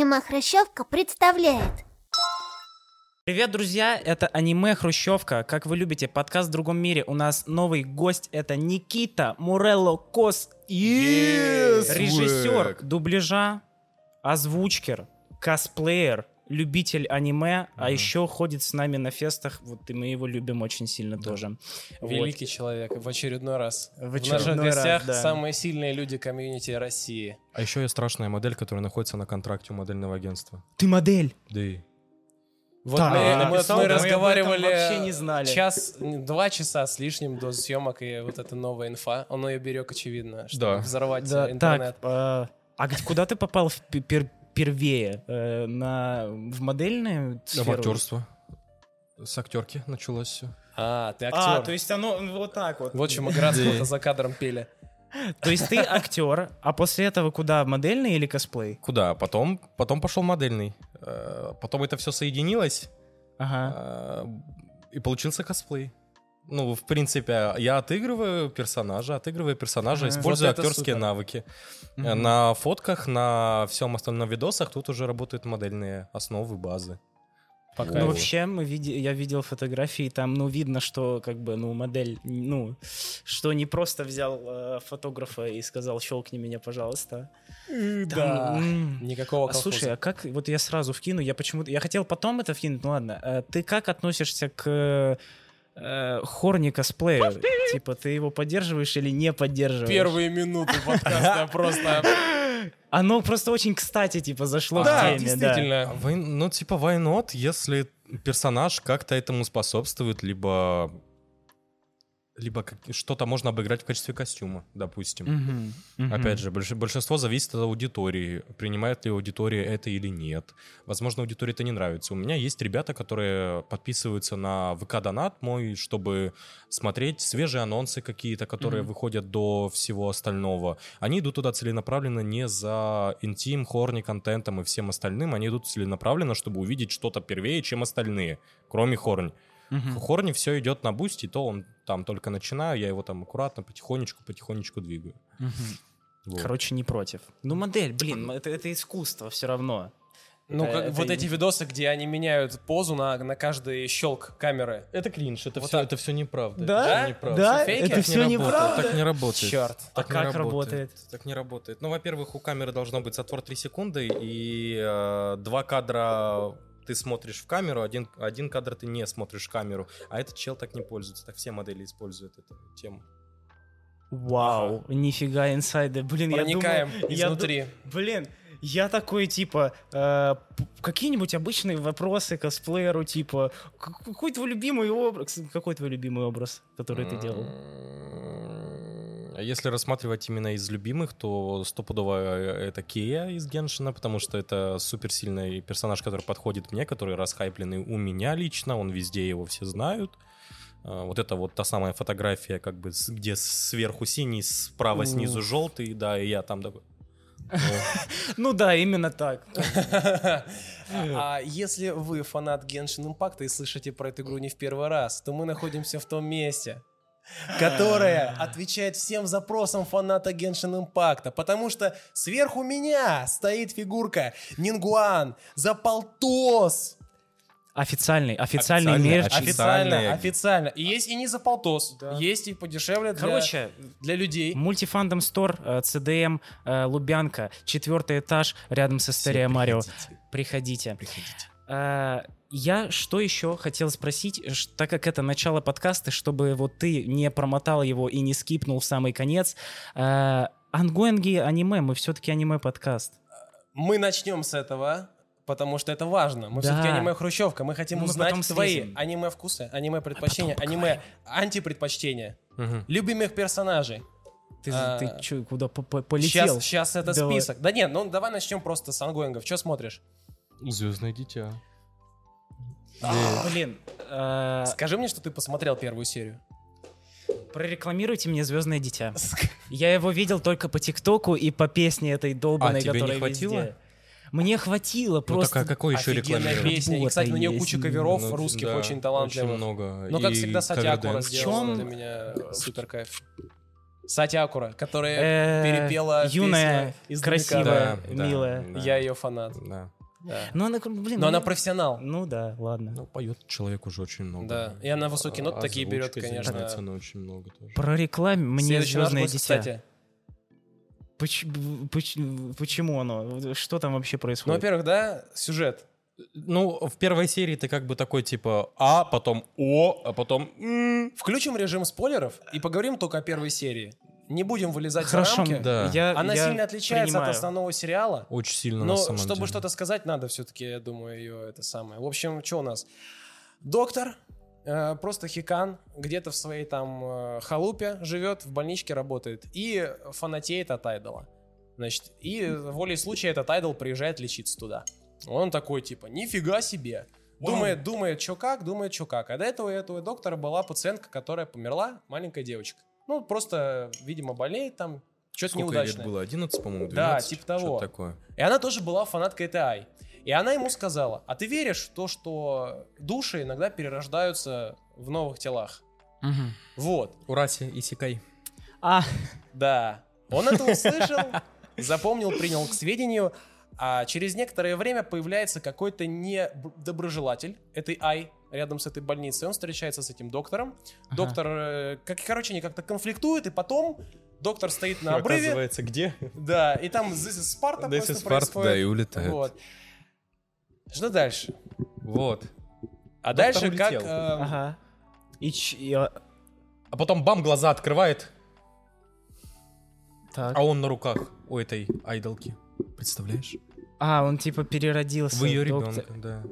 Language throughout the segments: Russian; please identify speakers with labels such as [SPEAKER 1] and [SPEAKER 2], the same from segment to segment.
[SPEAKER 1] Аниме-хрущевка представляет
[SPEAKER 2] Привет, друзья! Это аниме Хрущевка. Как вы любите, подкаст в другом мире. У нас новый гость это Никита Мурелло Кос,
[SPEAKER 3] Yes,
[SPEAKER 2] режиссер
[SPEAKER 3] work.
[SPEAKER 2] дубляжа, озвучкер, косплеер, любитель аниме, а еще ходит с нами на фестах. Вот и мы его любим очень сильно тоже. Вот.
[SPEAKER 4] Великий человек в очередной раз.
[SPEAKER 2] В
[SPEAKER 4] В,
[SPEAKER 2] очередной
[SPEAKER 4] наших гостях
[SPEAKER 2] раз, да.
[SPEAKER 4] самые сильные люди комьюнити России.
[SPEAKER 3] А еще я страшная модель, которая находится на контракте у модельного агентства.
[SPEAKER 2] Ты модель.
[SPEAKER 3] Да и...
[SPEAKER 4] Вот
[SPEAKER 2] Так.
[SPEAKER 4] мы,
[SPEAKER 2] А,
[SPEAKER 4] мы- мы
[SPEAKER 2] писал, да, мы об этом
[SPEAKER 4] разговаривали
[SPEAKER 2] вообще не знали.
[SPEAKER 4] час, два часа с лишним до съемок, и вот эта новая инфа, он ее берег, очевидно, чтобы
[SPEAKER 3] Да.
[SPEAKER 4] взорвать
[SPEAKER 2] Да,
[SPEAKER 4] э,
[SPEAKER 2] так,
[SPEAKER 4] интернет.
[SPEAKER 2] э, а г- куда ты попал в пе- пер- первее? Э, на, в модельную сферу?
[SPEAKER 3] Авантюрство. С актерки началось все.
[SPEAKER 4] А, ты актер.
[SPEAKER 2] А, то есть оно вот так вот.
[SPEAKER 4] Вот чем Градского-то за кадром пели.
[SPEAKER 2] То есть ты актер, а после этого куда? Модельный или косплей?
[SPEAKER 3] Куда? А Потом, потом пошел модельный. Э, Потом это все соединилось,
[SPEAKER 2] Ага.
[SPEAKER 3] э, и получился косплей. Ну, в принципе, я отыгрываю персонажа, отыгрываю персонажа,
[SPEAKER 2] Ага.
[SPEAKER 3] использую
[SPEAKER 4] Вот это
[SPEAKER 3] актерские
[SPEAKER 4] супер.
[SPEAKER 3] навыки. Э, На фотках, на всем остальном видосах тут уже работают модельные основы, базы.
[SPEAKER 4] Пока.
[SPEAKER 2] Ну,
[SPEAKER 3] Кайфово.
[SPEAKER 2] вообще, мы види- я видел фотографии, там, ну, видно, что, как бы, ну, модель, ну, что не просто взял э, фотографа и сказал, щелкни меня, пожалуйста. Э,
[SPEAKER 4] да.
[SPEAKER 2] м.
[SPEAKER 4] Никакого
[SPEAKER 2] А слушай, а как, вот я сразу вкину, я почему-то, я хотел потом это вкинуть, ну ладно. Э, Ты как относишься к э, хорни косплею? Типа, ты его поддерживаешь или не поддерживаешь?
[SPEAKER 4] Первые минуты подкаста просто...
[SPEAKER 2] Оно просто очень кстати, типа, зашло в
[SPEAKER 4] Да,
[SPEAKER 2] теме,
[SPEAKER 4] действительно.
[SPEAKER 3] Why- ну, типа, why not, если персонаж как-то этому способствует, либо либо как- что-то можно обыграть в качестве костюма, допустим.
[SPEAKER 2] Мгм, мгм.
[SPEAKER 3] Опять же, больш- большинство зависит от аудитории, принимает ли аудитория это или нет. Возможно, аудитории это не нравится. У меня есть ребята, которые подписываются на ВК-донат мой, чтобы смотреть свежие анонсы какие-то, которые
[SPEAKER 2] Мгм.
[SPEAKER 3] выходят до всего остального. Они идут туда целенаправленно не за интим, хорни, контентом и всем остальным. Они идут целенаправленно, чтобы увидеть что-то первее, чем остальные, кроме хорни.
[SPEAKER 2] Мгм.
[SPEAKER 3] В Хорни все идет на бусте, то он там только начинаю, я его там аккуратно, потихонечку, потихонечку двигаю.
[SPEAKER 2] Мгм.
[SPEAKER 3] Вот.
[SPEAKER 2] Короче, не против. Ну, модель, блин, это, это искусство все равно.
[SPEAKER 4] Ну,
[SPEAKER 2] Э,
[SPEAKER 4] как-
[SPEAKER 2] это
[SPEAKER 4] вот
[SPEAKER 2] и-
[SPEAKER 4] эти видосы, где они меняют позу на, на каждый щелк камеры.
[SPEAKER 3] Это кринж, это
[SPEAKER 4] Вот
[SPEAKER 3] все,
[SPEAKER 4] так.
[SPEAKER 3] это все неправда.
[SPEAKER 2] Да?
[SPEAKER 3] это всё неправда.
[SPEAKER 2] Да?
[SPEAKER 3] Всё фейки,
[SPEAKER 2] Это
[SPEAKER 3] так
[SPEAKER 2] всё а
[SPEAKER 3] не работает,
[SPEAKER 2] неправда?
[SPEAKER 3] Так не работает.
[SPEAKER 4] Чёрт.
[SPEAKER 2] А
[SPEAKER 3] не
[SPEAKER 2] как
[SPEAKER 3] Так не работает. Ну, во-первых, у камеры должно быть затвор 3 секунды, и э, два кадра ты смотришь в камеру, один, один кадр ты не смотришь в камеру, а этот чел так не пользуется, так все модели используют эту тему.
[SPEAKER 2] Вау, нифига инсайды. Блин,
[SPEAKER 4] Проникаем
[SPEAKER 2] я думал... я ду-
[SPEAKER 4] изнутри.
[SPEAKER 2] Блин, я такой, типа, э, п- какие-нибудь обычные вопросы косплееру, типа, «К- какой твой любимый образ? Какой твой любимый образ, который ты делал?
[SPEAKER 3] М, а Если рассматривать именно из любимых, то стопудово э, это Кея из Геншина, потому что это суперсильный персонаж, который подходит мне, который расхайпленный у меня лично, он везде его все знают. А, Вот это вот та самая фотография, как бы, с- где сверху синий, справа снизу желтый, да, и я там такой. О,
[SPEAKER 2] Ну да, именно так.
[SPEAKER 4] А если вы фанат Genshin Impact и слышите про эту игру не в первый раз, то мы находимся в том месте, которое отвечает всем запросам фаната Genshin Impact, потому что сверху меня стоит фигурка Нингуан Заполтос.
[SPEAKER 2] Официальный, официальный
[SPEAKER 3] Официальный,
[SPEAKER 2] мерч.
[SPEAKER 3] офи-
[SPEAKER 4] Официально,
[SPEAKER 3] Официальная.
[SPEAKER 4] официально. И есть и не Заполтос,
[SPEAKER 2] Да.
[SPEAKER 4] есть и подешевле для,
[SPEAKER 2] Короче,
[SPEAKER 4] для людей.
[SPEAKER 2] Мультифандом Стор, э, CDM, э, Лубянка, четвертый этаж, рядом с История Марио. Приходите.
[SPEAKER 3] Приходите.
[SPEAKER 2] А, Я что еще хотел спросить, ш- так как это начало подкаста, чтобы вот ты не промотал его и не скипнул в самый конец. а, Ангоинги аниме, мы все-таки аниме-подкаст.
[SPEAKER 4] Мы начнем с этого, потому что это важно. Мы
[SPEAKER 2] Да.
[SPEAKER 4] все-таки аниме-хрущевка. Мы хотим
[SPEAKER 2] Ну, мы
[SPEAKER 4] узнать
[SPEAKER 2] потом А
[SPEAKER 4] твои
[SPEAKER 2] слезем.
[SPEAKER 4] аниме-вкусы, аниме-предпочтения, аниме-антипредпочтения,
[SPEAKER 3] Мгм.
[SPEAKER 4] любимых персонажей.
[SPEAKER 2] Ты,
[SPEAKER 4] А,
[SPEAKER 2] ты чё, куда по- по- полетел?
[SPEAKER 4] Сейчас, это
[SPEAKER 2] Давай.
[SPEAKER 4] список. Да нет, ну давай начнем просто с ангоингов. Что смотришь?
[SPEAKER 3] Звездное дитя.
[SPEAKER 2] А, Блин, а,
[SPEAKER 4] Скажи мне, что ты посмотрел первую серию.
[SPEAKER 2] прорекламируйте мне Звездное дитя. Я его видел только по ТикТоку и по песне этой долбанной,
[SPEAKER 3] А, тебе не
[SPEAKER 2] которая
[SPEAKER 3] хватило?
[SPEAKER 2] везде. Мне хватило
[SPEAKER 3] Ну так,
[SPEAKER 2] просто.
[SPEAKER 3] а какой еще
[SPEAKER 4] Офигенная
[SPEAKER 3] рекламировать?
[SPEAKER 4] песня. И,
[SPEAKER 2] Вот,
[SPEAKER 4] кстати, на нее
[SPEAKER 2] есть.
[SPEAKER 4] куча каверов
[SPEAKER 3] Ну,
[SPEAKER 4] русских,
[SPEAKER 3] да,
[SPEAKER 4] очень талантливых.
[SPEAKER 3] много.
[SPEAKER 4] Ну, как
[SPEAKER 3] И
[SPEAKER 4] всегда, Сатьякура
[SPEAKER 3] кавердэнс.
[SPEAKER 4] сделала
[SPEAKER 2] чем-
[SPEAKER 4] для меня супер кайф. Сатякура, которая
[SPEAKER 2] Э,
[SPEAKER 4] перепела
[SPEAKER 2] юная,
[SPEAKER 4] песню из
[SPEAKER 2] красивая,
[SPEAKER 3] «Домикана». Да, да,
[SPEAKER 2] милая.
[SPEAKER 3] да.
[SPEAKER 4] Я ее фанат.
[SPEAKER 3] Да.
[SPEAKER 4] да.
[SPEAKER 2] Ну она, блин,
[SPEAKER 4] Но она
[SPEAKER 2] ну-
[SPEAKER 4] профессионал.
[SPEAKER 2] Ну да, ладно.
[SPEAKER 3] Ну, поет человек уже очень много. А,
[SPEAKER 4] Да, и она высокие ноты такие берет,
[SPEAKER 3] Озвучка
[SPEAKER 4] конечно.
[SPEAKER 3] изменяется, она очень много тоже.
[SPEAKER 2] Про рекламу мне
[SPEAKER 4] Следующий наш
[SPEAKER 2] звездное
[SPEAKER 4] гость,
[SPEAKER 2] дитя.
[SPEAKER 4] кстати.
[SPEAKER 2] Поч- поч- Почему оно? Что там вообще
[SPEAKER 4] Ну,
[SPEAKER 2] происходит?
[SPEAKER 4] во-первых, да, сюжет.
[SPEAKER 3] Ну, в первой серии ты как бы такой, типа, А, потом О, а потом М.
[SPEAKER 4] Включим режим спойлеров и поговорим только о первой серии. Не будем вылезать за
[SPEAKER 2] Хорошо,
[SPEAKER 4] рамки.
[SPEAKER 3] Да.
[SPEAKER 2] я-
[SPEAKER 4] Она
[SPEAKER 2] я
[SPEAKER 4] сильно отличается
[SPEAKER 2] принимаю.
[SPEAKER 4] от основного сериала.
[SPEAKER 3] Очень сильно, на
[SPEAKER 4] Но
[SPEAKER 3] самом
[SPEAKER 4] Ну, чтобы
[SPEAKER 3] деле.
[SPEAKER 4] что-то сказать, надо все-таки, я думаю, ее это самое. В общем, что у нас? Доктор, э, просто хикан, где-то в своей там э, халупе живет, в больничке работает и фанатеет от Айдола. Значит, и волей случая этот Айдол приезжает лечиться туда. Он такой, типа, нифига себе. Думает, думает, что как, думает, что как. А до этого у этого доктора была пациентка, которая померла, маленькая девочка. Ну, просто, видимо, болеет там, что-то
[SPEAKER 3] Сколько ей лет
[SPEAKER 4] неудачное.
[SPEAKER 3] было? 11, по-моему, 12?
[SPEAKER 4] Да, типа
[SPEAKER 3] Что-то
[SPEAKER 4] того.
[SPEAKER 3] такое.
[SPEAKER 4] И она тоже была фанаткой этой Ай. И она ему сказала, а ты веришь в то, что души иногда перерождаются в новых телах?
[SPEAKER 2] Мгм.
[SPEAKER 4] Вот,
[SPEAKER 3] Урати, Исикай.
[SPEAKER 2] А,
[SPEAKER 4] да. Он это услышал, запомнил, принял к сведению. А через некоторое время появляется какой-то недоброжелатель этой Ай рядом с этой больницей. Он встречается с этим доктором.
[SPEAKER 2] Ага.
[SPEAKER 4] Доктор, э, как, короче, они как-то конфликтуют, и потом доктор стоит на обрыве.
[SPEAKER 3] где?
[SPEAKER 4] Да, и там This is Sparta
[SPEAKER 3] This
[SPEAKER 4] просто
[SPEAKER 3] is Sparta, да, и
[SPEAKER 4] происходит.
[SPEAKER 3] улетает.
[SPEAKER 4] Вот. Что дальше?
[SPEAKER 3] Вот.
[SPEAKER 4] А
[SPEAKER 3] Доктор
[SPEAKER 4] дальше как...
[SPEAKER 3] улетел.
[SPEAKER 4] эм,
[SPEAKER 2] ага. И ч- и, а,
[SPEAKER 3] А потом бам, глаза открывает,
[SPEAKER 2] так.
[SPEAKER 3] а он на руках у этой айдолки. Представляешь?
[SPEAKER 2] А, он типа переродился.
[SPEAKER 3] В ее
[SPEAKER 2] доктор.
[SPEAKER 3] ребенка, да.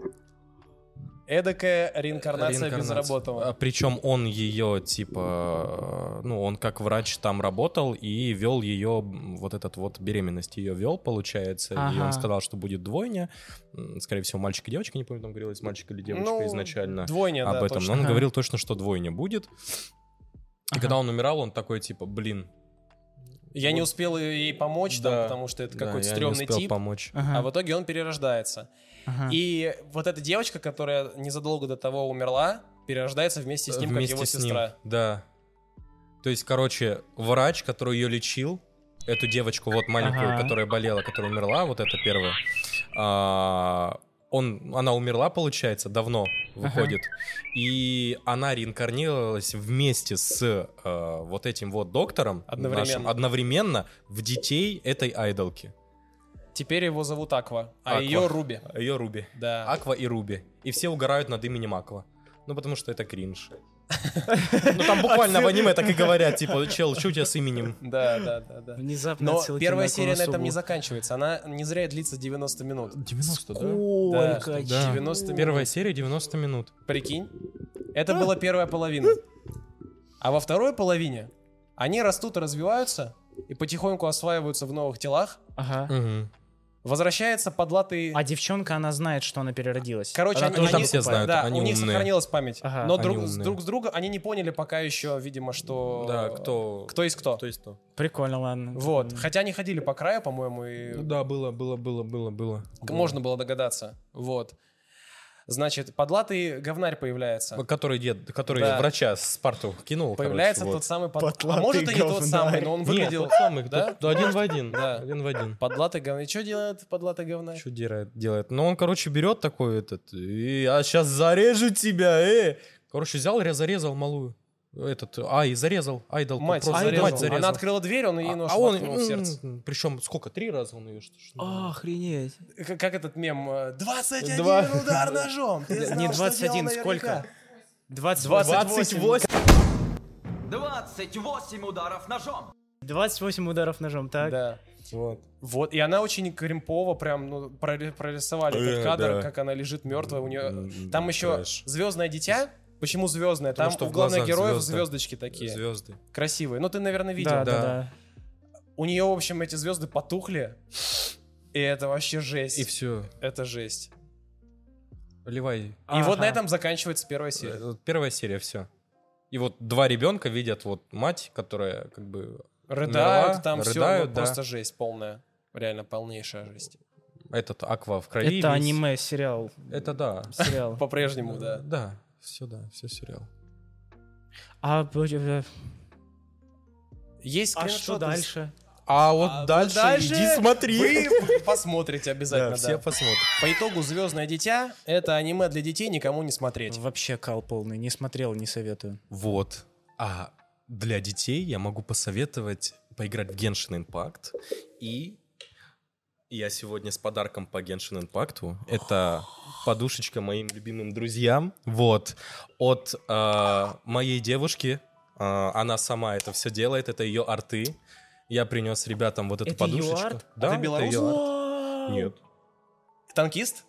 [SPEAKER 4] Эдакая реинкарнация, безработного.
[SPEAKER 3] Причем А, он ее, типа, э, ну, он как врач там работал и вел ее, м, вот этот вот беременность ее вел, получается. И
[SPEAKER 2] Ага.
[SPEAKER 3] он сказал, что будет двойня. М, Скорее всего, мальчик и девочка, не помню, там говорилось, мальчик или девочка
[SPEAKER 4] Ну,
[SPEAKER 3] изначально.
[SPEAKER 4] Двойня,
[SPEAKER 3] об
[SPEAKER 4] да,
[SPEAKER 3] этом. ну,
[SPEAKER 4] точно.
[SPEAKER 3] Но он
[SPEAKER 2] Ага.
[SPEAKER 3] говорил точно, что двойня будет. И
[SPEAKER 2] Ага.
[SPEAKER 3] когда он умирал, он такой, типа, блин,
[SPEAKER 4] Я не успел ей помочь, там,
[SPEAKER 3] Да.
[SPEAKER 4] потому что это
[SPEAKER 3] да,
[SPEAKER 4] какой-то
[SPEAKER 3] я не
[SPEAKER 4] стрёмный
[SPEAKER 3] успел
[SPEAKER 4] тип.
[SPEAKER 3] помочь.
[SPEAKER 2] Ага,
[SPEAKER 4] А в итоге он перерождается.
[SPEAKER 2] ага.
[SPEAKER 4] И вот эта девочка, которая незадолго до того умерла, перерождается вместе с ним,
[SPEAKER 3] вместе
[SPEAKER 4] как его
[SPEAKER 3] с
[SPEAKER 4] сестра.
[SPEAKER 3] ним. Да. То есть, короче, врач, который ее лечил, эту девочку вот маленькую,
[SPEAKER 2] Ага.
[SPEAKER 3] которая болела, которая умерла, вот эта первая, а, он, она умерла, получается, давно выходит, и она реинкарнировалась вместе с э, вот этим вот доктором
[SPEAKER 4] Одновременно.
[SPEAKER 3] нашим, одновременно в детей этой айдолки,
[SPEAKER 4] Теперь его зовут Аква, а
[SPEAKER 3] Аква. А
[SPEAKER 4] ее Руби.
[SPEAKER 3] ее Руби,
[SPEAKER 4] Да.
[SPEAKER 3] Аква и Руби, и все угорают над именем Аква, ну потому что это кринж. Ну там буквально в аниме так и говорят, типа, чел, что у тебя с именем?
[SPEAKER 4] Да, да, да, да.
[SPEAKER 2] Внезапно
[SPEAKER 4] Но
[SPEAKER 2] отсылки
[SPEAKER 4] первая
[SPEAKER 2] на
[SPEAKER 4] серия на этом
[SPEAKER 2] Коносубу.
[SPEAKER 4] не заканчивается. Она не зря длится 90 минут.
[SPEAKER 3] 90,
[SPEAKER 2] Сколько?
[SPEAKER 3] Да.
[SPEAKER 4] 90 минут.
[SPEAKER 3] Первая серия 90 минут.
[SPEAKER 4] Прикинь. Это была первая половина. А во второй половине они растут и развиваются, и потихоньку осваиваются в новых телах.
[SPEAKER 2] Ага.
[SPEAKER 4] Возвращается подлатый...
[SPEAKER 2] А девчонка, она знает, что она переродилась.
[SPEAKER 4] Короче,
[SPEAKER 2] она
[SPEAKER 4] они,
[SPEAKER 3] тоже
[SPEAKER 2] тоже
[SPEAKER 3] там
[SPEAKER 4] они-
[SPEAKER 3] все знают,
[SPEAKER 4] да,
[SPEAKER 3] они
[SPEAKER 4] у них
[SPEAKER 3] умные.
[SPEAKER 4] сохранилась память.
[SPEAKER 2] Ага.
[SPEAKER 4] но
[SPEAKER 3] Они
[SPEAKER 4] друг,
[SPEAKER 3] умные.
[SPEAKER 4] друг с друга они не поняли пока еще, видимо, что...
[SPEAKER 3] Да, кто...
[SPEAKER 4] Кто есть кто.
[SPEAKER 3] Кто есть кто.
[SPEAKER 2] Прикольно, ладно.
[SPEAKER 4] Вот.
[SPEAKER 2] М.
[SPEAKER 4] Хотя они ходили по краю, по-моему, и
[SPEAKER 3] да, было, было, было, было, было.
[SPEAKER 4] Ну можно было догадаться. Вот. Значит, подлатый говнарь появляется.
[SPEAKER 3] Который дед, который
[SPEAKER 4] Да.
[SPEAKER 3] врача с Спарту кинул.
[SPEAKER 4] Появляется
[SPEAKER 3] короче,
[SPEAKER 4] тот самый под-
[SPEAKER 2] Потлатый
[SPEAKER 4] А может и не тот
[SPEAKER 2] говнарь.
[SPEAKER 4] самый, но он
[SPEAKER 3] вот.
[SPEAKER 4] выглядел...
[SPEAKER 3] Нет, тот самый,
[SPEAKER 4] да?
[SPEAKER 3] тот- один в один.
[SPEAKER 4] Да.
[SPEAKER 3] Один в один.
[SPEAKER 4] Подлатый говнарь. Что делает подлатый говнарь?
[SPEAKER 3] Что делает, делает? Но он, короче, берет такой этот, и я сейчас зарежу тебя, э! Короче, взял, ре- зарезал малую. Этот, ай, зарезал, айдол.
[SPEAKER 4] Мать,
[SPEAKER 3] просто
[SPEAKER 4] зарезал.
[SPEAKER 3] мать зарезал.
[SPEAKER 4] Она открыла дверь, он ей нож
[SPEAKER 3] а он,
[SPEAKER 4] воткнул в сердце. А.
[SPEAKER 3] причем сколько, три раза он ее что, ж-
[SPEAKER 2] Охренеть.
[SPEAKER 4] К- Как этот мем? э, 21
[SPEAKER 3] Два.
[SPEAKER 4] удар ножом! Ты знал,
[SPEAKER 2] Не
[SPEAKER 4] что
[SPEAKER 2] 21,
[SPEAKER 4] делал
[SPEAKER 2] сколько?
[SPEAKER 4] наверняка.
[SPEAKER 2] 28.
[SPEAKER 5] 28 ударов ножом.
[SPEAKER 2] 28 ударов ножом, так?
[SPEAKER 4] Да.
[SPEAKER 3] Вот.
[SPEAKER 4] Вот, и она очень кремпово прям ну, прори- прорисовали этот
[SPEAKER 3] Э,
[SPEAKER 4] кадр,
[SPEAKER 3] да.
[SPEAKER 4] как она лежит мертвая. У нее
[SPEAKER 3] М,
[SPEAKER 4] там
[SPEAKER 3] да,
[SPEAKER 4] еще
[SPEAKER 3] трэш.
[SPEAKER 4] звездное дитя. Почему звездное?
[SPEAKER 3] Потому
[SPEAKER 4] Там
[SPEAKER 3] что
[SPEAKER 4] у
[SPEAKER 3] в
[SPEAKER 4] главных
[SPEAKER 3] глазах
[SPEAKER 4] героев
[SPEAKER 3] звезды.
[SPEAKER 4] звездочки такие
[SPEAKER 3] Звезды.
[SPEAKER 4] красивые. Ну ты, наверное, видел.
[SPEAKER 2] да, да,
[SPEAKER 3] да.
[SPEAKER 2] да.
[SPEAKER 4] У нее, в общем, эти звезды потухли. И это вообще жесть.
[SPEAKER 3] И все.
[SPEAKER 4] Это жесть.
[SPEAKER 3] Ливай.
[SPEAKER 4] И вот
[SPEAKER 2] Ага.
[SPEAKER 4] на этом заканчивается первая серия.
[SPEAKER 3] Э, Первая серия, все. И вот два ребенка видят вот мать, которая как бы...
[SPEAKER 4] Рыдают,
[SPEAKER 3] Умерла,
[SPEAKER 4] там все
[SPEAKER 3] рыдают, да.
[SPEAKER 4] просто жесть полная. Реально полнейшая жесть.
[SPEAKER 3] Этот аква в крови.
[SPEAKER 2] Это
[SPEAKER 3] весь.
[SPEAKER 2] аниме, сериал.
[SPEAKER 3] Это да.
[SPEAKER 2] Сериал.
[SPEAKER 4] По-прежнему, да.
[SPEAKER 3] Да, все, да, все сериал.
[SPEAKER 2] А, б- э,
[SPEAKER 4] Есть
[SPEAKER 2] А
[SPEAKER 4] скриншоты
[SPEAKER 2] э, что
[SPEAKER 4] с-
[SPEAKER 2] дальше?
[SPEAKER 3] А вот
[SPEAKER 4] А
[SPEAKER 3] дальше,
[SPEAKER 4] дальше
[SPEAKER 3] иди смотри.
[SPEAKER 4] Вы посмотрите
[SPEAKER 3] Да,
[SPEAKER 4] обязательно, да.
[SPEAKER 3] все посмотрят.
[SPEAKER 4] По итогу «Звездное дитя» — это аниме для детей, никому не смотреть.
[SPEAKER 2] Вообще кал полный. Не смотрел, не советую.
[SPEAKER 3] Вот. А для детей я могу посоветовать поиграть в Genshin Impact. И я сегодня с подарком по Genshin Impact. Это подушечка моим любимым друзьям. Вот. От э, моей девушки. Э, она сама это все делает. Это ее арты. Я принес ребятам вот эту
[SPEAKER 2] Это её
[SPEAKER 3] подушечку.
[SPEAKER 2] арт?
[SPEAKER 3] Да,
[SPEAKER 4] А Ты
[SPEAKER 3] это
[SPEAKER 4] белорус?
[SPEAKER 3] её арт. Нет.
[SPEAKER 4] Танкист?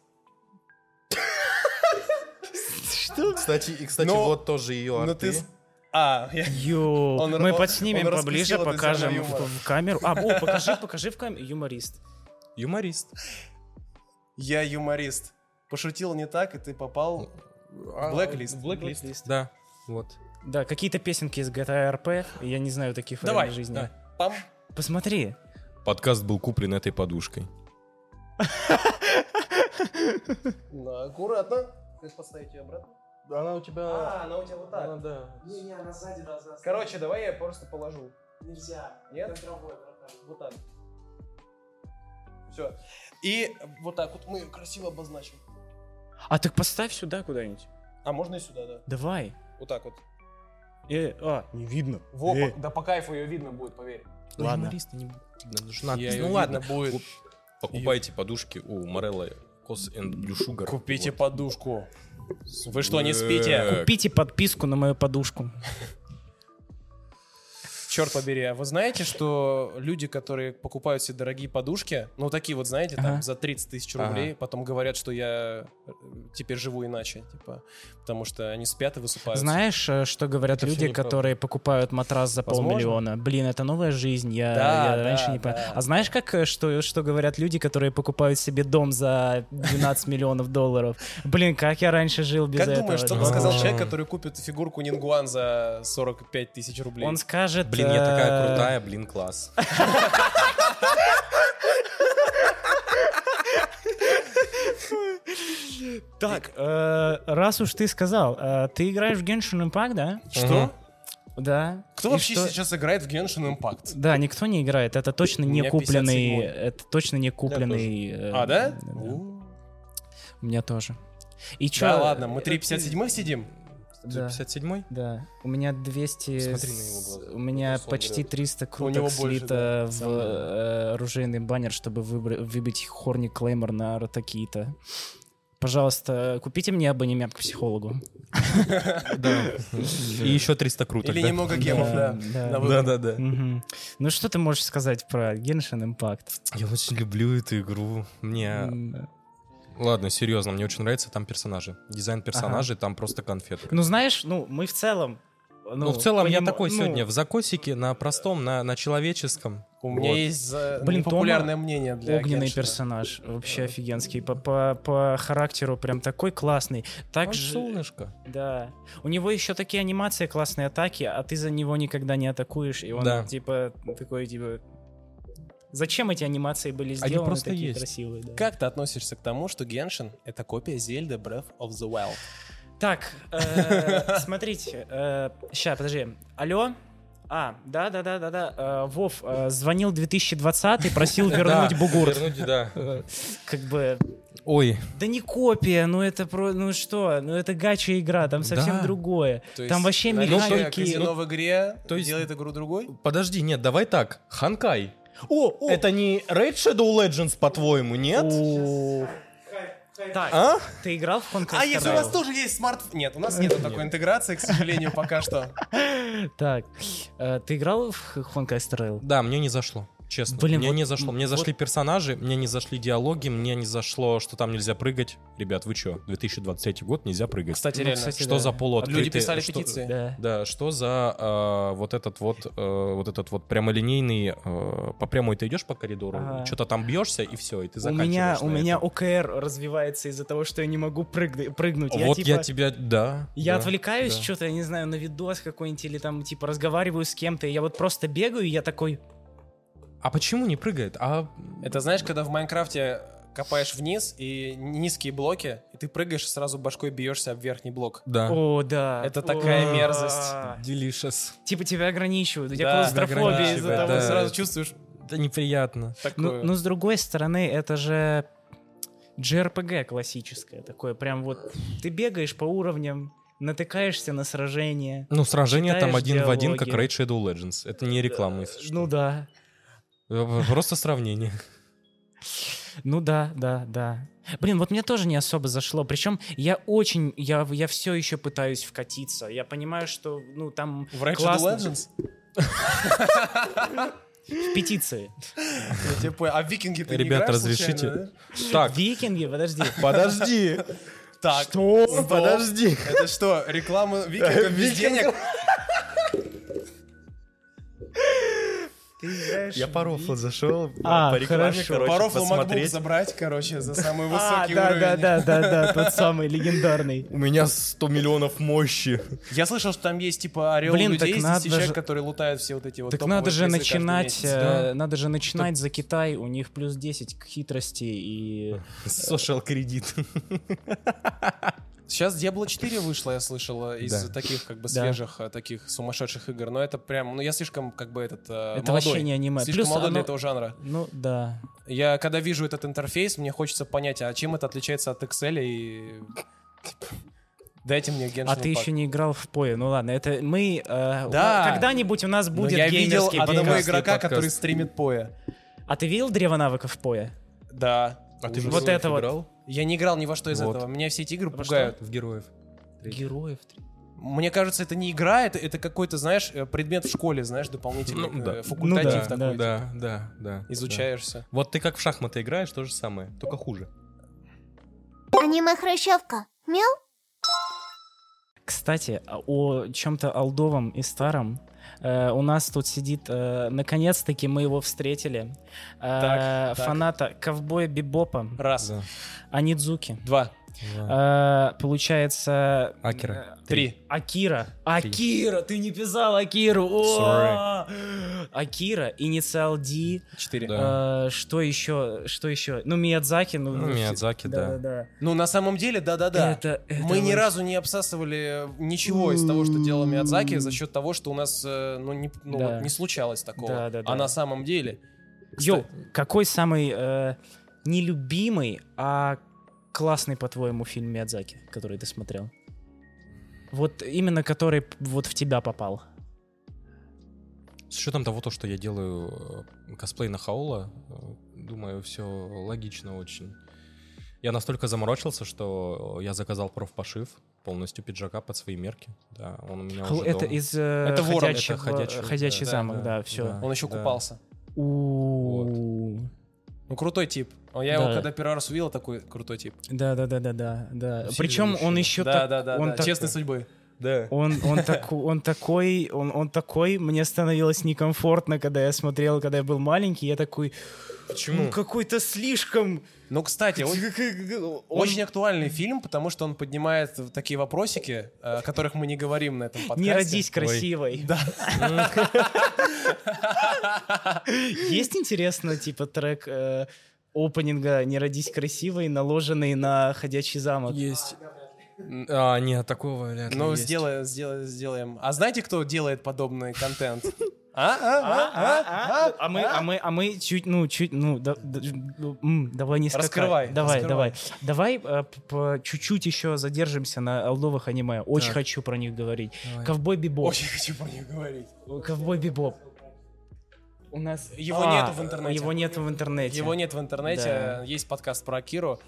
[SPEAKER 3] Кстати, и, кстати,
[SPEAKER 4] Но-
[SPEAKER 3] вот тоже ее арты.
[SPEAKER 4] Ну ты... с- А, я-
[SPEAKER 2] Йоу,
[SPEAKER 4] Он-
[SPEAKER 2] мы
[SPEAKER 4] он-
[SPEAKER 2] подснимем
[SPEAKER 4] он раскусил
[SPEAKER 2] поближе,
[SPEAKER 4] это зерно
[SPEAKER 2] покажем в,
[SPEAKER 4] юмора.
[SPEAKER 2] в камеру. А, о, покажи, покажи в камеру. Юморист.
[SPEAKER 3] Юморист.
[SPEAKER 4] я юморист. Пошутил не так, и ты попал... Blacklist.
[SPEAKER 3] А, Блэклист. Да. Вот.
[SPEAKER 2] Да, какие-то песенки из GTA RP, я не знаю таких в
[SPEAKER 4] Давай,
[SPEAKER 2] реальной жизни.
[SPEAKER 4] да. Пам.
[SPEAKER 2] Посмотри.
[SPEAKER 3] Подкаст был куплен этой подушкой.
[SPEAKER 4] Ну, аккуратно. Ты поставить ее обратно? А,
[SPEAKER 3] Она у тебя...
[SPEAKER 4] она у тебя вот
[SPEAKER 3] да.
[SPEAKER 4] Не-не, она сзади должна Короче, давай я просто положу. Нельзя. Нет? Вот так. Все. И вот так вот мы ее красиво обозначим.
[SPEAKER 2] А так поставь сюда куда-нибудь.
[SPEAKER 4] А можно и сюда, да.
[SPEAKER 2] Давай.
[SPEAKER 4] Вот так вот.
[SPEAKER 2] Э, а, не видно.
[SPEAKER 4] Во,
[SPEAKER 2] Э,
[SPEAKER 4] по- да по кайфу ее видно будет, поверь.
[SPEAKER 2] ладно.
[SPEAKER 3] ну ладно.
[SPEAKER 4] будет.
[SPEAKER 3] Покупайте подушки у Морелла Кос and Blue Sugar.
[SPEAKER 4] Купите
[SPEAKER 3] Вот.
[SPEAKER 4] подушку. Вы что, не
[SPEAKER 3] Э,
[SPEAKER 4] спите?
[SPEAKER 2] Купите подписку на мою подушку.
[SPEAKER 4] Черт побери, а вы знаете, что люди, которые покупают себе дорогие подушки, ну такие вот, знаете, там
[SPEAKER 2] Ага.
[SPEAKER 4] за 30 тысяч
[SPEAKER 3] Ага.
[SPEAKER 4] рублей, потом говорят, что я э, теперь живу иначе, типа, потому что они спят и высыпаются.
[SPEAKER 2] Знаешь, э, что говорят
[SPEAKER 3] Это всё
[SPEAKER 2] люди,
[SPEAKER 3] неправда.
[SPEAKER 2] которые покупают матрас за
[SPEAKER 4] Возможно.
[SPEAKER 2] полмиллиона? Блин, это новая жизнь, я,
[SPEAKER 4] Да,
[SPEAKER 2] я
[SPEAKER 4] да,
[SPEAKER 2] раньше не
[SPEAKER 4] да.
[SPEAKER 2] понял. А знаешь, как, э, что, что говорят люди, которые покупают себе дом за 12 миллионов долларов? Блин, как я раньше жил без
[SPEAKER 4] Как
[SPEAKER 2] этого?
[SPEAKER 4] думаешь, что
[SPEAKER 2] Это
[SPEAKER 4] бы сказал
[SPEAKER 2] возможно.
[SPEAKER 4] человек, который купит фигурку Нингуан за 45 тысяч рублей?
[SPEAKER 2] Он скажет...
[SPEAKER 3] Блин, я такая
[SPEAKER 2] э,
[SPEAKER 3] крутая, блин, класс.
[SPEAKER 2] Так, э, раз уж ты сказал, э, ты играешь в Genshin Impact, да?
[SPEAKER 4] Что?
[SPEAKER 3] Мгм.
[SPEAKER 2] Да.
[SPEAKER 4] Кто
[SPEAKER 2] И
[SPEAKER 4] вообще
[SPEAKER 2] что-
[SPEAKER 4] сейчас играет в Genshin Impact?
[SPEAKER 2] Да, никто не играет. Это точно
[SPEAKER 4] У
[SPEAKER 2] не
[SPEAKER 4] меня
[SPEAKER 2] купленный.
[SPEAKER 4] 57-й.
[SPEAKER 2] Это точно не купленный. э,
[SPEAKER 4] А, да? У.
[SPEAKER 2] У меня тоже. И чё?
[SPEAKER 4] Да ладно, мы
[SPEAKER 2] э,
[SPEAKER 4] 357 сидим.
[SPEAKER 2] Да.
[SPEAKER 3] 57-й?
[SPEAKER 2] Да. У меня 200...
[SPEAKER 3] Смотри на
[SPEAKER 2] с-
[SPEAKER 3] его глаза.
[SPEAKER 2] У меня
[SPEAKER 3] Вот он
[SPEAKER 2] почти
[SPEAKER 3] врет.
[SPEAKER 2] 300 круток
[SPEAKER 4] него больше,
[SPEAKER 2] слито
[SPEAKER 4] да,
[SPEAKER 2] в э, оружейный баннер, чтобы выбра- выбить Хорни Клеймор на Ротакита. Пожалуйста, купите мне абонемент к психологу.
[SPEAKER 3] И еще 300 круток,
[SPEAKER 4] Или
[SPEAKER 3] да?
[SPEAKER 4] немного гемов,
[SPEAKER 2] Ну Да,
[SPEAKER 4] да.
[SPEAKER 2] да.
[SPEAKER 4] на выбор.
[SPEAKER 3] Да-да-да.
[SPEAKER 2] Мгм. Ну что ты можешь сказать про Genshin Impact? Ну,
[SPEAKER 3] Я очень люблю эту игру. Мне...
[SPEAKER 2] М,
[SPEAKER 3] Ладно, серьезно, мне очень нравятся там персонажи. Дизайн персонажей, там просто конфетка.
[SPEAKER 2] Ну знаешь, ну мы в целом...
[SPEAKER 3] Ну, в целом, я
[SPEAKER 2] поним-
[SPEAKER 3] такой
[SPEAKER 2] ну,
[SPEAKER 3] сегодня в закосике, на простом, на, на человеческом.
[SPEAKER 4] У меня
[SPEAKER 3] Вот.
[SPEAKER 4] есть за-
[SPEAKER 2] Блин,
[SPEAKER 4] непопулярное мнение для
[SPEAKER 2] Огненный
[SPEAKER 4] Genshin.
[SPEAKER 2] персонаж, вообще офигенский. По, по, по характеру прям такой классный. Так
[SPEAKER 3] Он
[SPEAKER 2] же,
[SPEAKER 3] солнышко.
[SPEAKER 2] да. У него еще такие анимации классные атаки, а ты за него никогда не атакуешь, и он
[SPEAKER 3] Да.
[SPEAKER 2] типа такой типа. Зачем эти анимации были сделаны
[SPEAKER 3] просто
[SPEAKER 2] такие
[SPEAKER 3] есть.
[SPEAKER 2] красивые? да.
[SPEAKER 4] Как ты относишься к тому, что Genshin — это копия Зельды Breath of the Wild?
[SPEAKER 2] Так, э, смотрите, сейчас, подожди. Алло? А, да, да, да, да, да. э, Вов э, звонил 2020 и просил вернуть
[SPEAKER 3] Да,
[SPEAKER 2] бугур.
[SPEAKER 3] Вернуть, да.
[SPEAKER 2] Э, Как бы,
[SPEAKER 3] Ой,
[SPEAKER 2] да не копия, ну это про, ну что, ну это гача игра, там совсем
[SPEAKER 3] Да.
[SPEAKER 2] другое.
[SPEAKER 4] То есть
[SPEAKER 2] Там вообще ну,
[SPEAKER 4] наличие
[SPEAKER 2] механики.
[SPEAKER 4] казино в игре
[SPEAKER 3] то есть-
[SPEAKER 4] делает игру другой?
[SPEAKER 3] подожди, нет, давай так. Ханкай.
[SPEAKER 2] О, о,
[SPEAKER 3] Это не Raid Shadow Legends, по-твоему, нет?
[SPEAKER 2] о. Так,
[SPEAKER 3] А?
[SPEAKER 2] ты играл в Honkai
[SPEAKER 4] А если у
[SPEAKER 2] Star
[SPEAKER 4] вас
[SPEAKER 2] Rail?
[SPEAKER 4] тоже есть смартфон? Нет, у нас нет такой интеграции, к сожалению, пока что.
[SPEAKER 2] Так, э, ты играл в Honkai Star Rail?
[SPEAKER 3] Да, мне не зашло. Честно,
[SPEAKER 2] Блин,
[SPEAKER 3] мне
[SPEAKER 2] вот-
[SPEAKER 3] не зашло. Мне
[SPEAKER 2] вот-
[SPEAKER 3] зашли персонажи, мне не зашли диалоги, мне не зашло, что там нельзя прыгать. Ребят, вы чё, 2023 год, нельзя прыгать.
[SPEAKER 4] Кстати,
[SPEAKER 2] Ну,
[SPEAKER 4] реально.
[SPEAKER 2] кстати,
[SPEAKER 3] что
[SPEAKER 2] да.
[SPEAKER 3] за полуоткрытые...
[SPEAKER 4] Люди писали
[SPEAKER 3] что-
[SPEAKER 4] петиции.
[SPEAKER 2] Да.
[SPEAKER 3] Да, что за а, вот этот вот, э, вот этот вот прямолинейный, э, по прямой ты идешь по коридору,
[SPEAKER 2] Ага.
[SPEAKER 3] что-то там бьешься и все, и ты
[SPEAKER 2] У
[SPEAKER 3] заканчиваешь.
[SPEAKER 2] меня, у
[SPEAKER 3] на
[SPEAKER 2] меня
[SPEAKER 3] этом.
[SPEAKER 2] ОКР развивается из-за того, что я не могу прыг- прыгнуть.
[SPEAKER 3] Вот я
[SPEAKER 2] типа-
[SPEAKER 3] тебя, да.
[SPEAKER 2] Я
[SPEAKER 3] да,
[SPEAKER 2] отвлекаюсь
[SPEAKER 3] да.
[SPEAKER 2] что-то, я не знаю, на видос какой-нибудь или там, типа, разговариваю с кем-то, и я вот просто бегаю, и я такой...
[SPEAKER 3] А почему не прыгает? А
[SPEAKER 4] Это знаешь, когда в Майнкрафте копаешь вниз, и низкие блоки, и ты прыгаешь, и сразу башкой бьешься об верхний блок.
[SPEAKER 3] Да.
[SPEAKER 2] О, да.
[SPEAKER 4] Это такая
[SPEAKER 2] О.
[SPEAKER 4] мерзость.
[SPEAKER 3] Делишес.
[SPEAKER 2] Типа тебя ограничивают, у тебя
[SPEAKER 4] Да,
[SPEAKER 2] клаустрофобия
[SPEAKER 3] ограничивают,
[SPEAKER 2] из-за
[SPEAKER 3] да.
[SPEAKER 2] того.
[SPEAKER 4] Там сразу чувствуешь
[SPEAKER 3] Да неприятно.
[SPEAKER 4] такое.
[SPEAKER 2] Ну, ну, с другой стороны, это же JRPG классическое такое. Прям вот ты бегаешь по уровням, натыкаешься на сражение.
[SPEAKER 3] Ну, сражение там
[SPEAKER 2] Читаешь
[SPEAKER 3] один в один, как Raid
[SPEAKER 2] диалоги.
[SPEAKER 3] Shadow Legends. Это не реклама, если что.
[SPEAKER 2] Ну да,
[SPEAKER 3] Э, Просто сравнение.
[SPEAKER 2] ну да, да, да. Блин, вот мне тоже не особо зашло. Причем я очень, я, я все еще пытаюсь вкатиться. Я понимаю, что, ну, там
[SPEAKER 4] в Ratchet
[SPEAKER 2] классно.
[SPEAKER 4] Legends?
[SPEAKER 2] в петиции.
[SPEAKER 4] Я тебя понял. А в викинги ты не
[SPEAKER 3] Ребят,
[SPEAKER 4] играешь
[SPEAKER 3] разрешите?
[SPEAKER 4] случайно, да?
[SPEAKER 3] Так,
[SPEAKER 2] Викинги, подожди.
[SPEAKER 3] подожди.
[SPEAKER 4] Так.
[SPEAKER 3] Что?
[SPEAKER 4] Подожди. Это что, реклама викингов без денег?
[SPEAKER 6] Я по рофлу зашел,
[SPEAKER 2] А,
[SPEAKER 6] по рекламе,
[SPEAKER 2] хорошо.
[SPEAKER 6] короче,
[SPEAKER 4] По рофлу MacBook
[SPEAKER 6] посмотреть.
[SPEAKER 4] забрать, короче, за самый
[SPEAKER 2] А,
[SPEAKER 4] высокий
[SPEAKER 2] да,
[SPEAKER 4] уровень.
[SPEAKER 2] да, да, да, да, тот самый легендарный.
[SPEAKER 6] У меня 100 миллионов мощи.
[SPEAKER 4] Я слышал, что там есть типа орел
[SPEAKER 2] Блин, так
[SPEAKER 4] людей, здесь
[SPEAKER 2] надо
[SPEAKER 4] есть человек,
[SPEAKER 2] же-
[SPEAKER 4] который лутает все вот эти вот
[SPEAKER 2] Так
[SPEAKER 4] топовые
[SPEAKER 2] надо же
[SPEAKER 4] призы каждый
[SPEAKER 2] начинать,
[SPEAKER 4] месяц.
[SPEAKER 2] э, надо же начинать за Китай, у них плюс 10 к хитрости и...
[SPEAKER 3] Social кредит.
[SPEAKER 4] Сейчас Diablo 4 вышло, я слышал, э, из
[SPEAKER 3] Да.
[SPEAKER 4] таких как бы
[SPEAKER 2] Да.
[SPEAKER 4] свежих, э, таких сумасшедших игр. Но это прям, ну я слишком как бы этот э, молодой.
[SPEAKER 2] вообще не аниме.
[SPEAKER 4] Слишком
[SPEAKER 2] Плюс
[SPEAKER 4] молодой
[SPEAKER 2] оно-
[SPEAKER 4] для этого жанра.
[SPEAKER 2] Ну да.
[SPEAKER 4] Я когда вижу этот интерфейс, мне хочется понять, а чем это отличается от Excel и... Дайте мне Genshin
[SPEAKER 2] А ты
[SPEAKER 4] Impact.
[SPEAKER 2] еще не играл в пое. Ну ладно, это мы... э, у-
[SPEAKER 4] Да.
[SPEAKER 2] Когда-нибудь у нас
[SPEAKER 4] Но
[SPEAKER 2] будет
[SPEAKER 4] я видел
[SPEAKER 2] геймерский
[SPEAKER 4] одного
[SPEAKER 2] подкаст.
[SPEAKER 4] игрока,
[SPEAKER 3] подкаст.
[SPEAKER 4] который стримит поя.
[SPEAKER 2] А ты видел древо навыков в пое?
[SPEAKER 4] Да.
[SPEAKER 3] А ты в
[SPEAKER 4] Ужас.
[SPEAKER 2] Вот
[SPEAKER 3] героев
[SPEAKER 2] это вот.
[SPEAKER 3] играл?
[SPEAKER 4] Я не играл ни во что из
[SPEAKER 3] Вот.
[SPEAKER 4] этого. Меня все эти игры
[SPEAKER 2] Во что?
[SPEAKER 4] пугают.
[SPEAKER 3] В героев.
[SPEAKER 2] Героев.
[SPEAKER 4] Мне кажется, это не игра, это, это какой-то, знаешь, э, предмет в школе, знаешь, дополнительный,
[SPEAKER 3] Ну,
[SPEAKER 4] э,
[SPEAKER 3] да.
[SPEAKER 4] факультатив
[SPEAKER 2] Ну да,
[SPEAKER 4] такой.
[SPEAKER 2] да.
[SPEAKER 4] типа.
[SPEAKER 3] Да, да, да.
[SPEAKER 4] Изучаешься.
[SPEAKER 3] Вот ты как в шахматы играешь, то же самое, только хуже.
[SPEAKER 1] Аниме-хрущевка. Мяу.
[SPEAKER 2] Кстати, а- о чем-то алдовом и старом. Э, у нас тут сидит, э, наконец-таки мы его встретили, э,
[SPEAKER 4] Так, так.
[SPEAKER 2] фаната ковбоя Бибопа
[SPEAKER 4] Раз,
[SPEAKER 3] Да.
[SPEAKER 2] Анидзуки.
[SPEAKER 4] два,
[SPEAKER 3] Да.
[SPEAKER 2] Э, получается... э,
[SPEAKER 3] Акера.
[SPEAKER 4] три.
[SPEAKER 2] Акира. Акира, ты не писал Акиру. О! Акира, инициал Ди.
[SPEAKER 4] Четыре.
[SPEAKER 3] Да.
[SPEAKER 2] Э, Что еще? Что еще? Ну, Миядзаки. Ну,
[SPEAKER 3] Ну,
[SPEAKER 2] ну,
[SPEAKER 3] Миядзаки, да.
[SPEAKER 2] Да-да-да.
[SPEAKER 4] Ну, на самом деле, да-да-да.
[SPEAKER 2] Это- это
[SPEAKER 4] Мы ни
[SPEAKER 2] вот-
[SPEAKER 4] разу не обсасывали э, ничего из того, что делал Миядзаки, за счет того, что у нас э, ну, не, ну,
[SPEAKER 2] Да.
[SPEAKER 4] вот не случалось такого.
[SPEAKER 2] Да-да-да.
[SPEAKER 4] А на самом деле...
[SPEAKER 2] Йоу, какой самый э, нелюбимый, а классный, по-твоему, фильм Миядзаки, который ты смотрел? Вот именно который п- вот в тебя попал.
[SPEAKER 3] С учетом того, то, что я делаю э, косплей на Хаула, э, думаю, все логично очень. Я настолько заморочился, что я заказал профпошив полностью пиджака под свои мерки. Да, он у меня
[SPEAKER 2] Хл-
[SPEAKER 3] уже
[SPEAKER 2] это
[SPEAKER 3] дома.
[SPEAKER 2] из э,
[SPEAKER 4] Это ворон,
[SPEAKER 2] «Ходячих-
[SPEAKER 3] это «Ходячий»,
[SPEAKER 2] «Ходячий
[SPEAKER 3] да,
[SPEAKER 2] замок,
[SPEAKER 3] да,
[SPEAKER 2] да,
[SPEAKER 3] да.
[SPEAKER 2] все.
[SPEAKER 4] Он еще
[SPEAKER 3] Да.
[SPEAKER 4] купался. Ну, крутой тип. Я его,
[SPEAKER 2] Да.
[SPEAKER 4] когда первый раз увидел, такой крутой тип.
[SPEAKER 2] Да, да, да, да, да, да.
[SPEAKER 3] Сильный
[SPEAKER 2] Причем он
[SPEAKER 3] мужчина.
[SPEAKER 2] еще так,
[SPEAKER 4] Да-да-да.
[SPEAKER 2] он
[SPEAKER 4] да.
[SPEAKER 2] так-
[SPEAKER 4] Честной судьбы. Да.
[SPEAKER 2] он, он, таку- он такой, он, он такой, мне становилось некомфортно, когда я смотрел, когда я был маленький, я такой,
[SPEAKER 3] Почему?
[SPEAKER 2] «Ну, какой-то слишком.
[SPEAKER 4] Ну, кстати, он- Очень актуальный фильм, потому что он поднимает такие вопросики, э, о которых мы не говорим на этом подкасте.
[SPEAKER 2] Не родись
[SPEAKER 3] Ой.
[SPEAKER 2] красивой. Да. Есть интересно, типа трек э, опенинга "Не родись красивой", наложенный на ходячий замок.
[SPEAKER 3] Есть. А, нет, такого вряд ли
[SPEAKER 4] Ну,
[SPEAKER 3] есть.
[SPEAKER 4] сделай, сделай, сделаем. А знаете, кто делает подобный контент? А, а, а, а?
[SPEAKER 2] А, а мы, а мы, а мы чуть, ну, чуть, ну, да- да- ну, м, давай не скакай.
[SPEAKER 4] Раскрывай,
[SPEAKER 2] Давай,
[SPEAKER 4] раскрывай.
[SPEAKER 2] давай. Давай э, п- по чуть-чуть еще задержимся на олдовых аниме. Очень хочу про них говорить. Ковбой Бибоп.
[SPEAKER 4] Очень хочу про них говорить.
[SPEAKER 2] Ковбой Бибоп. У нас...
[SPEAKER 4] Его
[SPEAKER 2] А,
[SPEAKER 4] нету в интернете.
[SPEAKER 2] Его нету в интернете.
[SPEAKER 4] Его нет в интернете, а
[SPEAKER 2] Да.
[SPEAKER 4] есть подкаст про Акиру.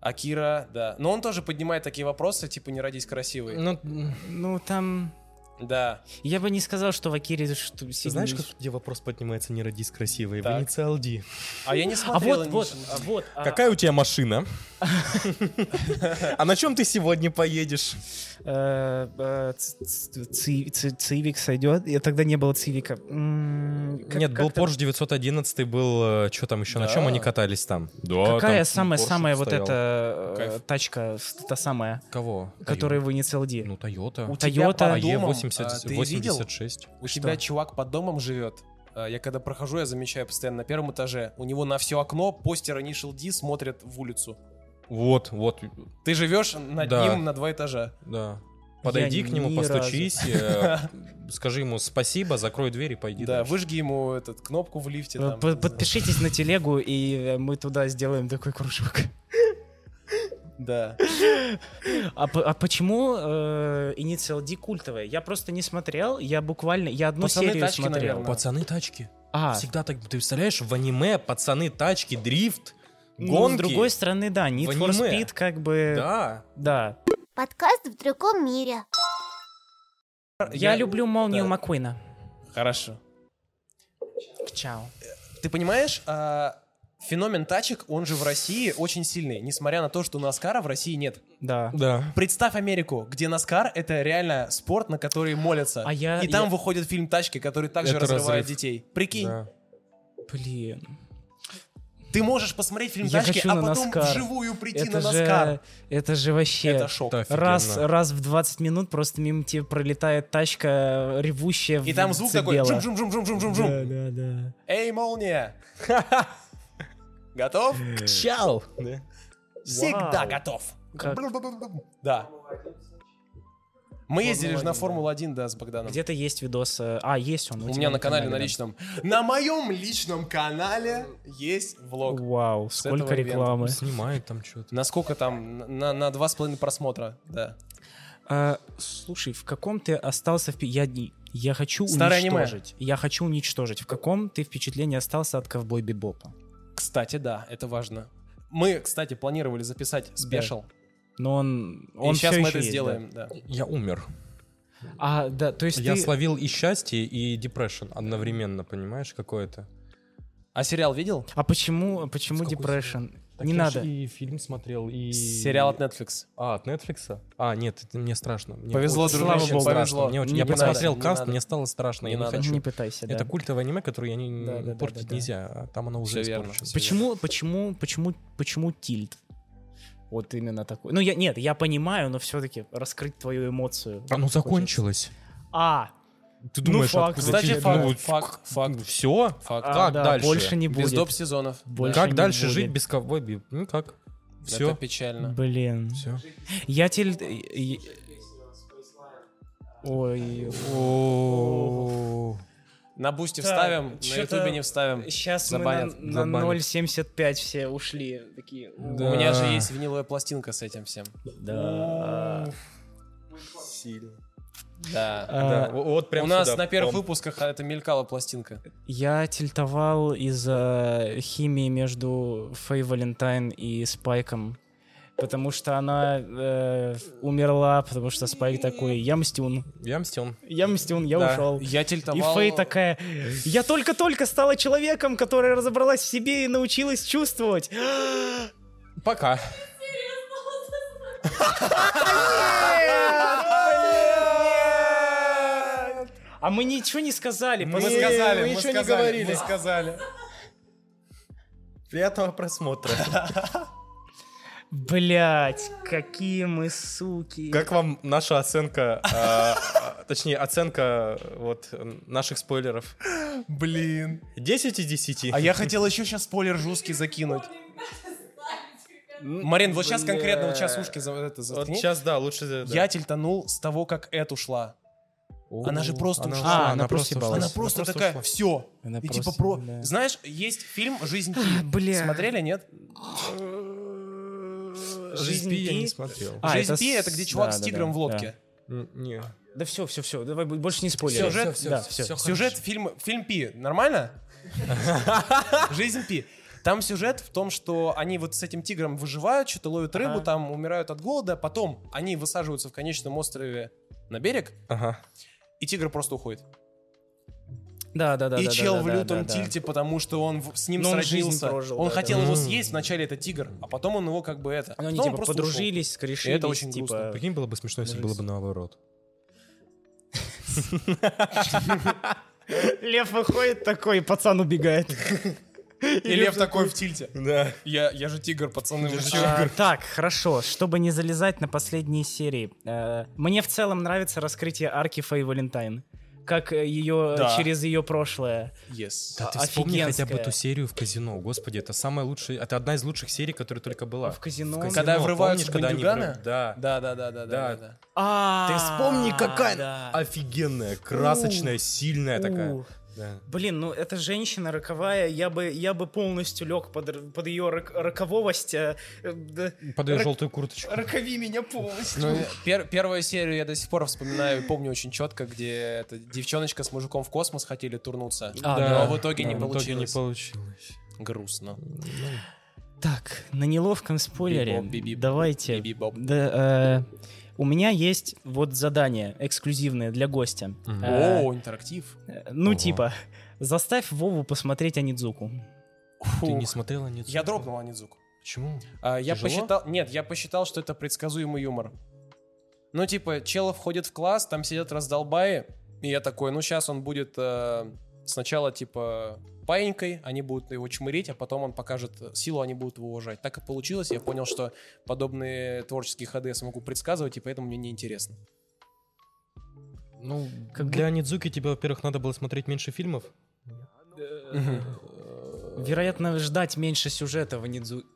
[SPEAKER 4] Акира, да. Но он тоже поднимает такие вопросы, типа «Не родись красивой».
[SPEAKER 3] Ну, м,
[SPEAKER 2] Ну, там...
[SPEAKER 4] Да.
[SPEAKER 2] Я бы не сказал, что в Акире что
[SPEAKER 3] ты знаешь, как- где вопрос поднимается «Не родись красивой»? В
[SPEAKER 4] Так.
[SPEAKER 3] инициал D.
[SPEAKER 4] А я не
[SPEAKER 2] А
[SPEAKER 4] смотрел.
[SPEAKER 2] вот,
[SPEAKER 4] ни-
[SPEAKER 2] вот, а вот. а,
[SPEAKER 3] Какая у тебя машина? А на чем ты сегодня поедешь?
[SPEAKER 2] э, э, ц- ц- ци- ци- Цивик сойдет? Я тогда не было Цивика. М, как-
[SPEAKER 3] Нет, был
[SPEAKER 2] как-то-
[SPEAKER 3] Porsche 911, был... Что там еще? На чем
[SPEAKER 4] Да.
[SPEAKER 3] они катались там? Да,
[SPEAKER 2] Какая
[SPEAKER 3] там Porsche
[SPEAKER 2] самая-самая вот
[SPEAKER 3] стоял.
[SPEAKER 2] эта э,
[SPEAKER 4] Кайф.
[SPEAKER 2] тачка, с- та самая,
[SPEAKER 3] Кого?
[SPEAKER 2] которая
[SPEAKER 3] Toyota.
[SPEAKER 2] в Initial D?
[SPEAKER 3] Ну, Тойота.
[SPEAKER 4] У тебя
[SPEAKER 2] Toyota.
[SPEAKER 4] под домом, а, ты видел?
[SPEAKER 3] Е86.
[SPEAKER 4] У тебя чувак под домом живет. э, я когда прохожу, я замечаю постоянно на первом этаже, у него на все окно постеры Initial D смотрят в улицу.
[SPEAKER 3] Вот, вот,
[SPEAKER 4] Ты живешь над
[SPEAKER 3] Да.
[SPEAKER 4] ним на два этажа.
[SPEAKER 3] да. Подойди
[SPEAKER 2] Я
[SPEAKER 3] к нему,
[SPEAKER 2] ни
[SPEAKER 3] постучись, э, скажи ему спасибо, закрой дверь и пойди
[SPEAKER 4] да,
[SPEAKER 3] дальше. Э,
[SPEAKER 4] выжги ему этот кнопку в лифте.
[SPEAKER 2] П-
[SPEAKER 4] Там,
[SPEAKER 2] п- Подпишитесь на телегу, и э, мы туда сделаем такой кружок.
[SPEAKER 4] Да.
[SPEAKER 2] А, п- а почему э, Initial D культовая? Я просто не смотрел, я буквально, я одну
[SPEAKER 4] Пацаны
[SPEAKER 2] серию
[SPEAKER 4] тачки,
[SPEAKER 2] смотрел.
[SPEAKER 4] наверное.
[SPEAKER 3] Пацаны тачки.
[SPEAKER 2] А,
[SPEAKER 3] Всегда так, ты представляешь, в аниме пацаны тачки, дрифт,
[SPEAKER 2] ну,
[SPEAKER 3] гонки.
[SPEAKER 2] с другой стороны, да, Need
[SPEAKER 3] В
[SPEAKER 2] for
[SPEAKER 3] аниме.
[SPEAKER 2] Speed как бы...
[SPEAKER 3] Да.
[SPEAKER 2] Да.
[SPEAKER 1] Подкаст в другом мире.
[SPEAKER 2] Я, люблю молнию
[SPEAKER 4] да.
[SPEAKER 2] Маккуина.
[SPEAKER 4] Хорошо.
[SPEAKER 2] Чао.
[SPEAKER 4] Ты понимаешь, а, феномен тачек, он же в России очень сильный, несмотря на то, что Наскара в России нет.
[SPEAKER 2] Да.
[SPEAKER 3] Да.
[SPEAKER 4] Представь Америку, где Наскар — это реально спорт, на который молятся.
[SPEAKER 2] А я-
[SPEAKER 4] И там
[SPEAKER 2] я-
[SPEAKER 4] выходит фильм «Тачки», который также
[SPEAKER 3] Это
[SPEAKER 4] разрывает
[SPEAKER 3] разрыв.
[SPEAKER 4] детей. Прикинь,
[SPEAKER 3] Да.
[SPEAKER 2] Блин.
[SPEAKER 4] ты можешь посмотреть фильм
[SPEAKER 2] Я
[SPEAKER 4] «Тачки»,
[SPEAKER 2] хочу
[SPEAKER 4] а
[SPEAKER 2] на
[SPEAKER 4] потом
[SPEAKER 2] «Наскар».
[SPEAKER 4] вживую прийти
[SPEAKER 2] это
[SPEAKER 4] на
[SPEAKER 2] же...
[SPEAKER 4] Наскар.
[SPEAKER 2] Это же вообще...
[SPEAKER 4] Это шок.
[SPEAKER 3] Это
[SPEAKER 2] Раз, э,
[SPEAKER 3] офигенно.
[SPEAKER 2] раз в 20 минут просто мимо тебя пролетает тачка, ревущая
[SPEAKER 4] И
[SPEAKER 2] в
[SPEAKER 4] там звук такой
[SPEAKER 2] цибело.
[SPEAKER 4] джум-джум-джум-джум-джум-джум.
[SPEAKER 2] Да, да, да.
[SPEAKER 4] Эй, молния! Готов?
[SPEAKER 3] Чао.
[SPEAKER 4] Всегда
[SPEAKER 2] Вау.
[SPEAKER 4] готов.
[SPEAKER 2] Как-
[SPEAKER 4] Да. Мы ездили же на
[SPEAKER 2] Формула-один, да.
[SPEAKER 4] Формулу-1, да, с Богданом.
[SPEAKER 2] Где-то есть видос. э, А, есть он.
[SPEAKER 4] У
[SPEAKER 2] тебя
[SPEAKER 4] меня на канале, на
[SPEAKER 2] да.
[SPEAKER 4] личном. На моем личном канале есть влог.
[SPEAKER 2] Вау, сколько
[SPEAKER 4] этого ивента.
[SPEAKER 2] рекламы.
[SPEAKER 3] Снимает там что-то.
[SPEAKER 4] Насколько там? На, на два с половиной просмотра, да.
[SPEAKER 2] А, слушай, в каком ты остался... впе- Я, не- я хочу
[SPEAKER 4] Старое аниме.
[SPEAKER 2] уничтожить. Я хочу уничтожить. В каком ты впечатлении остался от ковбой Бибопа?
[SPEAKER 4] Кстати, да, это важно. Мы, кстати, планировали записать спешл.
[SPEAKER 2] Но он...
[SPEAKER 4] И
[SPEAKER 2] он
[SPEAKER 4] сейчас
[SPEAKER 2] всё
[SPEAKER 4] мы
[SPEAKER 2] ещё
[SPEAKER 4] это
[SPEAKER 2] есть, да.
[SPEAKER 4] сделаем, да.
[SPEAKER 3] Я умер.
[SPEAKER 2] А, да, то есть
[SPEAKER 3] Я
[SPEAKER 2] ты-
[SPEAKER 3] словил и счастье, и депрессион одновременно, понимаешь, какое-то.
[SPEAKER 4] А сериал видел?
[SPEAKER 2] А почему, почему
[SPEAKER 3] С какой
[SPEAKER 2] Depression?
[SPEAKER 3] Так
[SPEAKER 2] Не
[SPEAKER 3] я ж
[SPEAKER 2] надо.
[SPEAKER 3] И фильм смотрел, и...
[SPEAKER 4] Сериал от Netflix.
[SPEAKER 3] А, от Netflix? А, нет, это мне страшно. Мне
[SPEAKER 4] Повезло,
[SPEAKER 3] очень
[SPEAKER 4] дружище,
[SPEAKER 3] страшно.
[SPEAKER 4] повезло.
[SPEAKER 3] Страшно. Мне очень-
[SPEAKER 2] Не
[SPEAKER 3] Я
[SPEAKER 2] надо,
[SPEAKER 3] посмотрел
[SPEAKER 4] не
[SPEAKER 3] каст,
[SPEAKER 4] надо.
[SPEAKER 3] мне стало страшно,
[SPEAKER 4] Не
[SPEAKER 3] я не
[SPEAKER 4] надо.
[SPEAKER 3] хочу.
[SPEAKER 2] Не пытайся, да.
[SPEAKER 3] Это культовое аниме, которое я не
[SPEAKER 2] Да, да, да,
[SPEAKER 3] портить
[SPEAKER 2] да, да.
[SPEAKER 3] нельзя, а там оно уже
[SPEAKER 4] Всё верно.
[SPEAKER 3] испорчено.
[SPEAKER 4] Всё
[SPEAKER 2] Почему, почему, почему, почему тильт? Вот именно такой. Ну, я, нет, я понимаю, но все-таки раскрыть твою эмоцию.
[SPEAKER 3] Оно
[SPEAKER 2] хочется.
[SPEAKER 3] закончилось.
[SPEAKER 2] А,
[SPEAKER 3] Ты
[SPEAKER 2] Ну,
[SPEAKER 3] думаешь,
[SPEAKER 2] факт.
[SPEAKER 3] откуда
[SPEAKER 4] Кстати,
[SPEAKER 3] тебе-
[SPEAKER 4] факт,
[SPEAKER 3] ну,
[SPEAKER 4] факт, факт.
[SPEAKER 3] Все?
[SPEAKER 4] Факт.
[SPEAKER 2] а,
[SPEAKER 3] Как
[SPEAKER 2] да,
[SPEAKER 3] дальше?
[SPEAKER 2] больше не
[SPEAKER 4] Без
[SPEAKER 2] будет.
[SPEAKER 4] доп. сезонов.
[SPEAKER 2] Больше
[SPEAKER 3] Как
[SPEAKER 2] не
[SPEAKER 3] дальше
[SPEAKER 2] будет.
[SPEAKER 3] жить без ну, ковбой Биб? Никак.
[SPEAKER 4] Все.
[SPEAKER 3] Все.
[SPEAKER 4] Это печально.
[SPEAKER 2] Блин.
[SPEAKER 3] Все.
[SPEAKER 2] Я тильт... э, и- и- Ой,
[SPEAKER 4] На бусте
[SPEAKER 2] Так,
[SPEAKER 4] вставим, на
[SPEAKER 2] чё-то-
[SPEAKER 4] ютубе не вставим.
[SPEAKER 2] сейчас мы на,
[SPEAKER 4] Забанят.
[SPEAKER 2] на
[SPEAKER 3] забанят.
[SPEAKER 2] 0.75 все ушли. Такие,
[SPEAKER 3] Да.
[SPEAKER 4] У меня же есть виниловая пластинка с этим всем.
[SPEAKER 2] да.
[SPEAKER 4] Да.
[SPEAKER 2] А,
[SPEAKER 3] Вот прям
[SPEAKER 4] У нас
[SPEAKER 3] сюда,
[SPEAKER 4] на первых
[SPEAKER 3] прям.
[SPEAKER 4] выпусках а, это мелькала пластинка.
[SPEAKER 2] Я тильтовал из-за химии между Фэй Валентайн и Спайком. Потому что она э, умерла, потому что Спайк такой, я мстюн,
[SPEAKER 3] Я мстен.
[SPEAKER 2] я мстюн, я
[SPEAKER 4] Да.
[SPEAKER 2] ушел.
[SPEAKER 4] Я
[SPEAKER 2] И
[SPEAKER 4] тильтовал.
[SPEAKER 2] Фэй такая, я только-только стала человеком, которая разобралась в себе и научилась чувствовать.
[SPEAKER 3] Пока.
[SPEAKER 2] А мы ничего не сказали.
[SPEAKER 6] Мы
[SPEAKER 2] пацаны.
[SPEAKER 6] сказали,
[SPEAKER 3] мы
[SPEAKER 6] мы,
[SPEAKER 3] ничего не
[SPEAKER 6] сказали,
[SPEAKER 3] говорили.
[SPEAKER 6] мы сказали. Приятного просмотра.
[SPEAKER 2] Блять, какие мы суки.
[SPEAKER 6] Как вам наша оценка, а, а, точнее, оценка вот м, наших спойлеров?
[SPEAKER 4] Блин.
[SPEAKER 6] 10 из 10?
[SPEAKER 4] А я хотел еще сейчас спойлер жесткий закинуть. Марин, вот сейчас конкретно, вот сейчас ушки за это
[SPEAKER 6] Вот
[SPEAKER 4] заткни.
[SPEAKER 6] сейчас, да, лучше... да.
[SPEAKER 4] Я тильтанул с того, как Эд ушла. Она же просто
[SPEAKER 3] Она
[SPEAKER 4] ушла.
[SPEAKER 3] ушла,
[SPEAKER 2] А, она просто
[SPEAKER 3] ушла.
[SPEAKER 2] ебалась.
[SPEAKER 4] Она просто
[SPEAKER 6] просто
[SPEAKER 4] такая,
[SPEAKER 6] ушла.
[SPEAKER 4] все.
[SPEAKER 2] Она
[SPEAKER 4] И типа
[SPEAKER 2] просто,
[SPEAKER 4] про...
[SPEAKER 2] да.
[SPEAKER 4] Знаешь, есть фильм «Жизнь Пи».
[SPEAKER 2] Бля.
[SPEAKER 4] Смотрели, нет?
[SPEAKER 3] Жизнь Пи я
[SPEAKER 2] Пи?
[SPEAKER 3] не смотрел.
[SPEAKER 2] А,
[SPEAKER 4] «Жизнь
[SPEAKER 2] это с-
[SPEAKER 4] Пи» — это где чувак
[SPEAKER 2] да,
[SPEAKER 4] с
[SPEAKER 2] да,
[SPEAKER 4] тигром
[SPEAKER 2] да,
[SPEAKER 4] в лодке.
[SPEAKER 2] да.
[SPEAKER 3] Н- Не.
[SPEAKER 2] Да все, все, все, давай б- больше не спойлери.
[SPEAKER 4] Сюжет?
[SPEAKER 2] да, все.
[SPEAKER 4] Сюжет фильма, фильм Пи, нормально? Жизнь Пи. Там сюжет в том, что они вот с этим тигром выживают, что-то ловят рыбу,
[SPEAKER 2] Ага.
[SPEAKER 4] там умирают от голода, потом они высаживаются в конечном острове на берег,
[SPEAKER 3] Ага.
[SPEAKER 4] и тигр просто уходит.
[SPEAKER 2] Да, да, да.
[SPEAKER 4] и
[SPEAKER 2] да,
[SPEAKER 4] чел
[SPEAKER 2] да,
[SPEAKER 4] в
[SPEAKER 2] да,
[SPEAKER 4] лютом
[SPEAKER 2] да, да.
[SPEAKER 4] тильте, потому что он в- с ним
[SPEAKER 2] Но он жизнь
[SPEAKER 4] сразился.
[SPEAKER 2] прожил,
[SPEAKER 4] он
[SPEAKER 2] да,
[SPEAKER 4] хотел
[SPEAKER 2] да.
[SPEAKER 4] его
[SPEAKER 3] М.
[SPEAKER 4] съесть, вначале это тигр, а потом он его как бы это...
[SPEAKER 2] Ну, они
[SPEAKER 4] потом он
[SPEAKER 2] типа
[SPEAKER 4] просто ушел.
[SPEAKER 2] подружились, скорешились,
[SPEAKER 4] Это очень
[SPEAKER 2] типа...
[SPEAKER 4] грустно.
[SPEAKER 3] Прикинь, было бы смешно, если было бы наоборот.
[SPEAKER 2] Лев выходит такой, пацан убегает.
[SPEAKER 4] И лев такой в тильте.
[SPEAKER 6] Да.
[SPEAKER 4] Я, я же тигр, пацаны, вы чё?
[SPEAKER 2] А, так, хорошо, чтобы не залезать на последние серии. э, мне в целом нравится раскрытие арки Фэй Валентайн. как э, ее
[SPEAKER 4] Да.
[SPEAKER 2] через ее прошлое.
[SPEAKER 4] Yes.
[SPEAKER 3] Да ты А, вспомни хотя бы
[SPEAKER 2] офигенская.
[SPEAKER 3] эту серию в казино, господи, это самая лучшая, это одна из лучших серий, которая только была.
[SPEAKER 2] В казино.
[SPEAKER 4] Когда врываются
[SPEAKER 3] помнишь, когда они
[SPEAKER 4] бандюганы?
[SPEAKER 3] врыв- Да.
[SPEAKER 4] Да, да, да, да, да,
[SPEAKER 3] Да.
[SPEAKER 4] да.
[SPEAKER 2] А,
[SPEAKER 3] Ты вспомни, какая
[SPEAKER 2] да.
[SPEAKER 3] офигенная, красочная, сильная такая.
[SPEAKER 2] У.
[SPEAKER 3] Да.
[SPEAKER 2] Блин, ну эта женщина роковая, я бы, я бы полностью лег под, р- под ее рок- рокововость. э, э, да.
[SPEAKER 3] Подай
[SPEAKER 2] Рок-
[SPEAKER 3] желтую курточку.
[SPEAKER 2] Рокови меня полностью.
[SPEAKER 4] Ну, Пер- первую серию я до сих пор вспоминаю и помню очень четко, где эта девчоночка с мужиком в космос хотели турнуться.
[SPEAKER 2] А,
[SPEAKER 4] но в итоге не
[SPEAKER 3] в итоге не
[SPEAKER 4] получилось.
[SPEAKER 3] получилось. Ну,
[SPEAKER 4] Грустно.
[SPEAKER 2] Так, на неловком спойлере.
[SPEAKER 4] Бибоп, бибип,
[SPEAKER 2] давайте.
[SPEAKER 4] бибип-боп.
[SPEAKER 2] Да, э, у меня есть вот задание эксклюзивное для гостя. Э,
[SPEAKER 4] О, интерактив.
[SPEAKER 2] э, ну,
[SPEAKER 3] Ого.
[SPEAKER 2] типа, заставь Вову посмотреть Анидзуку.
[SPEAKER 3] Ты не
[SPEAKER 4] Фух.
[SPEAKER 3] смотрела нет?
[SPEAKER 4] Я дропнул Анидзуку.
[SPEAKER 3] Почему?
[SPEAKER 4] А, я
[SPEAKER 3] Тяжело?
[SPEAKER 4] посчитал, нет, я посчитал, что это предсказуемый юмор. Ну, типа, челы входят в класс, там сидят раздолбаи, и я такой, ну, сейчас он будет э, сначала, типа, паинькой, они будут его чмырить, а потом он покажет силу, они будут его уважать. Так и получилось, я понял, что подобные творческие ходы я смогу предсказывать, и поэтому мне неинтересно.
[SPEAKER 3] Ну, для Нидзуки тебе, во-первых, надо было смотреть меньше фильмов.
[SPEAKER 2] Вероятно, ждать меньше сюжета в Анидзуке.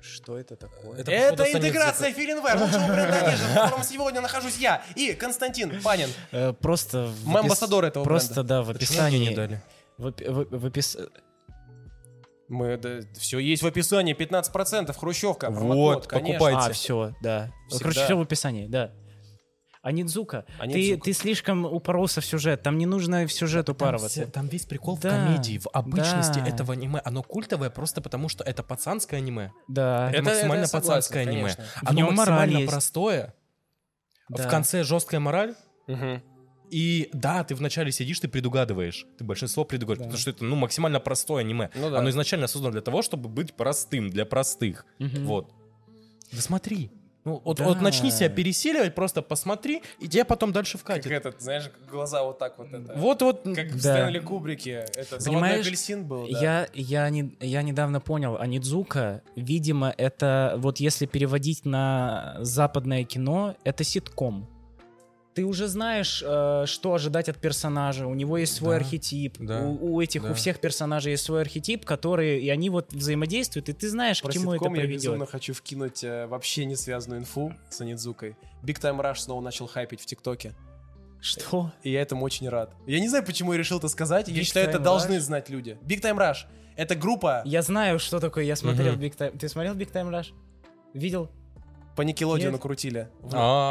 [SPEAKER 2] Что это такое?
[SPEAKER 4] Это
[SPEAKER 3] походу,
[SPEAKER 4] интеграция Филинвер, лучшего бренда одежды, в котором сегодня нахожусь я и Константин Панин.
[SPEAKER 2] Э, Просто в
[SPEAKER 4] Мы
[SPEAKER 2] опис-
[SPEAKER 4] амбассадоры этого
[SPEAKER 2] Просто, да, в
[SPEAKER 3] Почему мне
[SPEAKER 2] описании...
[SPEAKER 3] не дали?
[SPEAKER 2] В, опи- в- в опис-
[SPEAKER 4] Мы, все есть в описании, 15% хрущевка.
[SPEAKER 3] Вот,
[SPEAKER 4] промокод, конечно.
[SPEAKER 3] покупайте.
[SPEAKER 2] А, все, да.
[SPEAKER 4] Всегда.
[SPEAKER 2] Короче, все в описании, да. Анидзука, ты,
[SPEAKER 4] Анидзука.
[SPEAKER 2] ты слишком упоролся в сюжет, там не нужно в сюжет упарываться.
[SPEAKER 3] Там, весь прикол
[SPEAKER 2] Да,
[SPEAKER 3] в комедии, в обычности
[SPEAKER 2] да.
[SPEAKER 3] этого аниме. Оно культовое просто потому, что это пацанское аниме.
[SPEAKER 2] Да. А
[SPEAKER 3] Это,
[SPEAKER 4] Это- это
[SPEAKER 3] максимально
[SPEAKER 4] я согласен,
[SPEAKER 3] пацанское аниме.
[SPEAKER 4] конечно.
[SPEAKER 2] В
[SPEAKER 3] Оно
[SPEAKER 2] нём мораль
[SPEAKER 3] максимально
[SPEAKER 2] есть.
[SPEAKER 3] простое.
[SPEAKER 2] Да.
[SPEAKER 3] В конце жесткая мораль.
[SPEAKER 4] Мгм.
[SPEAKER 3] И да, ты вначале сидишь, ты предугадываешь. Ты большинство предугадываешь, потому что это ну, максимально простое аниме.
[SPEAKER 4] Ну да.
[SPEAKER 3] Оно изначально создано для того, чтобы быть простым, для простых.
[SPEAKER 2] Мгм.
[SPEAKER 3] Вот. Да смотри. Ну, вот,
[SPEAKER 2] Да.
[SPEAKER 3] вот начни себя пересиливать, просто посмотри, и тебе потом дальше
[SPEAKER 4] Как
[SPEAKER 3] вкатит.
[SPEAKER 4] этот, знаешь, глаза вот так вот это.
[SPEAKER 3] Вот-вот.
[SPEAKER 4] Как в
[SPEAKER 2] Да.
[SPEAKER 4] Стэнли Кубрике. Это «Золотой
[SPEAKER 2] Понимаешь,
[SPEAKER 4] апельсин» был, Ну да.
[SPEAKER 2] Я, я, не, я недавно понял, Анидзука, видимо, это вот если переводить на западное кино, это ситком. Ты уже знаешь, э, что ожидать от персонажа. У него есть свой
[SPEAKER 3] Да.
[SPEAKER 2] архетип.
[SPEAKER 3] Да.
[SPEAKER 2] У, у этих, у
[SPEAKER 3] Да.
[SPEAKER 2] всех персонажей есть свой архетип, который, и они вот взаимодействуют, и ты знаешь,
[SPEAKER 4] Про
[SPEAKER 2] к чему это
[SPEAKER 4] ситком я
[SPEAKER 2] приведет.
[SPEAKER 4] безумно хочу вкинуть э, вообще не связанную инфу с Анидзукой. Big Time Rush снова начал хайпить в ТикТоке.
[SPEAKER 2] Что?
[SPEAKER 4] И я этому очень рад. Я не знаю, почему я решил это сказать. Я
[SPEAKER 2] Big
[SPEAKER 4] считаю, это
[SPEAKER 2] Time
[SPEAKER 4] должны
[SPEAKER 2] Rush?
[SPEAKER 4] знать люди. Big Time Rush. Это группа
[SPEAKER 2] Я знаю, что такое. Я смотрел Big Time. Ты смотрел Big Time Rush? Видел?
[SPEAKER 4] по Никелодеону
[SPEAKER 2] Нет.
[SPEAKER 4] крутили.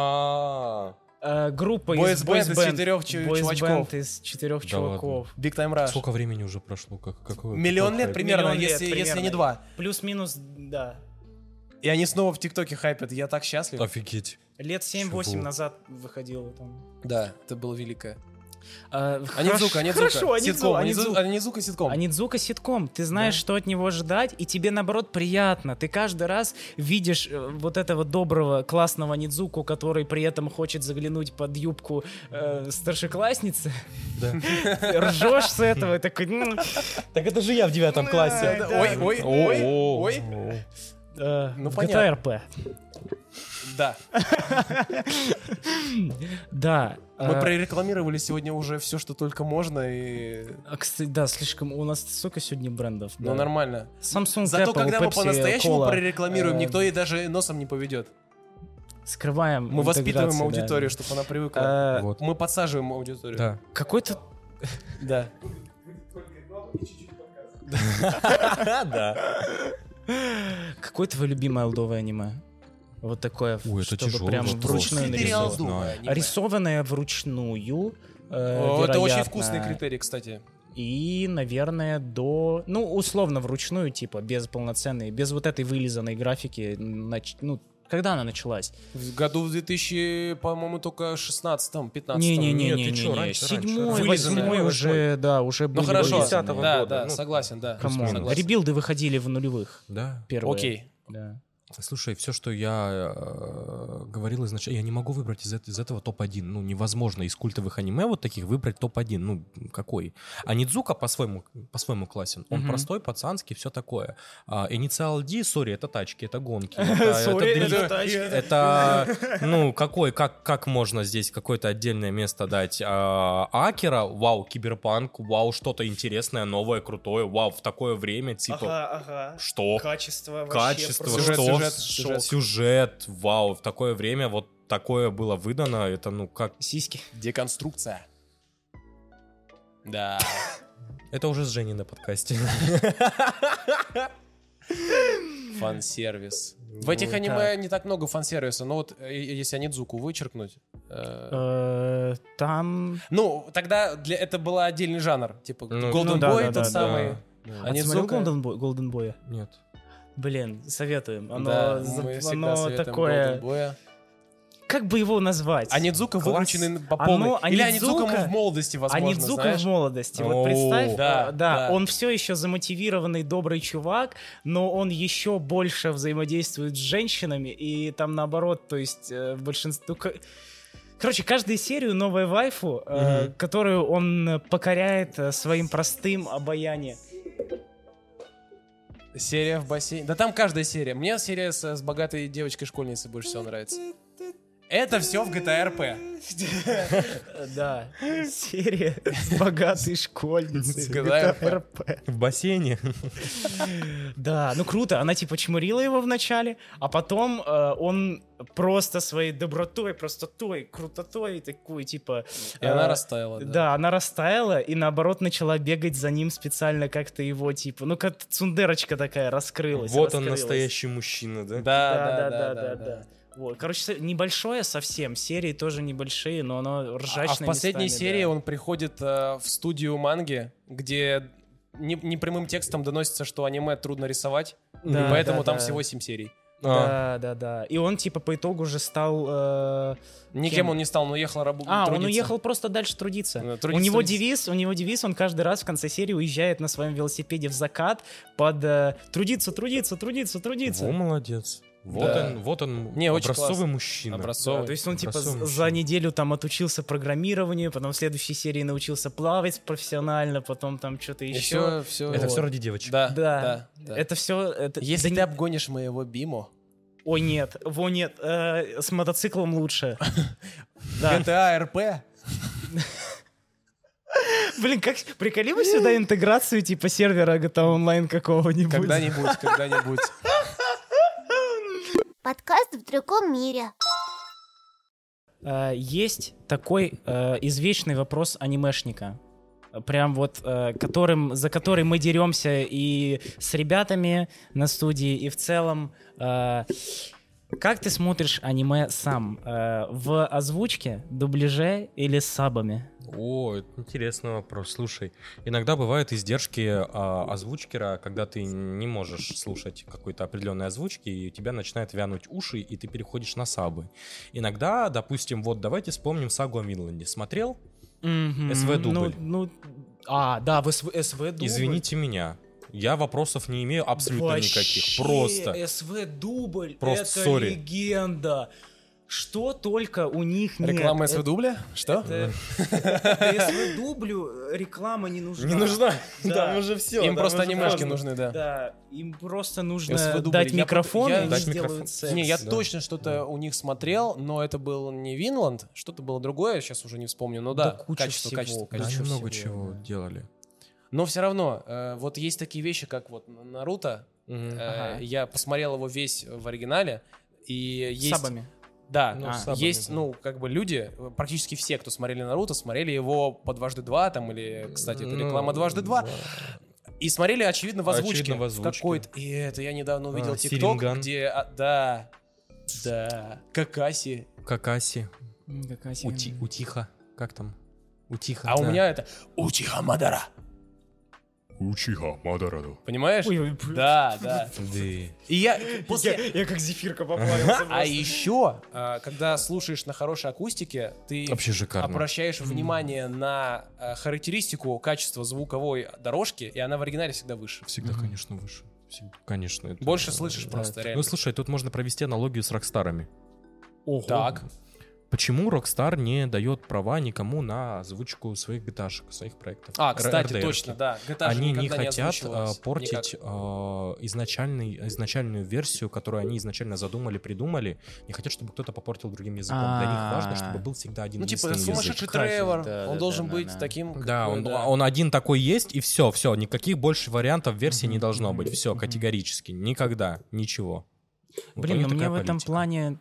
[SPEAKER 3] А.
[SPEAKER 2] Э, группа
[SPEAKER 4] Boys
[SPEAKER 2] из
[SPEAKER 4] Band
[SPEAKER 2] Boys
[SPEAKER 4] из
[SPEAKER 2] Band.
[SPEAKER 4] четырёх чу-
[SPEAKER 2] Boys
[SPEAKER 4] чувачков.
[SPEAKER 2] Band из четырех
[SPEAKER 3] Да
[SPEAKER 2] чуваков.
[SPEAKER 4] Big Time Rush.
[SPEAKER 3] Сколько времени уже прошло? Как, какое-
[SPEAKER 4] Миллион
[SPEAKER 3] какое
[SPEAKER 4] лет
[SPEAKER 3] хайп?
[SPEAKER 4] примерно,
[SPEAKER 2] Миллион лет
[SPEAKER 4] если, если не
[SPEAKER 2] примерно.
[SPEAKER 4] два.
[SPEAKER 2] Плюс-минус, да.
[SPEAKER 4] И они снова в ТикТоке хайпят. Я так счастлив.
[SPEAKER 3] Офигеть.
[SPEAKER 2] Лет 7-8
[SPEAKER 3] Чего?
[SPEAKER 2] назад выходило там.
[SPEAKER 4] Да, это было великое.
[SPEAKER 2] Анидзука,
[SPEAKER 3] А,
[SPEAKER 4] Анидзука, Анидзука.
[SPEAKER 2] Хорошо,
[SPEAKER 4] А, Ситком,
[SPEAKER 2] Анидзука,
[SPEAKER 4] Анидзу-
[SPEAKER 2] Анидзука.
[SPEAKER 4] Анидзука ситком.
[SPEAKER 2] Анидзука А ситком. Ты знаешь, что от него ожидать, и тебе, наоборот, приятно. Ты каждый раз видишь э, вот этого доброго, классного Анидзуку, который при этом хочет заглянуть под юбку э, старшеклассницы.
[SPEAKER 3] Да.
[SPEAKER 2] Ты Ржешь с этого и такой... «М,
[SPEAKER 3] Так это же я в девятом классе.
[SPEAKER 2] да.
[SPEAKER 4] Ой, ой, ой, ой.
[SPEAKER 2] э,
[SPEAKER 4] Ну,
[SPEAKER 2] в
[SPEAKER 4] понятно.
[SPEAKER 2] GTA RP.
[SPEAKER 4] Да,
[SPEAKER 2] Да.
[SPEAKER 4] мы
[SPEAKER 2] э,
[SPEAKER 4] прорекламировали сегодня уже все, что только можно, и...
[SPEAKER 2] а, Кстати, да, слишком... У нас столько сегодня брендов.
[SPEAKER 4] Ну,
[SPEAKER 2] да.
[SPEAKER 4] нормально.
[SPEAKER 2] Samsung,
[SPEAKER 4] Зато
[SPEAKER 2] Apple,
[SPEAKER 4] когда мы
[SPEAKER 2] Pepsi,
[SPEAKER 4] по-настоящему
[SPEAKER 2] Cola,
[SPEAKER 4] прорекламируем,
[SPEAKER 2] э,
[SPEAKER 4] никто и даже носом не поведет.
[SPEAKER 2] скрываем.
[SPEAKER 4] Мы воспитываем
[SPEAKER 2] интеграцию, да.
[SPEAKER 4] аудиторию, чтобы она привыкла.
[SPEAKER 2] Э,
[SPEAKER 3] Вот.
[SPEAKER 4] Мы подсаживаем аудиторию.
[SPEAKER 3] Да.
[SPEAKER 2] Какой-то
[SPEAKER 4] Да.
[SPEAKER 3] да.
[SPEAKER 2] какое твое любимое алдовое аниме? Вот такое,
[SPEAKER 3] Ой, это
[SPEAKER 2] чтобы
[SPEAKER 3] тяжелый
[SPEAKER 2] прям
[SPEAKER 3] вопрос.
[SPEAKER 2] вручную
[SPEAKER 3] Рисованное.
[SPEAKER 4] Критерий
[SPEAKER 2] нарисовано.
[SPEAKER 3] Сериал.
[SPEAKER 4] Алдума,
[SPEAKER 3] Рисованное.
[SPEAKER 4] аниме.
[SPEAKER 2] Рисованное вручную. э,
[SPEAKER 4] О, Это очень
[SPEAKER 2] вероятно.
[SPEAKER 4] вкусный критерий, кстати.
[SPEAKER 2] И, наверное, до... Ну, условно, вручную, типа, без полноценной, без вот этой вылизанной графики. нач- Ну, когда она началась?
[SPEAKER 4] В году в 2000, по-моему, только 16-м, 15-м.
[SPEAKER 2] Не-не-не,
[SPEAKER 3] Нет, ты
[SPEAKER 2] не,
[SPEAKER 3] чё,
[SPEAKER 2] не, не.
[SPEAKER 3] раньше, раньше,
[SPEAKER 2] Седьмой,
[SPEAKER 4] раньше.
[SPEAKER 2] восьмой
[SPEAKER 4] Вылизанные.
[SPEAKER 2] уже, да, уже были
[SPEAKER 4] Ну хорошо,
[SPEAKER 2] вылизанные.
[SPEAKER 3] 10-го
[SPEAKER 4] да,
[SPEAKER 3] года,
[SPEAKER 4] да,
[SPEAKER 3] ну,
[SPEAKER 4] согласен, да.
[SPEAKER 2] Камон,
[SPEAKER 4] Согласен.
[SPEAKER 2] ребилды выходили в нулевых
[SPEAKER 3] Да.
[SPEAKER 2] первые.
[SPEAKER 4] Окей.
[SPEAKER 2] Да.
[SPEAKER 3] Слушай, все, что я э, говорил изначально, я не могу выбрать из, эт- из этого топ-1. Ну, невозможно из культовых аниме вот таких выбрать топ-1. Ну, какой? А Нидзука по-своему, по-своему классен. Он
[SPEAKER 2] Мгм.
[SPEAKER 3] простой, пацанский, все такое. А, Инициал D, сори, это тачки, это гонки. это-
[SPEAKER 2] Sorry,
[SPEAKER 3] это
[SPEAKER 2] это
[SPEAKER 3] дрифт. Это, ну, какой, как, как можно здесь какое-то отдельное место дать? А, Акера, вау, киберпанк, вау, что-то интересное, новое, крутое, вау, в такое время, типа,
[SPEAKER 7] Ага, ага.
[SPEAKER 3] что?
[SPEAKER 7] Качество вообще
[SPEAKER 3] Качество, что?
[SPEAKER 4] Сюжет, сюжет,
[SPEAKER 7] просто-
[SPEAKER 3] Шок.
[SPEAKER 4] сюжет.
[SPEAKER 3] Сюжет, вау, в такое время вот такое было выдано, это, ну, как...
[SPEAKER 2] Сиськи.
[SPEAKER 4] Деконструкция. Да.
[SPEAKER 3] Это уже с Женей на подкасте.
[SPEAKER 4] Фан-сервис. В
[SPEAKER 2] Ну,
[SPEAKER 4] этих аниме не так много фан-сервиса, но вот э, если Анидзуку вычеркнуть... э,
[SPEAKER 2] Э, Там...
[SPEAKER 4] Ну, тогда для это был отдельный жанр. Типа
[SPEAKER 3] Ну,
[SPEAKER 4] Golden
[SPEAKER 2] ну да,
[SPEAKER 4] Boy
[SPEAKER 2] да,
[SPEAKER 4] тот
[SPEAKER 2] да,
[SPEAKER 4] самый.
[SPEAKER 3] да.
[SPEAKER 2] А ты
[SPEAKER 4] Они
[SPEAKER 2] смотрел
[SPEAKER 4] Дзука-
[SPEAKER 2] Golden Boy- Golden Boy?
[SPEAKER 3] Нет.
[SPEAKER 2] Блин, советуем. Оно,
[SPEAKER 4] Да,
[SPEAKER 2] за-
[SPEAKER 4] мы всегда
[SPEAKER 2] оно
[SPEAKER 4] советуем А
[SPEAKER 2] такое...
[SPEAKER 4] Golden Boy.
[SPEAKER 2] Как бы его назвать?
[SPEAKER 4] Анидзука
[SPEAKER 2] Класс.
[SPEAKER 4] выкрученный по
[SPEAKER 2] Оно-
[SPEAKER 4] полной. Или
[SPEAKER 2] Анидзука-
[SPEAKER 4] Анидзука в молодости, возможно,
[SPEAKER 2] Анидзука
[SPEAKER 4] знаешь.
[SPEAKER 2] в молодости. Вот
[SPEAKER 3] О,
[SPEAKER 2] представь,
[SPEAKER 4] да,
[SPEAKER 2] э, да,
[SPEAKER 4] да.
[SPEAKER 2] он все еще замотивированный добрый чувак, но он еще больше взаимодействует с женщинами, и там наоборот, то есть э, большинство... ну, ко- Короче, каждую серию новая вайфу, э, которую он э, покоряет э, своим простым обаянием.
[SPEAKER 4] Серия в бассейне. Да там каждая серия. Мне серия с, с богатой девочкой-школьницей больше всего нравится. Это все в GTA RP.
[SPEAKER 2] Э, Да, серия с богатой школьницей.
[SPEAKER 4] GTA
[SPEAKER 2] GTA RP.
[SPEAKER 3] В бассейне.
[SPEAKER 2] Да, ну круто. Она типа чмурила его вначале, а потом э, он просто своей добротой, простотой, крутотой такой типа...
[SPEAKER 4] И
[SPEAKER 2] э,
[SPEAKER 4] она растаяла.
[SPEAKER 2] Да. она растаяла и наоборот начала бегать за ним специально как-то его типа... Ну как цундерочка такая раскрылась.
[SPEAKER 3] Вот он
[SPEAKER 2] раскрылась.
[SPEAKER 3] настоящий мужчина, да?
[SPEAKER 4] Да, да, да, да, А да.
[SPEAKER 2] да. Вот, короче, со- небольшое совсем, серии тоже небольшие, но оно ржачное.
[SPEAKER 4] А в последней серии он приходит э, в студию манги, где не, не прямым текстом доносится, что аниме трудно рисовать,
[SPEAKER 2] Да,
[SPEAKER 4] и поэтому
[SPEAKER 2] да,
[SPEAKER 4] там
[SPEAKER 2] да.
[SPEAKER 4] всего 7 серий.
[SPEAKER 3] А,
[SPEAKER 2] Да, да, да. И он типа по итогу уже стал... э,
[SPEAKER 4] Никем
[SPEAKER 2] Кем?
[SPEAKER 4] он не стал, он уехал работать.
[SPEAKER 2] А, он уехал просто дальше трудиться.
[SPEAKER 4] Да, трудиться,
[SPEAKER 2] у него
[SPEAKER 4] трудиться.
[SPEAKER 2] девиз, у него девиз, он каждый раз в конце серии уезжает на своем велосипеде в закат под э, трудиться, трудиться, трудиться, трудиться.
[SPEAKER 3] Во, молодец. Вот
[SPEAKER 4] Да.
[SPEAKER 3] он, вот он,
[SPEAKER 4] Не, очень
[SPEAKER 3] образцовый
[SPEAKER 4] классно.
[SPEAKER 3] мужчина.
[SPEAKER 4] Образцовый.
[SPEAKER 2] Да, то есть он типа
[SPEAKER 3] Красавчик.
[SPEAKER 2] з- за неделю там отучился программированию, потом в следующей серии научился плавать профессионально, потом там что-то еще.
[SPEAKER 4] Еще, все.
[SPEAKER 3] Это
[SPEAKER 2] Вот.
[SPEAKER 3] все ради девочек.
[SPEAKER 4] Да,
[SPEAKER 2] Да.
[SPEAKER 4] да. да.
[SPEAKER 2] Это все. Это...
[SPEAKER 4] Если
[SPEAKER 2] да
[SPEAKER 4] ты
[SPEAKER 2] не-
[SPEAKER 4] обгонишь моего Биму,
[SPEAKER 2] Ой, нет, во нет, э, с мотоциклом лучше. Да.
[SPEAKER 4] GTA RP,
[SPEAKER 2] Блин, как приколи вы сюда интеграцию типа сервера GTA онлайн какого-нибудь.
[SPEAKER 4] когда-нибудь, когда-нибудь.
[SPEAKER 1] Подкаст в другом мире.
[SPEAKER 2] Э, Есть такой э, извечный вопрос анимешника. Прям вот, э, которым, за который мы деремся и с ребятами на студии, и в целом. Э, Как ты смотришь аниме сам? Э, В озвучке, дубляже или с сабами?
[SPEAKER 3] О, это интересный вопрос. Слушай, иногда бывают издержки а, озвучкера, когда ты не можешь слушать какой-то определенной озвучки, и у тебя начинают вянуть уши, и ты переходишь на сабы. Иногда, допустим, вот давайте вспомним сагу о Винланде. Смотрел? СВ дубль.
[SPEAKER 2] Ну, ну, а, да, в СВ, дубль.
[SPEAKER 3] Извините меня. Я вопросов не имею абсолютно
[SPEAKER 2] Вообще,
[SPEAKER 3] никаких. Просто.
[SPEAKER 2] СВ дубль.
[SPEAKER 3] Просто
[SPEAKER 2] это
[SPEAKER 3] сори.
[SPEAKER 2] легенда. Что только у них нет. э,
[SPEAKER 4] Реклама
[SPEAKER 2] Это-
[SPEAKER 4] СВ дубля? Что?
[SPEAKER 2] это- это СВ дублю э, реклама не нужна. Да. Там
[SPEAKER 3] уже все.
[SPEAKER 4] Им просто анимешки нужны, да.
[SPEAKER 2] Да, им просто
[SPEAKER 4] СВ
[SPEAKER 2] нужно
[SPEAKER 4] дубль.
[SPEAKER 2] дать
[SPEAKER 4] Я
[SPEAKER 2] микрофон,
[SPEAKER 4] пот- я-
[SPEAKER 2] и они
[SPEAKER 3] Дать
[SPEAKER 2] сделают
[SPEAKER 3] микрофон.
[SPEAKER 2] секс.
[SPEAKER 4] Не, я
[SPEAKER 3] да.
[SPEAKER 4] точно что-то у них смотрел, но это был не Винланд, что-то было другое, сейчас уже не вспомню, но да,
[SPEAKER 2] куча
[SPEAKER 4] качество,
[SPEAKER 2] всего,
[SPEAKER 4] качество,
[SPEAKER 2] куча
[SPEAKER 4] качество.
[SPEAKER 3] много
[SPEAKER 2] всего,
[SPEAKER 3] чего делали.
[SPEAKER 4] Но все равно, э, вот есть такие вещи, как вот Наруто, э,
[SPEAKER 2] Ага.
[SPEAKER 4] я посмотрел его весь в оригинале, и
[SPEAKER 2] С
[SPEAKER 4] есть...
[SPEAKER 2] сабами.
[SPEAKER 4] Да,
[SPEAKER 3] Ну,
[SPEAKER 4] а,
[SPEAKER 3] с сабами,
[SPEAKER 4] есть,
[SPEAKER 3] да.
[SPEAKER 4] ну, как бы люди, э, практически все, кто смотрели Наруто, смотрели его по дважды два, там, или, кстати, это
[SPEAKER 3] Ну,
[SPEAKER 4] реклама дважды два,
[SPEAKER 3] да.
[SPEAKER 4] и смотрели, очевидно, в озвучке.
[SPEAKER 3] Очевидно, в озвучке.
[SPEAKER 4] Какой-то... И это я недавно увидел
[SPEAKER 3] А,
[SPEAKER 4] ТикТок,
[SPEAKER 3] Сиринган.
[SPEAKER 4] где... а, да, да, Какаси.
[SPEAKER 3] Какаси.
[SPEAKER 2] М, какая тема.
[SPEAKER 3] Ути- Утиха. Как там? Утиха.
[SPEAKER 4] А у
[SPEAKER 3] да.
[SPEAKER 4] меня это Учиха Мадара.
[SPEAKER 6] Учиха Мадараду.
[SPEAKER 4] Понимаешь?
[SPEAKER 2] Ой, ой, блин.
[SPEAKER 4] Да, да.
[SPEAKER 3] Да.
[SPEAKER 4] И я после...
[SPEAKER 2] Я как зефирка поплавился.
[SPEAKER 4] А еще, а, когда слушаешь на хорошей акустике, ты
[SPEAKER 3] Вообще
[SPEAKER 4] А
[SPEAKER 3] шикарно.
[SPEAKER 4] обращаешь внимание на э, а, характеристику качества звуковой дорожки, и она в оригинале всегда выше.
[SPEAKER 3] Всегда, конечно, выше. Конечно. это-
[SPEAKER 4] Больше слышишь просто, реально.
[SPEAKER 3] Ну, слушай, тут можно провести аналогию с рокстарами.
[SPEAKER 2] Ого.
[SPEAKER 4] Так.
[SPEAKER 3] Почему Rockstar не дает права никому на озвучку своих гиташек, своих проектов?
[SPEAKER 4] А, кстати,
[SPEAKER 3] RDR -ки.
[SPEAKER 4] точно, да. GTA же
[SPEAKER 3] Они не
[SPEAKER 4] никогда
[SPEAKER 3] хотят э,
[SPEAKER 4] озвучивалась.
[SPEAKER 3] портить
[SPEAKER 4] Никак. Ну,
[SPEAKER 3] э, изначальный, изначальную версию, которую они изначально задумали, придумали. Не хотят, чтобы кто-то попортил другим языком. Для них важно, чтобы
[SPEAKER 7] А-а-а.
[SPEAKER 3] был всегда один
[SPEAKER 4] Ну, типа,
[SPEAKER 3] единственный язык.
[SPEAKER 4] сумасшедший
[SPEAKER 7] Крафтинг,
[SPEAKER 4] Тревор,
[SPEAKER 7] да,
[SPEAKER 4] он
[SPEAKER 7] да,
[SPEAKER 4] должен
[SPEAKER 7] да,
[SPEAKER 4] быть
[SPEAKER 7] да.
[SPEAKER 4] таким, как
[SPEAKER 3] Да,
[SPEAKER 4] бы,
[SPEAKER 3] он,
[SPEAKER 4] да.
[SPEAKER 3] он один такой есть, и все, все, никаких больше вариантов версии не должно быть. Все, категорически, никогда, ничего. Вот у
[SPEAKER 2] Блин,
[SPEAKER 3] них
[SPEAKER 2] ну мне
[SPEAKER 3] такая
[SPEAKER 2] в этом
[SPEAKER 3] политика.
[SPEAKER 2] плане...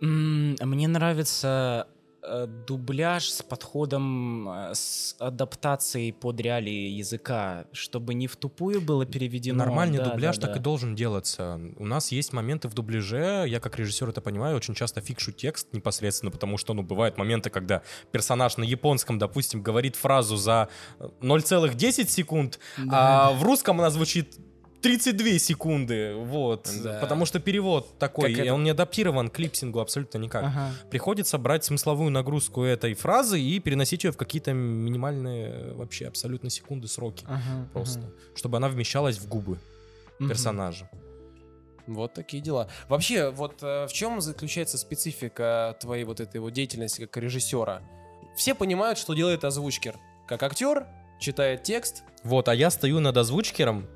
[SPEAKER 2] м, Мне нравится э, дубляж с подходом, э, с адаптацией под реалии языка, чтобы не в тупую было переведено.
[SPEAKER 3] Нормальный
[SPEAKER 2] да,
[SPEAKER 3] дубляж
[SPEAKER 2] да,
[SPEAKER 3] так
[SPEAKER 2] да.
[SPEAKER 3] и должен делаться. У нас есть моменты в дубляже, я как режиссер это понимаю, очень часто фикшу текст непосредственно, потому что, ну, бывают моменты, когда персонаж на японском, допустим, говорит фразу за э, 0,10 секунд, а в русском она звучит 32 секунды, вот,
[SPEAKER 4] Да.
[SPEAKER 3] потому что перевод такой,
[SPEAKER 2] Как
[SPEAKER 3] и
[SPEAKER 2] это-
[SPEAKER 3] он не адаптирован к липсингу абсолютно никак.
[SPEAKER 2] Ага.
[SPEAKER 3] Приходится брать смысловую нагрузку этой фразы и переносить ее в какие-то минимальные э, вообще абсолютно секунды сроки
[SPEAKER 2] Ага,
[SPEAKER 3] просто,
[SPEAKER 2] ага.
[SPEAKER 3] чтобы она вмещалась в губы
[SPEAKER 2] Мгм.
[SPEAKER 3] персонажа.
[SPEAKER 4] Вот такие дела. Вообще, вот э, в чем заключается специфика твоей вот этой вот деятельности как режиссера? Все понимают, что делает озвучкер. Как актер, читает текст.
[SPEAKER 3] Вот, а я стою над озвучкером.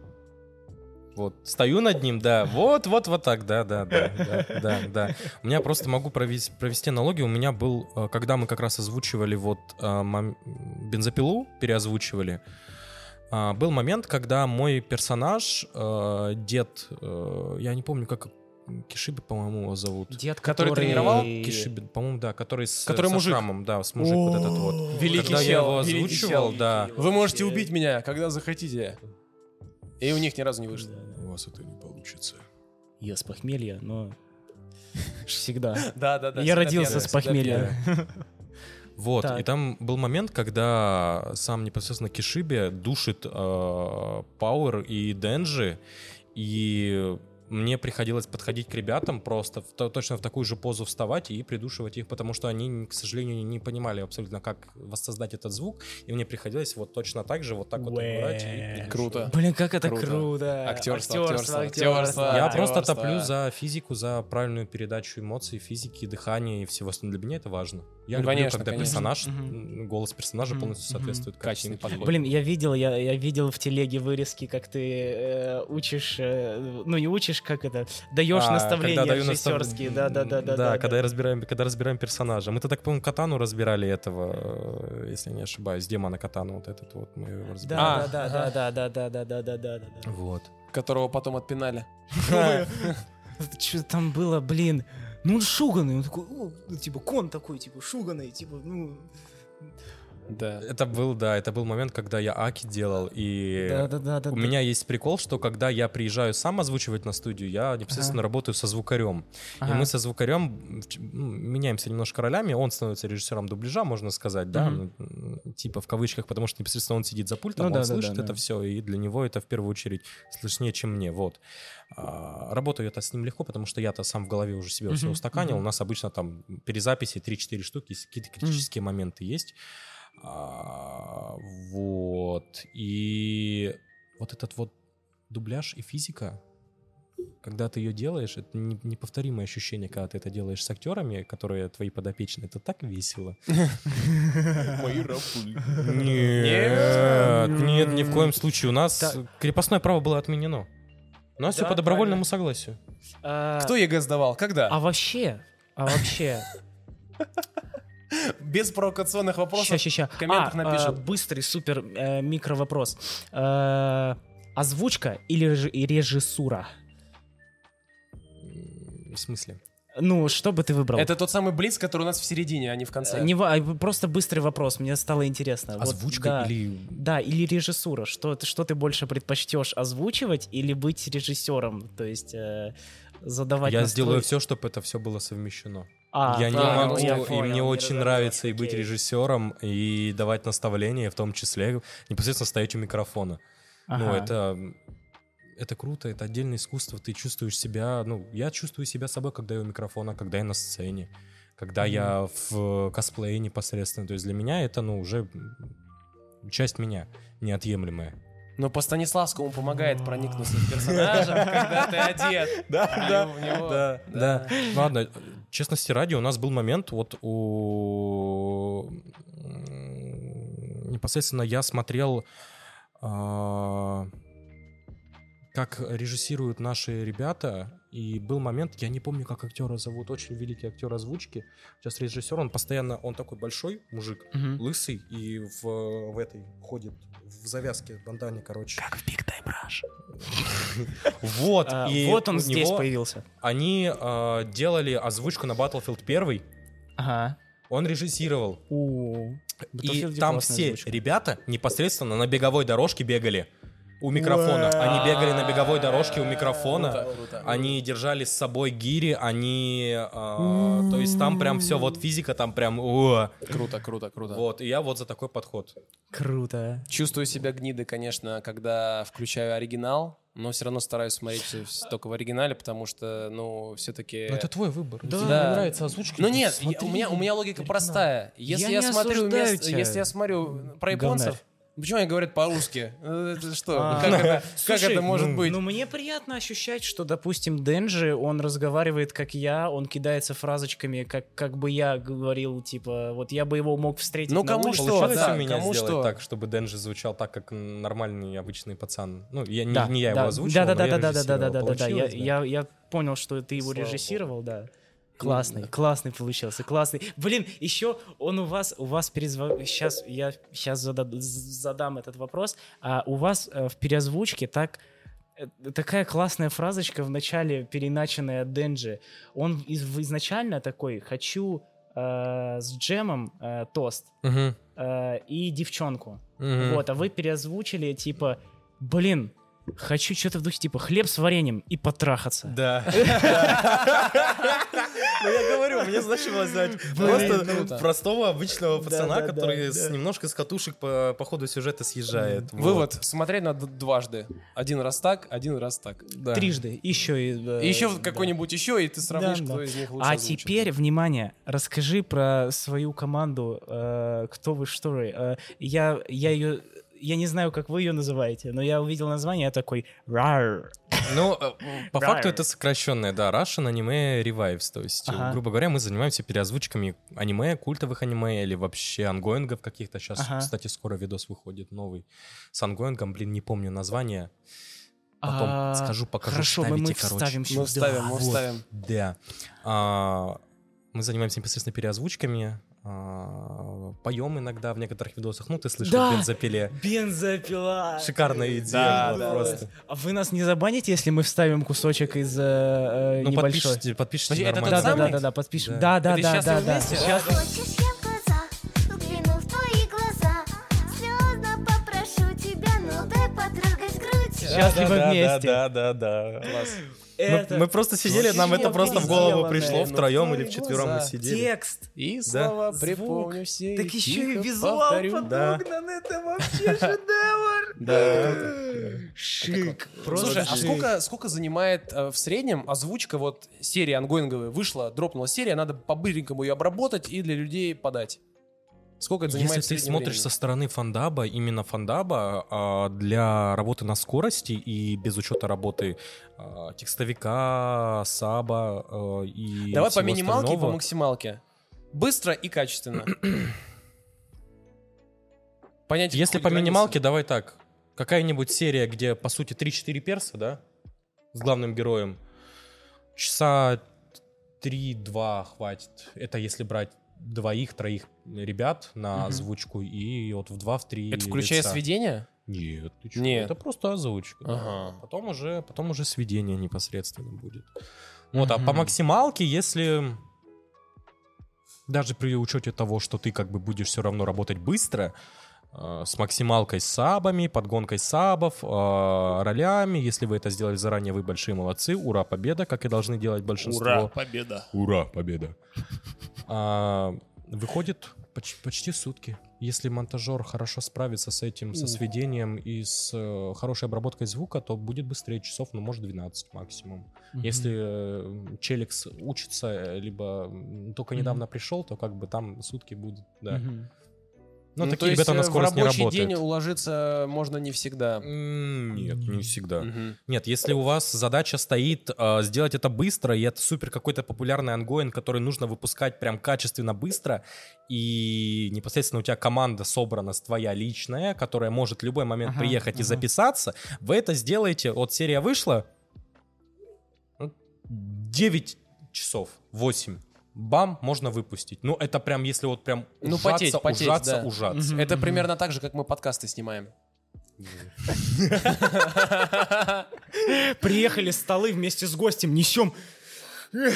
[SPEAKER 3] Вот, стою над ним, да, вот, вот, вот так, да, да, да, да, да, да. У меня просто могу провести, провести аналогию. У меня был, э, когда мы как раз озвучивали вот э, мом- бензопилу, переозвучивали, а, был момент, когда мой персонаж, э, дед, э, я не помню, как Кишиби, по-моему, его зовут.
[SPEAKER 2] Дед,
[SPEAKER 4] Который
[SPEAKER 2] который,
[SPEAKER 4] тренировал
[SPEAKER 3] Кишиби, по-моему, да, который с,
[SPEAKER 4] Который
[SPEAKER 3] со
[SPEAKER 4] мужик.
[SPEAKER 3] шрамом, да, с мужик вот этот вот.
[SPEAKER 4] Великий
[SPEAKER 3] Когда я
[SPEAKER 4] чел,
[SPEAKER 3] его
[SPEAKER 4] великий
[SPEAKER 3] озвучивал,
[SPEAKER 4] чел.
[SPEAKER 3] да.
[SPEAKER 4] Вы можете убить меня, когда захотите. И у них ни разу не вышло.
[SPEAKER 3] У вас это не получится.
[SPEAKER 2] Я с похмелья, э, но всегда.
[SPEAKER 4] Да, да, да.
[SPEAKER 2] Я
[SPEAKER 4] всегда
[SPEAKER 2] родился
[SPEAKER 4] пьяный,
[SPEAKER 2] с
[SPEAKER 4] всегда
[SPEAKER 2] похмелья.
[SPEAKER 4] пьяный.
[SPEAKER 3] Вот, и
[SPEAKER 2] Так.
[SPEAKER 3] там был момент, когда сам непосредственно Кишиби душит э, Пауэр и Денджи, и мне приходилось подходить к ребятам просто в то- точно в такую же позу вставать и придушивать их, потому что они, к сожалению, не понимали абсолютно, как воссоздать этот звук, и мне приходилось вот точно так же вот так вот
[SPEAKER 2] Уэ.
[SPEAKER 3] убрать и
[SPEAKER 4] Круто.
[SPEAKER 2] Блин, как это
[SPEAKER 4] Круто.
[SPEAKER 2] круто.
[SPEAKER 4] Актерство,
[SPEAKER 2] актерство,
[SPEAKER 4] актерство, актерство.
[SPEAKER 3] Я
[SPEAKER 4] Да,
[SPEAKER 3] просто
[SPEAKER 4] просто.
[SPEAKER 3] топлю за физику, за правильную передачу эмоций, физики, дыхания и всего остального. Для меня это важно. Я
[SPEAKER 4] Ну,
[SPEAKER 3] люблю,
[SPEAKER 4] конечно,
[SPEAKER 3] когда
[SPEAKER 4] конечно.
[SPEAKER 3] персонаж,
[SPEAKER 2] Мгм.
[SPEAKER 3] м, голос персонажа
[SPEAKER 2] Мгм,
[SPEAKER 3] полностью
[SPEAKER 2] мгм.
[SPEAKER 3] соответствует
[SPEAKER 4] Качественный
[SPEAKER 3] картинке.
[SPEAKER 4] подход.
[SPEAKER 2] Блин, я видел, я, я видел в телеге вырезки, как ты э, учишь, э, ну не учишь, как это, даешь
[SPEAKER 3] А,
[SPEAKER 2] наставления
[SPEAKER 3] когда даю настав-
[SPEAKER 2] режиссерские, да, да, да, да,
[SPEAKER 3] Да, когда я разбираем, когда разбираем персонажа. Мы-то так, по-моему, Катану разбирали этого, э, если не ошибаюсь, демона Катану вот этот вот мы его разбирали.
[SPEAKER 2] да,
[SPEAKER 4] А,
[SPEAKER 2] да, да, да, да, да, да, да, да, да, да, да.
[SPEAKER 3] Вот.
[SPEAKER 4] Которого потом отпинали.
[SPEAKER 2] Что там было, блин? Ну он шуганый, он такой, «О», ну, типа кон такой, типа шуганый, типа, ну.
[SPEAKER 4] Да.
[SPEAKER 3] Это был, да, это был момент, когда я Аки делал,
[SPEAKER 4] Э,
[SPEAKER 3] и
[SPEAKER 2] Да, да, да, да.
[SPEAKER 3] У
[SPEAKER 2] да.
[SPEAKER 3] меня есть прикол, что когда я приезжаю сам озвучивать на студию, я непосредственно работаю со звукарем. И
[SPEAKER 2] Ага.
[SPEAKER 3] мы со звукарем в- ну, меняемся немножко ролями. Он становится режиссером дубляжа, можно сказать, да,
[SPEAKER 2] Мгм.
[SPEAKER 3] ну, м, типа в кавычках, потому что непосредственно он сидит за пультом,
[SPEAKER 2] Ну
[SPEAKER 3] он
[SPEAKER 2] да, да,
[SPEAKER 3] слышит
[SPEAKER 2] да,
[SPEAKER 3] это
[SPEAKER 2] да.
[SPEAKER 3] все, и для него это в первую очередь слышнее, чем мне. Вот. А, работаю это с ним легко, потому что я-то сам в голове уже себе все
[SPEAKER 2] Мгм,
[SPEAKER 3] устаканил. У
[SPEAKER 2] мгм.
[SPEAKER 3] нас обычно там перезаписи 3-4 штуки, если какие-то критические моменты есть. А, Вот. И вот этот вот дубляж и физика, когда ты ее делаешь, это не- неповторимое ощущение, когда ты это делаешь с актерами, которые твои подопечные. Это так весело. Нет, нет, ни в коем случае. У нас
[SPEAKER 2] Так.
[SPEAKER 3] крепостное право было отменено. У нас все
[SPEAKER 2] Да,
[SPEAKER 3] по добровольному согласию.
[SPEAKER 2] А,
[SPEAKER 4] Кто ЕГЭ сдавал? Когда?
[SPEAKER 2] А вообще, а вообще,
[SPEAKER 4] Без провокационных
[SPEAKER 2] ща,
[SPEAKER 4] вопросов.
[SPEAKER 2] ща, ща.
[SPEAKER 4] в комментах
[SPEAKER 2] А,
[SPEAKER 4] напишут.
[SPEAKER 2] а, быстрый супер э, микро вопрос. Э, озвучка или реж- и режиссура?
[SPEAKER 3] М, В смысле?
[SPEAKER 2] Ну, что бы ты выбрал?
[SPEAKER 4] Это тот самый блиц, который у нас в середине, а не в конце.
[SPEAKER 2] Не ва- а, просто быстрый вопрос, мне стало интересно. Вот,
[SPEAKER 3] Озвучка
[SPEAKER 2] да.
[SPEAKER 3] А или...
[SPEAKER 2] Да, или режиссура. Что, ты- что ты больше предпочтешь озвучивать или быть режиссером? То есть э, задавать.
[SPEAKER 3] Я
[SPEAKER 2] настрой-
[SPEAKER 3] сделаю все, чтобы это все было совмещено.
[SPEAKER 2] А,
[SPEAKER 3] я не
[SPEAKER 2] а,
[SPEAKER 4] ну,
[SPEAKER 3] могу,
[SPEAKER 2] я
[SPEAKER 3] и
[SPEAKER 2] понял,
[SPEAKER 3] мне
[SPEAKER 2] не
[SPEAKER 3] очень
[SPEAKER 2] разобралась,
[SPEAKER 3] нравится и быть
[SPEAKER 2] окей.
[SPEAKER 3] режиссером, и давать наставления, в том числе непосредственно стоять у микрофона. Ну,
[SPEAKER 2] Ага.
[SPEAKER 3] это, это круто, это отдельное искусство, ты чувствуешь себя, ну, я чувствую себя собой, когда я у микрофона, когда я на сцене, когда я в косплее непосредственно. То есть для меня это, ну, уже часть меня неотъемлемая.
[SPEAKER 4] Но по Станиславскому помогает проникнуться в персонажа, когда ты одет.
[SPEAKER 3] Да,
[SPEAKER 4] да, в него- Ну,
[SPEAKER 3] да, да. Ладно, честности ради, у нас был момент вот у... м, Непосредственно я смотрел, а, как режиссируют наши ребята, и был момент, я не помню, как актера зовут, очень великий актер озвучки. Сейчас режиссер, он постоянно, он такой большой мужик,
[SPEAKER 2] Мгм.
[SPEAKER 3] лысый, и в, в этой ходит в завязке бандане, короче.
[SPEAKER 2] Как в Big Time Rush.
[SPEAKER 3] Вот,
[SPEAKER 2] А,
[SPEAKER 3] и
[SPEAKER 2] вот
[SPEAKER 3] у
[SPEAKER 2] он здесь
[SPEAKER 3] него-
[SPEAKER 2] появился.
[SPEAKER 3] они э, делали озвучку на Battlefield 1.
[SPEAKER 2] Ага.
[SPEAKER 3] Он режиссировал.
[SPEAKER 2] У.
[SPEAKER 3] и там все ребята непосредственно на беговой дорожке бегали у микрофона. Они бегали на беговой дорожке у микрофона. Они держали с собой гири, они... э, то есть там прям все, вот физика там прям... уа.
[SPEAKER 4] Круто, круто, круто.
[SPEAKER 3] Вот, и я вот за такой подход.
[SPEAKER 2] Круто.
[SPEAKER 4] Чувствую себя гнидой, конечно, когда включаю оригинал, но все равно стараюсь смотреть всё- всё только в оригинале, потому что, ну, все-таки...
[SPEAKER 3] твой выбор.
[SPEAKER 4] Если тебе Да. нравится
[SPEAKER 3] озвучка.
[SPEAKER 4] Ну нет, я- у меня у меня логика простая. Если
[SPEAKER 2] Я
[SPEAKER 4] я
[SPEAKER 2] не
[SPEAKER 4] смотрю,
[SPEAKER 2] осуждаю
[SPEAKER 4] мест-
[SPEAKER 2] тебя,
[SPEAKER 4] если я смотрю э, про
[SPEAKER 2] говнарь.
[SPEAKER 4] японцев, почему они говорят по-русски? Э, это Что?
[SPEAKER 2] А.
[SPEAKER 4] Как это- как
[SPEAKER 2] Слушай,
[SPEAKER 4] это может
[SPEAKER 2] ну,
[SPEAKER 4] быть?
[SPEAKER 2] Ну, мне приятно ощущать, что, допустим, Денджи, он разговаривает как я, он кидается фразочками, как, как бы я говорил, типа, вот я бы его мог встретить
[SPEAKER 4] Ну,
[SPEAKER 2] на
[SPEAKER 4] кому
[SPEAKER 2] улице.
[SPEAKER 4] что,
[SPEAKER 3] Получилось
[SPEAKER 4] да,
[SPEAKER 3] у меня
[SPEAKER 4] кому
[SPEAKER 3] сделать
[SPEAKER 4] что.
[SPEAKER 3] так, чтобы Денджи звучал так, как нормальный обычный пацан. Ну, я, не-
[SPEAKER 2] Да,
[SPEAKER 3] не, я
[SPEAKER 2] да,
[SPEAKER 3] его озвучил,
[SPEAKER 2] Да, да,
[SPEAKER 3] но
[SPEAKER 2] да,
[SPEAKER 3] я
[SPEAKER 2] да, да, да, да, да, да, да, да. Я,
[SPEAKER 3] режиссировал. Получилось, да.
[SPEAKER 2] я, я понял, что ты его
[SPEAKER 3] Слава богу.
[SPEAKER 2] режиссировал, да. Классный, классный получился, классный. Блин, еще он у вас, у вас перезвон... Сейчас я сейчас задам этот вопрос. А у вас э, в переозвучке так э, такая классная фразочка в начале, переначенная от Денджи. Он из- изначально такой «хочу э, с джемом э, тост
[SPEAKER 3] Мгм.
[SPEAKER 2] э, и девчонку».
[SPEAKER 3] Мгм.
[SPEAKER 2] Вот, а вы переозвучили, типа, блин, хочу что-то в духе, типа, хлеб с вареньем и потрахаться.
[SPEAKER 3] Да. Ну я говорю, мне значилось знать
[SPEAKER 4] круто.
[SPEAKER 3] просто простого обычного
[SPEAKER 2] да,
[SPEAKER 3] пацана,
[SPEAKER 2] да,
[SPEAKER 3] который с-
[SPEAKER 2] да.
[SPEAKER 3] немножко с катушек по по ходу сюжета съезжает. Вот.
[SPEAKER 4] Вывод. Смотреть надо дважды. Один раз так, один раз так.
[SPEAKER 3] Да.
[SPEAKER 2] Трижды, еще и...
[SPEAKER 4] И еще какой-нибудь еще, и ты сравнишь,
[SPEAKER 2] Да,
[SPEAKER 4] кто
[SPEAKER 2] да.
[SPEAKER 4] из них лучше
[SPEAKER 2] А
[SPEAKER 4] озвучил.
[SPEAKER 2] теперь, внимание, расскажи про свою команду, э, кто вы, что вы. Э, я, я ее... Я не знаю, как вы ее называете, но я увидел название, я такой... «Рар».
[SPEAKER 3] Ну, э, по факту
[SPEAKER 2] Райан.
[SPEAKER 3] это сокращенное, да, Russian Anime Revives. То есть, э,
[SPEAKER 2] Ага.
[SPEAKER 3] грубо говоря, мы занимаемся переозвучками аниме, культовых аниме или вообще ангоингов каких-то. Сейчас,
[SPEAKER 2] Ага.
[SPEAKER 3] кстати, скоро видос выходит новый с ангоингом. Блин, не помню название. Потом
[SPEAKER 2] А,
[SPEAKER 3] скажу, покажу.
[SPEAKER 2] Хорошо, мы, мы
[SPEAKER 3] вставите,
[SPEAKER 2] вставим
[SPEAKER 3] короче.
[SPEAKER 4] Мы
[SPEAKER 2] сюда.
[SPEAKER 4] Ну, вставим, мы
[SPEAKER 3] Вот.
[SPEAKER 4] вставим.
[SPEAKER 3] Да. А, мы занимаемся непосредственно переозвучками, а, поем иногда в некоторых видосах. Ну, ты слышал,
[SPEAKER 2] Да.
[SPEAKER 3] бензопиле.
[SPEAKER 2] Бензопила.
[SPEAKER 3] Шикарная идея
[SPEAKER 4] Да,
[SPEAKER 3] вот
[SPEAKER 4] да,
[SPEAKER 3] просто.
[SPEAKER 2] А вы нас не забаните, если мы вставим кусочек из э, э,
[SPEAKER 3] Ну,
[SPEAKER 2] небольшой?
[SPEAKER 3] подпишите, подпишите
[SPEAKER 4] Подожди, это тот
[SPEAKER 3] нормально.
[SPEAKER 2] Да, да, да,
[SPEAKER 4] самый?
[SPEAKER 2] да, да, подпишем.
[SPEAKER 3] Да.
[SPEAKER 2] Да, да,
[SPEAKER 4] Это
[SPEAKER 2] да,
[SPEAKER 4] сейчас
[SPEAKER 2] да,
[SPEAKER 4] вы
[SPEAKER 2] да.
[SPEAKER 4] вместе, да?
[SPEAKER 2] Сейчас.
[SPEAKER 1] Хочешь, я в глаза взгляну в твои глаза. Слезно попрошу тебя, ну дай потрогать грудь.
[SPEAKER 2] Счастливы вместе.
[SPEAKER 3] Да, да, да, да.
[SPEAKER 2] Это
[SPEAKER 3] Мы, мы просто сидели,
[SPEAKER 2] вообще
[SPEAKER 3] нам это
[SPEAKER 2] сделано.
[SPEAKER 3] просто в голову
[SPEAKER 2] Ну,
[SPEAKER 3] пришло втроем или
[SPEAKER 4] твои
[SPEAKER 3] вчетвером мы
[SPEAKER 4] глаза.
[SPEAKER 3] сидели.
[SPEAKER 2] текст.
[SPEAKER 4] И
[SPEAKER 3] Да.
[SPEAKER 4] слова
[SPEAKER 2] Звук.
[SPEAKER 4] припомню все.
[SPEAKER 2] Так еще и
[SPEAKER 4] тихо
[SPEAKER 2] визуал
[SPEAKER 4] повторю.
[SPEAKER 3] да.
[SPEAKER 2] подогнан, это вообще шедевр.
[SPEAKER 4] Да.
[SPEAKER 2] Шик.
[SPEAKER 4] Слушай,
[SPEAKER 2] Просто
[SPEAKER 4] а
[SPEAKER 2] шик.
[SPEAKER 4] сколько, сколько занимает э, в среднем озвучка вот серии ангоинговой? Вышла, дропнула серия, надо по-быренькому ее обработать и для людей подать. Сколько это занимает
[SPEAKER 3] Если
[SPEAKER 4] в
[SPEAKER 3] ты
[SPEAKER 4] среднем
[SPEAKER 3] смотришь
[SPEAKER 4] времени?
[SPEAKER 3] со стороны фандаба, именно фандаба а, для работы на скорости и без учета работы а, текстовика, саба а, и
[SPEAKER 4] Давай по
[SPEAKER 3] всего
[SPEAKER 4] минималке и по
[SPEAKER 3] остального.
[SPEAKER 4] максималке. Быстро и качественно. Понять,
[SPEAKER 3] Если
[SPEAKER 4] какой
[SPEAKER 3] по
[SPEAKER 4] границы.
[SPEAKER 3] минималке, давай так. Какая-нибудь серия, где, по сути, 3-4 перса, да? С главным героем. Часа 3-2 хватит. Это если брать двоих-троих ребят на
[SPEAKER 2] Мгм.
[SPEAKER 3] озвучку и вот в 2-3
[SPEAKER 4] Это включая сведения?
[SPEAKER 3] Нет, ты чё,
[SPEAKER 4] Нет.
[SPEAKER 3] это просто озвучка. да.
[SPEAKER 4] Ага.
[SPEAKER 3] Потом уже, потом уже сведение непосредственно будет. Вот, а по
[SPEAKER 2] Мгм.
[SPEAKER 3] максималке, если даже при учете того, что ты как бы будешь все равно работать быстро, э, с максималкой с сабами, подгонкой сабов, э, ролями, если вы это сделали заранее, вы большие молодцы, ура, победа, как и должны делать большинство.
[SPEAKER 4] победа.
[SPEAKER 3] Ура, победа. А, Выходит поч- почти сутки. Если монтажер хорошо справится с этим, со
[SPEAKER 4] Ух.
[SPEAKER 3] сведением и с э, хорошей обработкой звука, то будет быстрее часов, ну, может, 12 максимум. Если э, Челикс учится, э, либо м, только
[SPEAKER 2] Мгм.
[SPEAKER 3] недавно пришел, то как бы там сутки будет, да.
[SPEAKER 2] Мгм.
[SPEAKER 3] Ну, Ну,
[SPEAKER 4] то
[SPEAKER 3] такие
[SPEAKER 4] есть,
[SPEAKER 3] ребята
[SPEAKER 4] э,
[SPEAKER 3] на скорость
[SPEAKER 4] в
[SPEAKER 3] не
[SPEAKER 4] рабочий
[SPEAKER 3] работают.
[SPEAKER 4] день уложиться можно не всегда.
[SPEAKER 3] М, Нет, не всегда.
[SPEAKER 4] Мгм.
[SPEAKER 3] Нет, если у вас задача стоит э, сделать это быстро, и это супер какой-то популярный ангоин, который нужно выпускать прям качественно быстро, и непосредственно у тебя команда собрана с твоя личная, которая может в любой момент
[SPEAKER 2] Ага,
[SPEAKER 3] приехать и
[SPEAKER 2] ага.
[SPEAKER 3] записаться, вы это сделаете. Вот серия вышла ну, 9 часов, 8. Бам, можно выпустить. Ну, это прям, если вот прям
[SPEAKER 4] Ну,
[SPEAKER 3] ужаться,
[SPEAKER 4] потеть, потеть,
[SPEAKER 3] ужаться,
[SPEAKER 4] да.
[SPEAKER 3] ужаться.
[SPEAKER 2] Мгм.
[SPEAKER 4] Это примерно так же, как мы подкасты снимаем.
[SPEAKER 2] Приехали столы вместе с гостем, несем.
[SPEAKER 4] Да,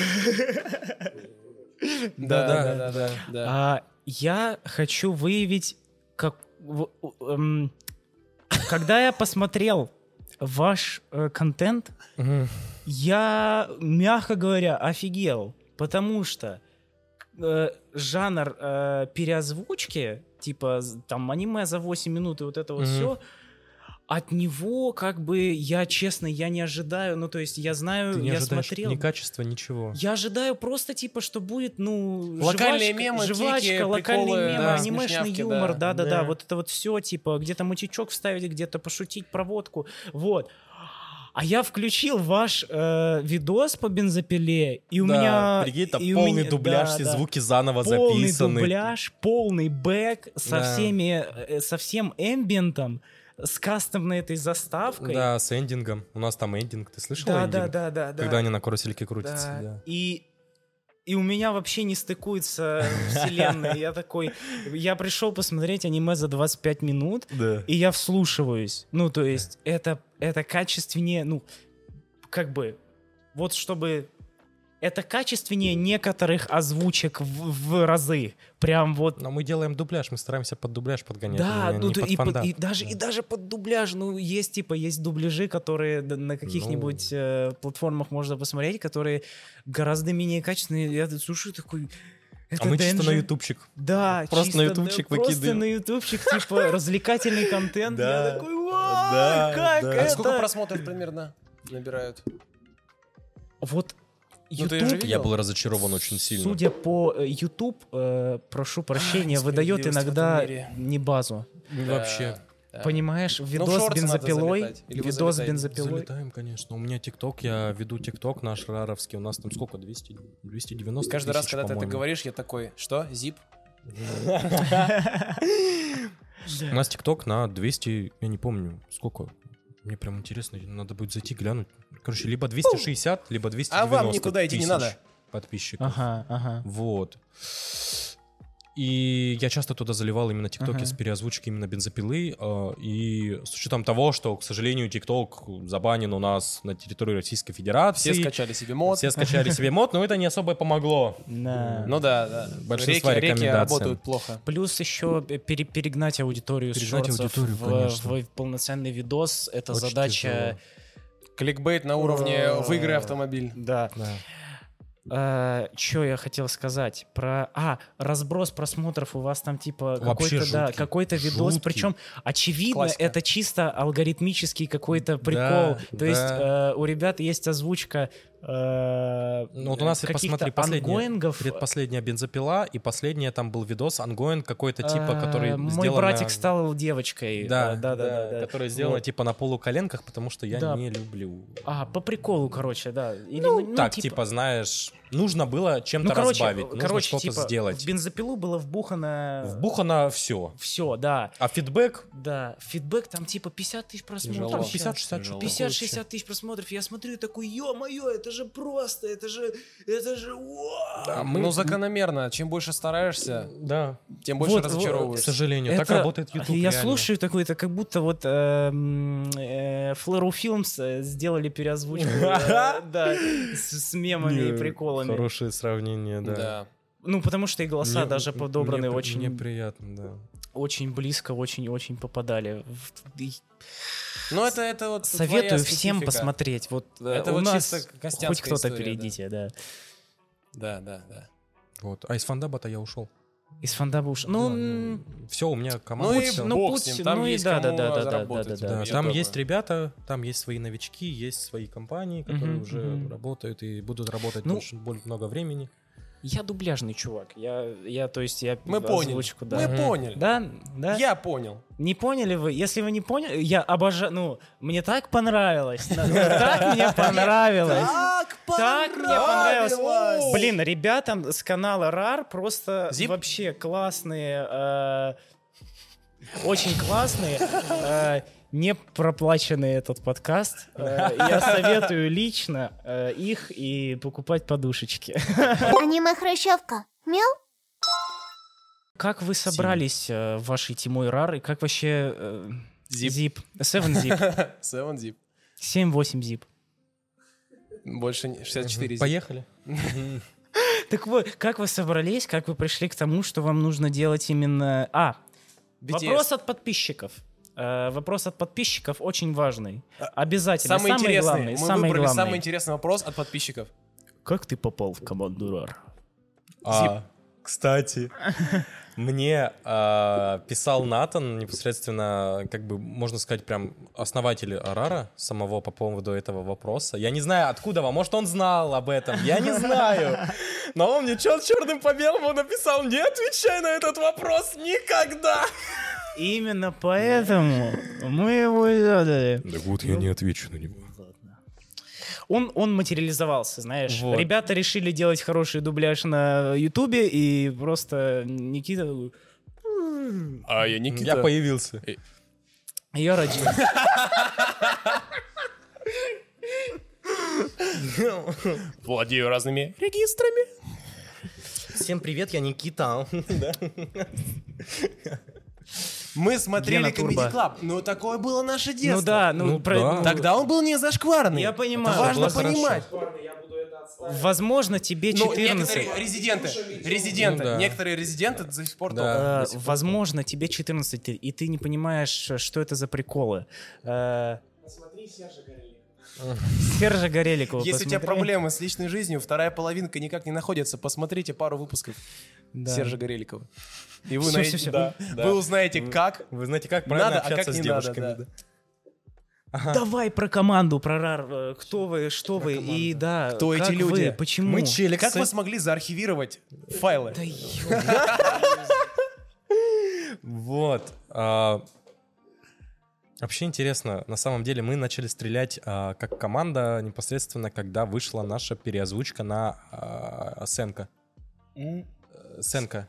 [SPEAKER 3] да,
[SPEAKER 4] да, да, да, да.
[SPEAKER 2] А, я хочу выявить, как... в- у- эм, Когда я посмотрел ваш э, контент,
[SPEAKER 3] А,
[SPEAKER 2] я, мягко говоря, офигел, потому что э, жанр э, переозвучки, типа з- там аниме за 8 минут и вот это вот
[SPEAKER 3] Мгм.
[SPEAKER 2] все, от него как бы я, честно, я не ожидаю, ну то есть я знаю,
[SPEAKER 3] Ты не
[SPEAKER 2] я
[SPEAKER 3] ожидаешь
[SPEAKER 2] смотрел...
[SPEAKER 3] ни качества, ничего.
[SPEAKER 2] Я ожидаю просто типа, что будет, ну,
[SPEAKER 4] Локальные
[SPEAKER 2] жвачка,
[SPEAKER 4] мемы,
[SPEAKER 2] жвачка,
[SPEAKER 4] кики,
[SPEAKER 2] локальные
[SPEAKER 4] приколы,
[SPEAKER 2] мемы,
[SPEAKER 4] да,
[SPEAKER 2] анимешный
[SPEAKER 4] смешнявки,
[SPEAKER 2] юмор, да,
[SPEAKER 4] да.
[SPEAKER 2] да, да,
[SPEAKER 3] Да.
[SPEAKER 2] вот это вот все типа, где-то мутичок вставить, где-то пошутить про водку, вот. А я включил ваш э, видос по бензопиле, и у
[SPEAKER 3] Да,
[SPEAKER 2] меня
[SPEAKER 3] прикинь, там
[SPEAKER 2] и у
[SPEAKER 3] полный
[SPEAKER 2] меня-
[SPEAKER 3] дубляж,
[SPEAKER 2] да,
[SPEAKER 3] все
[SPEAKER 2] да.
[SPEAKER 3] звуки заново
[SPEAKER 2] полный
[SPEAKER 3] записаны.
[SPEAKER 2] дубляж, полный бэк со
[SPEAKER 3] Да.
[SPEAKER 2] всеми, э, со всем эмбиентом, с кастомной этой заставкой.
[SPEAKER 3] Да, с эндингом. У нас там эндинг, ты слышал
[SPEAKER 2] да,
[SPEAKER 3] эндинг?
[SPEAKER 2] да, да, да, да.
[SPEAKER 3] Когда они на карусельке
[SPEAKER 2] Да.
[SPEAKER 3] крутятся, да.
[SPEAKER 2] И и у меня вообще не стыкуется вселенная. Я такой, я пришел посмотреть аниме за 25 минут,
[SPEAKER 3] Да.
[SPEAKER 2] и я вслушиваюсь. Ну, то есть это это качественнее, ну, как бы, вот чтобы это качественнее некоторых озвучек в, в разы. Прям вот
[SPEAKER 3] Но мы делаем дубляж, мы стараемся под дубляж подгонять.
[SPEAKER 2] да,
[SPEAKER 3] не-
[SPEAKER 2] ну,
[SPEAKER 3] не
[SPEAKER 2] то
[SPEAKER 3] под
[SPEAKER 2] и, под-
[SPEAKER 3] фандап.
[SPEAKER 2] и даже, и
[SPEAKER 3] Да.
[SPEAKER 2] даже под дубляж, ну, есть, типа, есть дубляжи, которые д- на каких-нибудь
[SPEAKER 3] Ну.
[SPEAKER 2] э, платформах можно посмотреть, которые гораздо менее качественные. Я тут слушаю такой...
[SPEAKER 3] А
[SPEAKER 2] это
[SPEAKER 3] мы чисто на
[SPEAKER 2] Денджи.
[SPEAKER 3] ютубчик.
[SPEAKER 2] Да,
[SPEAKER 3] Просто на
[SPEAKER 2] чисто
[SPEAKER 3] ютубчик
[SPEAKER 2] Просто
[SPEAKER 3] выкидываем.
[SPEAKER 2] на ютубчик, типа, развлекательный контент. Я
[SPEAKER 3] Да,
[SPEAKER 2] такой, вау,
[SPEAKER 3] да,
[SPEAKER 2] как
[SPEAKER 3] да.
[SPEAKER 4] А сколько
[SPEAKER 2] это?
[SPEAKER 4] просмотров примерно набирают?
[SPEAKER 2] Вот
[SPEAKER 4] Ну, ты же
[SPEAKER 2] YouTube,
[SPEAKER 4] видел?
[SPEAKER 3] Я был разочарован очень сильно.
[SPEAKER 2] судя по э, YouTube, э, прошу прощения, выдает
[SPEAKER 4] несправедливость в
[SPEAKER 2] иногда
[SPEAKER 4] этом мире.
[SPEAKER 2] не базу.
[SPEAKER 3] Ну, Вообще.
[SPEAKER 4] Да. Ну,
[SPEAKER 2] Понимаешь,
[SPEAKER 4] в
[SPEAKER 2] видос с
[SPEAKER 4] шорты надо
[SPEAKER 2] бензопилой,
[SPEAKER 4] залетать. Или вы
[SPEAKER 2] видос с
[SPEAKER 4] залетаете?
[SPEAKER 2] бензопилой.
[SPEAKER 3] Залетаем, конечно. У меня тикток, я веду тикток наш раровский. У нас там сколько? 200, 290
[SPEAKER 4] Каждый раз,
[SPEAKER 3] тысяч,
[SPEAKER 4] когда ты это
[SPEAKER 3] по-моему.
[SPEAKER 4] говоришь, я такой, что, зип?
[SPEAKER 3] У нас тикток на 200, я не помню, сколько. Мне прям интересно, надо будет зайти глянуть. Короче, либо 260, либо 290
[SPEAKER 4] А вам никуда идти не
[SPEAKER 3] тысяч
[SPEAKER 4] надо.
[SPEAKER 3] подписчиков.
[SPEAKER 2] Ага, ага.
[SPEAKER 3] Вот. И я часто туда заливал именно тиктоки
[SPEAKER 2] Ага.
[SPEAKER 3] с переозвучки именно бензопилы. а, И с учетом того, что, к сожалению, тикток забанен у нас на территории Российской Федерации.
[SPEAKER 4] Все скачали себе мод.
[SPEAKER 3] Все скачали себе мод, но это не особо помогло.
[SPEAKER 2] Да.
[SPEAKER 4] Ну да, да.
[SPEAKER 3] Большинство
[SPEAKER 4] реки, реки
[SPEAKER 3] рекомендаций.
[SPEAKER 4] работают плохо.
[SPEAKER 2] Плюс еще пере- перегнать аудиторию с
[SPEAKER 3] Перегнать
[SPEAKER 2] шортсов
[SPEAKER 3] аудиторию,
[SPEAKER 2] в,
[SPEAKER 3] конечно.
[SPEAKER 2] в- в полноценный видос. Это
[SPEAKER 3] Очень
[SPEAKER 2] задача.
[SPEAKER 4] Кликбейт на уровне
[SPEAKER 2] Ура.
[SPEAKER 4] «выиграй автомобиль».
[SPEAKER 2] Да. что я хотел сказать про а разброс просмотров у вас там типа
[SPEAKER 3] Вообще
[SPEAKER 2] какой-то да
[SPEAKER 3] жуткий.
[SPEAKER 2] какой-то видос
[SPEAKER 3] Жуткий.
[SPEAKER 2] причем очевидно
[SPEAKER 4] Классика.
[SPEAKER 2] это чисто алгоритмический какой-то прикол то
[SPEAKER 3] да.
[SPEAKER 2] есть э, у ребят есть озвучка э,
[SPEAKER 3] Ну, вот у нас, и
[SPEAKER 2] каких-то
[SPEAKER 3] посмотри, последняя,
[SPEAKER 2] ангоингов.
[SPEAKER 3] Э,
[SPEAKER 2] э,
[SPEAKER 3] предпоследняя бензопила, и последняя там был видос ангоин какой-то типа, который
[SPEAKER 2] Э, Мой
[SPEAKER 3] сделан на-
[SPEAKER 2] братик стал девочкой.
[SPEAKER 3] Да,
[SPEAKER 2] Э, да, да, да, да.
[SPEAKER 3] Которая сделана
[SPEAKER 2] Вот.
[SPEAKER 3] типа на полуколенках, потому что я
[SPEAKER 2] Да.
[SPEAKER 3] не люблю.
[SPEAKER 2] А, по приколу, короче, да. Или,
[SPEAKER 3] ну, так, типа... знаешь, нужно было чем-то
[SPEAKER 2] ну, короче,
[SPEAKER 3] разбавить, нужно
[SPEAKER 2] короче,
[SPEAKER 3] что-то
[SPEAKER 2] типа,
[SPEAKER 3] сделать.
[SPEAKER 2] в бензопилу было вбухано...
[SPEAKER 3] Вбухано все.
[SPEAKER 2] Все, да,
[SPEAKER 3] А фидбэк?
[SPEAKER 2] да. Фидбэк там типа 50 тысяч просмотров.
[SPEAKER 4] Тяжело.
[SPEAKER 3] Там
[SPEAKER 4] Вообще.
[SPEAKER 3] 50-60 что-то
[SPEAKER 2] 50-60 тысяч просмотров. Я смотрю и такой, ё-моё, это же просто, это же, это же... уа!»
[SPEAKER 3] такое. Да, мы-
[SPEAKER 4] Ну, закономерно. Чем больше стараешься,
[SPEAKER 3] Да,
[SPEAKER 4] тем больше
[SPEAKER 2] Вот, вот,
[SPEAKER 3] к
[SPEAKER 4] разочаровываешься.
[SPEAKER 3] сожалению, так
[SPEAKER 2] Это-
[SPEAKER 3] работает YouTube.
[SPEAKER 2] Я
[SPEAKER 3] реально.
[SPEAKER 2] слушаю такой, это как будто вот эм, э, Flareu Films э, сделали переозвучку э, да, с с мемами и
[SPEAKER 3] Не,
[SPEAKER 2] приколами.
[SPEAKER 3] Хорошее сравнение, да.
[SPEAKER 4] Да.
[SPEAKER 2] Ну, потому что и голоса
[SPEAKER 3] Мне-
[SPEAKER 2] даже подобраны
[SPEAKER 3] мне при-
[SPEAKER 2] очень,
[SPEAKER 3] Мне приятно, да.
[SPEAKER 2] очень близко, очень-очень попадали. В- и
[SPEAKER 4] Ну, это, это вот твоя
[SPEAKER 2] Советую всем
[SPEAKER 4] специфика.
[SPEAKER 2] посмотреть. Вот э,
[SPEAKER 4] Это
[SPEAKER 2] у
[SPEAKER 4] вот
[SPEAKER 2] нас
[SPEAKER 4] чисто костянская
[SPEAKER 2] хоть кто-то
[SPEAKER 4] история, да.
[SPEAKER 2] перейдите, да.
[SPEAKER 4] Да, да, да.
[SPEAKER 3] Вот. А из фандаба-то я ушел.
[SPEAKER 2] Из фандаба уж. Ну, м,
[SPEAKER 3] Все, у меня
[SPEAKER 4] Ну
[SPEAKER 3] команда.
[SPEAKER 4] и
[SPEAKER 3] всё.
[SPEAKER 2] ну,
[SPEAKER 4] бог
[SPEAKER 2] путь-
[SPEAKER 4] с ним, там
[SPEAKER 2] ну и
[SPEAKER 4] есть
[SPEAKER 2] да, да,
[SPEAKER 4] кому
[SPEAKER 2] да, да, да,
[SPEAKER 4] заработать.
[SPEAKER 2] да, да.
[SPEAKER 3] Да,
[SPEAKER 4] я
[SPEAKER 3] там
[SPEAKER 4] думаю.
[SPEAKER 3] есть ребята, там есть свои новички, есть свои компании, которые
[SPEAKER 2] Мгм,
[SPEAKER 3] уже
[SPEAKER 2] мгм.
[SPEAKER 3] работают и будут работать
[SPEAKER 2] Ну,
[SPEAKER 3] очень более много времени.
[SPEAKER 2] Я дубляжный чувак. Я, я то есть, я
[SPEAKER 4] Мы поняли.
[SPEAKER 2] озвучку, да.
[SPEAKER 4] Мы поняли.
[SPEAKER 2] Да, да.
[SPEAKER 4] Я понял.
[SPEAKER 2] Не поняли вы? Если вы не поняли, я обожаю. Ну, мне так понравилось. на- Так мне понравилось.
[SPEAKER 4] Так
[SPEAKER 2] Так мне понравилось. Блин, ребятам с канала RAR просто
[SPEAKER 4] Зип?
[SPEAKER 2] вообще классные. э, Очень классные. э, Не проплаченный этот подкаст. Э, Я советую лично э, их и покупать подушечки.
[SPEAKER 1] Аниме-хрущевка. Мел?
[SPEAKER 2] Как вы собрались э, вашей Тимой Рар и как вообще э,
[SPEAKER 4] Зип.
[SPEAKER 2] Зип? Seven Zip.
[SPEAKER 4] Seven Zip.
[SPEAKER 2] 7-8 Zip.
[SPEAKER 4] Больше не- 64 Zip.
[SPEAKER 6] Поехали.
[SPEAKER 2] Так вот, как вы собрались, как вы пришли к тому, что вам нужно делать именно... А,
[SPEAKER 4] BTS.
[SPEAKER 2] вопрос от подписчиков. Э, вопрос от подписчиков очень важный. Обязательно.
[SPEAKER 4] А, Самый интересный.
[SPEAKER 2] главный,
[SPEAKER 4] Мы
[SPEAKER 2] самый
[SPEAKER 4] выбрали
[SPEAKER 2] главный.
[SPEAKER 4] самый интересный вопрос от подписчиков.
[SPEAKER 2] Как ты попал в команду РАР?
[SPEAKER 6] А, кстати,
[SPEAKER 3] Мне а, писал Натан непосредственно, как бы можно сказать, прям основатель Арара самого по поводу этого вопроса. Я не знаю, откуда вам, может, он знал об этом, я не знаю. Но он мне чё черным по белому написал, не отвечай на этот вопрос никогда.
[SPEAKER 2] Именно поэтому мы его и задали.
[SPEAKER 6] Да вот я не отвечу на него.
[SPEAKER 2] Он, он материализовался, знаешь.
[SPEAKER 3] Вот.
[SPEAKER 2] Ребята решили делать хороший дубляж на Ютубе, и просто Никита... такой,
[SPEAKER 4] А я
[SPEAKER 3] Я появился.
[SPEAKER 2] Я родился.
[SPEAKER 4] владею разными регистрами.
[SPEAKER 3] Всем привет, я Никита.
[SPEAKER 4] Мы смотрели
[SPEAKER 2] Гена
[SPEAKER 4] Comedy
[SPEAKER 2] Турбо.
[SPEAKER 4] Club, но такое было наше детство.
[SPEAKER 2] Ну да, ну,
[SPEAKER 3] Ну
[SPEAKER 2] про-
[SPEAKER 3] да.
[SPEAKER 2] ну,
[SPEAKER 4] Тогда он был не зашкварный.
[SPEAKER 2] Я понимаю.
[SPEAKER 4] Это важно
[SPEAKER 3] Это было хорошо.
[SPEAKER 4] понимать.
[SPEAKER 2] Возможно, тебе
[SPEAKER 4] Ну,
[SPEAKER 2] 14.
[SPEAKER 4] некоторые резиденты, резиденты,
[SPEAKER 3] Ну да.
[SPEAKER 4] некоторые резиденты до сих пор
[SPEAKER 3] Да.
[SPEAKER 4] топ.
[SPEAKER 2] э, возможно, тебе 14, ты- и ты не понимаешь, что это за приколы. Э, Сержа Гореликова.
[SPEAKER 4] Если у тебя
[SPEAKER 2] посмотри.
[SPEAKER 4] проблемы с личной жизнью, вторая половинка никак не находится, посмотрите пару выпусков
[SPEAKER 2] Да.
[SPEAKER 4] Сержа Гореликова. И вы,
[SPEAKER 2] Всё,
[SPEAKER 4] найдете-
[SPEAKER 2] всё, всё.
[SPEAKER 4] да,
[SPEAKER 3] да.
[SPEAKER 4] вы узнаете, как
[SPEAKER 3] Вы знаете, как правильно
[SPEAKER 4] надо, а
[SPEAKER 3] общаться
[SPEAKER 4] как
[SPEAKER 3] с
[SPEAKER 4] не надо.
[SPEAKER 3] девушками?
[SPEAKER 4] да.
[SPEAKER 3] да?
[SPEAKER 2] Давай про команду, про РАР. э, Кто вы, что вы, и да,
[SPEAKER 4] Кто
[SPEAKER 2] как
[SPEAKER 4] эти
[SPEAKER 2] вы,
[SPEAKER 4] люди?
[SPEAKER 2] почему?
[SPEAKER 3] Мы челиксы.
[SPEAKER 4] Как вы смогли заархивировать файлы?
[SPEAKER 2] Да ё-
[SPEAKER 3] Вот. а, Вообще интересно, на самом деле мы начали стрелять а, как команда непосредственно, когда вышла наша переозвучка на а, Сенка. Э, Сенка.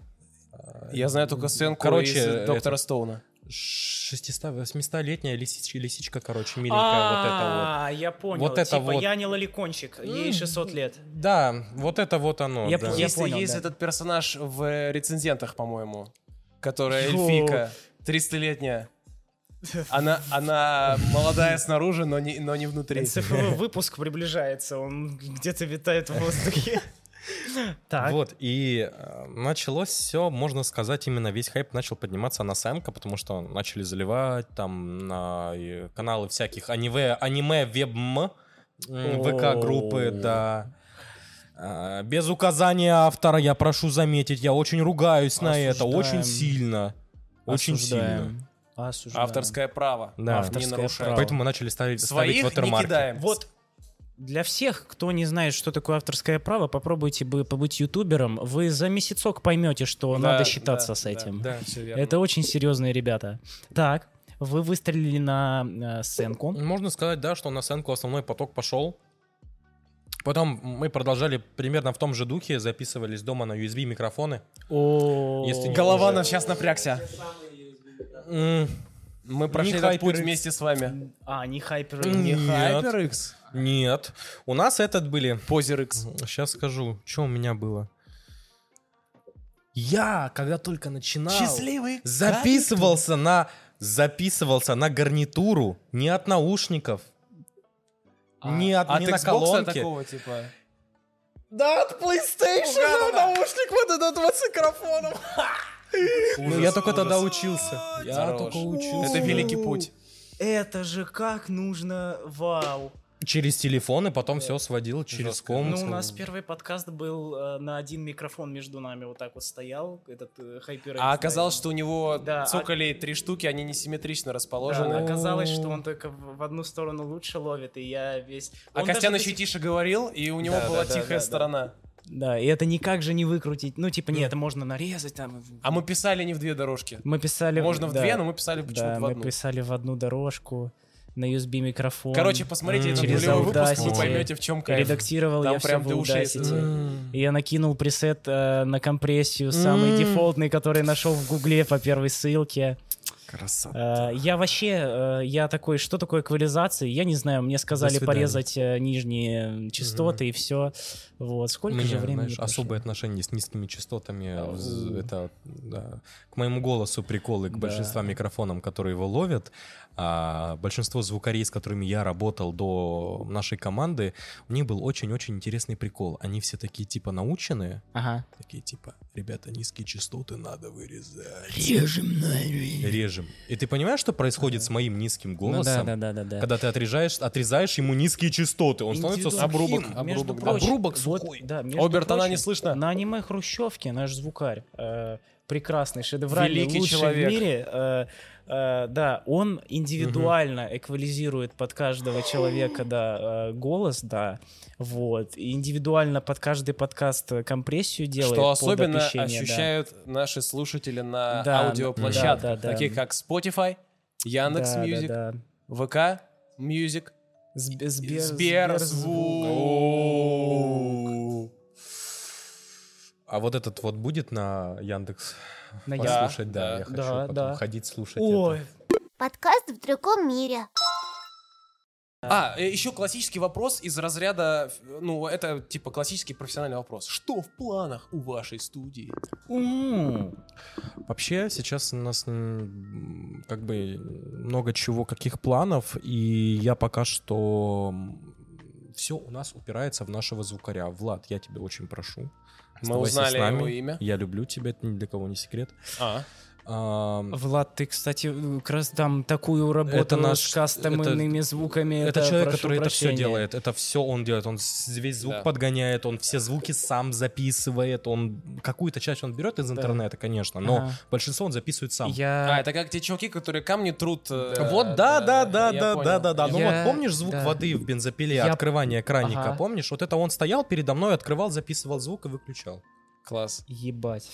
[SPEAKER 4] Я знаю только сценку
[SPEAKER 3] Короче,
[SPEAKER 4] из
[SPEAKER 3] это-
[SPEAKER 4] доктора Стоуна.
[SPEAKER 3] 600-800-летняя лисичка, лисичка, короче, миленькая вот это вот.
[SPEAKER 2] А, я понял.
[SPEAKER 3] Вот это
[SPEAKER 2] типа,
[SPEAKER 3] вот.
[SPEAKER 2] я не лоликончик, ей 600 лет.
[SPEAKER 3] Да, вот это вот оно.
[SPEAKER 2] Я
[SPEAKER 3] да.
[SPEAKER 2] понял.
[SPEAKER 4] Если есть
[SPEAKER 2] да.
[SPEAKER 4] этот персонаж в э, рецензентах, по-моему, которая
[SPEAKER 2] Йоу.
[SPEAKER 4] эльфийка, 300-летняя. Она, она молодая снаружи, но не, но не внутри.
[SPEAKER 2] Цифровой выпуск приближается, он где-то витает в воздухе. Так.
[SPEAKER 3] Вот, и э, началось все, можно сказать, именно весь хайп начал подниматься на Сэмка, потому что начали заливать там на э, каналы всяких аниме, аниме вебм, ВК-группы,
[SPEAKER 2] О.
[SPEAKER 3] да. А, Без указания автора, я прошу заметить, я очень ругаюсь на это,
[SPEAKER 2] Осуждаем.
[SPEAKER 3] очень сильно. Очень сильно.
[SPEAKER 2] Осуждаем.
[SPEAKER 4] Авторское право.
[SPEAKER 3] Да.
[SPEAKER 4] Не
[SPEAKER 2] Авторское
[SPEAKER 4] нарушаем.
[SPEAKER 2] право.
[SPEAKER 3] Поэтому мы начали ставить, ставить
[SPEAKER 4] Своих не
[SPEAKER 3] ватермарки.
[SPEAKER 4] кидаем.
[SPEAKER 2] Вот для всех, кто не знает, что такое авторское право, попробуйте бы побыть ютубером. Вы за месяцок поймете, что
[SPEAKER 4] Да,
[SPEAKER 2] надо считаться
[SPEAKER 4] да,
[SPEAKER 2] с
[SPEAKER 4] да,
[SPEAKER 2] этим.
[SPEAKER 4] Да, все верно.
[SPEAKER 2] Это очень серьезные ребята. Так, вы выстрелили на э, сценку.
[SPEAKER 3] Можно сказать, да, что на сценку основной поток пошел. Потом мы продолжали примерно в том же духе, записывались дома на USB микрофоны.
[SPEAKER 2] О,
[SPEAKER 3] Если не-
[SPEAKER 4] Голова на сейчас напрягся.
[SPEAKER 3] М,
[SPEAKER 4] Мы прошли
[SPEAKER 3] Не
[SPEAKER 4] этот путь
[SPEAKER 3] HyperX.
[SPEAKER 4] вместе с вами.
[SPEAKER 2] а не хайпер.
[SPEAKER 3] Не
[SPEAKER 2] не-
[SPEAKER 3] Нет.
[SPEAKER 4] HyperX.
[SPEAKER 3] Нет. У нас этот были.
[SPEAKER 4] Позер X.
[SPEAKER 3] Сейчас скажу, что у меня было. Я, когда только начинал,
[SPEAKER 4] Счастливый.
[SPEAKER 3] записывался на записывался на гарнитуру, не от наушников, не от,
[SPEAKER 4] А От
[SPEAKER 3] не на
[SPEAKER 4] Xbox
[SPEAKER 3] колонке.
[SPEAKER 4] такого типа.
[SPEAKER 3] Да, от PlayStation наушник вот этот вот с микрофоном. Ну, я только тогда учился. Я
[SPEAKER 4] Хорош.
[SPEAKER 3] только учился.
[SPEAKER 4] Это великий путь.
[SPEAKER 2] Это же как нужно, вау.
[SPEAKER 3] Через телефон и потом все сводил через
[SPEAKER 4] Жестко.
[SPEAKER 3] комнату.
[SPEAKER 2] Ну, у нас первый подкаст был э, на один микрофон между нами, вот так вот стоял этот э, хайпер.
[SPEAKER 4] А оказалось, что у него
[SPEAKER 2] Да, а-
[SPEAKER 4] цоколей три штуки, они несимметрично
[SPEAKER 2] Да,
[SPEAKER 4] расположены. А
[SPEAKER 2] оказалось, что он только в в одну сторону лучше ловит, и я весь...
[SPEAKER 4] А
[SPEAKER 2] Он
[SPEAKER 4] Костян
[SPEAKER 2] даже
[SPEAKER 4] еще
[SPEAKER 2] до сих-
[SPEAKER 4] тише говорил, и у него
[SPEAKER 3] Да,
[SPEAKER 4] была
[SPEAKER 3] да, да,
[SPEAKER 4] тихая
[SPEAKER 3] да, да.
[SPEAKER 4] сторона.
[SPEAKER 2] Да, и это никак же не выкрутить. Ну, типа, нет, это можно нарезать там.
[SPEAKER 4] А мы писали не в две дорожки.
[SPEAKER 2] Мы писали...
[SPEAKER 4] Можно в
[SPEAKER 2] да.
[SPEAKER 4] две, но мы писали почему-то
[SPEAKER 2] Да,
[SPEAKER 4] в
[SPEAKER 2] мы
[SPEAKER 4] одну.
[SPEAKER 2] писали в одну дорожку на USB микрофон.
[SPEAKER 4] Короче, посмотрите этот
[SPEAKER 2] через
[SPEAKER 4] нулевой выпуск, вы
[SPEAKER 2] Audacity.
[SPEAKER 4] поймете, в чем кайф.
[SPEAKER 2] Редактировал
[SPEAKER 4] Там
[SPEAKER 2] я все
[SPEAKER 4] прям
[SPEAKER 2] в
[SPEAKER 4] до ушей
[SPEAKER 2] Audacity.
[SPEAKER 4] сидит.
[SPEAKER 2] И я накинул пресет э, на компрессию, самый дефолтный, который нашел в Гугле по первой ссылке.
[SPEAKER 3] Красота.
[SPEAKER 2] Э, я вообще, э, я такой, что такое эквализация? Я не знаю, мне сказали
[SPEAKER 3] свидания.
[SPEAKER 2] порезать э, нижние частоты и все. Вот,
[SPEAKER 3] У
[SPEAKER 2] сколько же
[SPEAKER 3] меня,
[SPEAKER 2] времени
[SPEAKER 3] знаешь,
[SPEAKER 2] прошло?
[SPEAKER 3] особые отношения с низкими частотами. Вз- Это да. к моему голосу приколы, к
[SPEAKER 2] Да.
[SPEAKER 3] большинству микрофонам, которые его ловят. А большинство звукорей, с которыми я работал до нашей команды, у них был очень-очень интересный прикол. Они все такие типа наученные,
[SPEAKER 2] Ага.
[SPEAKER 3] такие типа, ребята, низкие частоты надо вырезать.
[SPEAKER 2] Режем
[SPEAKER 3] Э, Режем. И ты понимаешь, что происходит с моим низким
[SPEAKER 2] да,
[SPEAKER 3] голосом?
[SPEAKER 2] Ну да, да, да, да.
[SPEAKER 3] Когда ты отрезаешь, отрезаешь ему низкие частоты, он становится
[SPEAKER 2] Индивидуум.
[SPEAKER 3] обрубок.
[SPEAKER 2] Между
[SPEAKER 4] обрубок, да.
[SPEAKER 2] прочим,
[SPEAKER 3] Обрубок
[SPEAKER 2] вот,
[SPEAKER 3] сухой.
[SPEAKER 2] да, между
[SPEAKER 4] Оберт, она не
[SPEAKER 2] прочим,
[SPEAKER 4] слышна?
[SPEAKER 2] На аниме Хрущевки наш звукарь, э, прекрасный, шедевральный,
[SPEAKER 4] Великий
[SPEAKER 2] лучший
[SPEAKER 4] человек.
[SPEAKER 2] в мире, э, э, да, он индивидуально эквализирует под каждого человека, да, э, голос, да, вот, и индивидуально под каждый подкаст э, компрессию делает
[SPEAKER 4] Что
[SPEAKER 2] под
[SPEAKER 4] особенно
[SPEAKER 2] опущение, да.
[SPEAKER 4] ощущают наши слушатели на
[SPEAKER 2] Да,
[SPEAKER 4] аудиоплощадках,
[SPEAKER 2] да, да, да.
[SPEAKER 4] таких как Spotify, Яндекс
[SPEAKER 2] Да, да,
[SPEAKER 4] Мьюзик,
[SPEAKER 2] да.
[SPEAKER 4] ВК Мьюзик,
[SPEAKER 2] Сбе- Сбер-
[SPEAKER 4] Сберзвук.
[SPEAKER 3] А вот этот вот будет на Яндекс
[SPEAKER 2] На
[SPEAKER 4] Да,
[SPEAKER 3] послушать, да,
[SPEAKER 4] да,
[SPEAKER 3] я хочу
[SPEAKER 2] А да,
[SPEAKER 3] потом
[SPEAKER 2] да.
[SPEAKER 3] ходить слушать
[SPEAKER 2] Ой,
[SPEAKER 3] это.
[SPEAKER 1] Подкаст в другом мире.
[SPEAKER 4] А, еще классический вопрос из разряда, э, ну, это типа классический профессиональный вопрос. Что в планах у вашей студии?
[SPEAKER 2] м.
[SPEAKER 3] Вообще сейчас у нас м, как бы много чего, каких планов, и я пока что все у нас упирается в нашего звукаря. Влад, я тебя очень прошу.
[SPEAKER 4] Мы
[SPEAKER 3] оставайся
[SPEAKER 4] узнали
[SPEAKER 3] с нами.
[SPEAKER 4] его имя.
[SPEAKER 3] Я люблю тебя, это ни для кого не секрет.
[SPEAKER 4] А,
[SPEAKER 3] Ам,
[SPEAKER 2] Влад, ты, кстати, э, как раз там такую работу
[SPEAKER 3] Это наш-
[SPEAKER 2] с кастомными звуками.
[SPEAKER 3] Это, человек,
[SPEAKER 2] прошу
[SPEAKER 3] который это
[SPEAKER 2] прощения.
[SPEAKER 3] все делает. Это все он делает. Он с- весь звук
[SPEAKER 4] Да.
[SPEAKER 3] подгоняет, он все звуки сам записывает. Он какую-то часть он берет из интернета, конечно, но
[SPEAKER 2] Ага.
[SPEAKER 3] большинство он записывает сам.
[SPEAKER 4] а,
[SPEAKER 2] Я...
[SPEAKER 4] это как те чуваки, которые камни трут. э,
[SPEAKER 3] Вот, да, да, да,
[SPEAKER 4] я
[SPEAKER 3] да,
[SPEAKER 4] понял.
[SPEAKER 3] да, да, да. Ну
[SPEAKER 2] Я-
[SPEAKER 3] вот помнишь звук
[SPEAKER 2] да.
[SPEAKER 3] воды в бензопиле,
[SPEAKER 2] Я-
[SPEAKER 3] открывание краника,
[SPEAKER 2] Ага.
[SPEAKER 3] помнишь? Вот это он стоял передо мной, открывал, записывал звук и выключал.
[SPEAKER 4] Класс.
[SPEAKER 2] Ебать.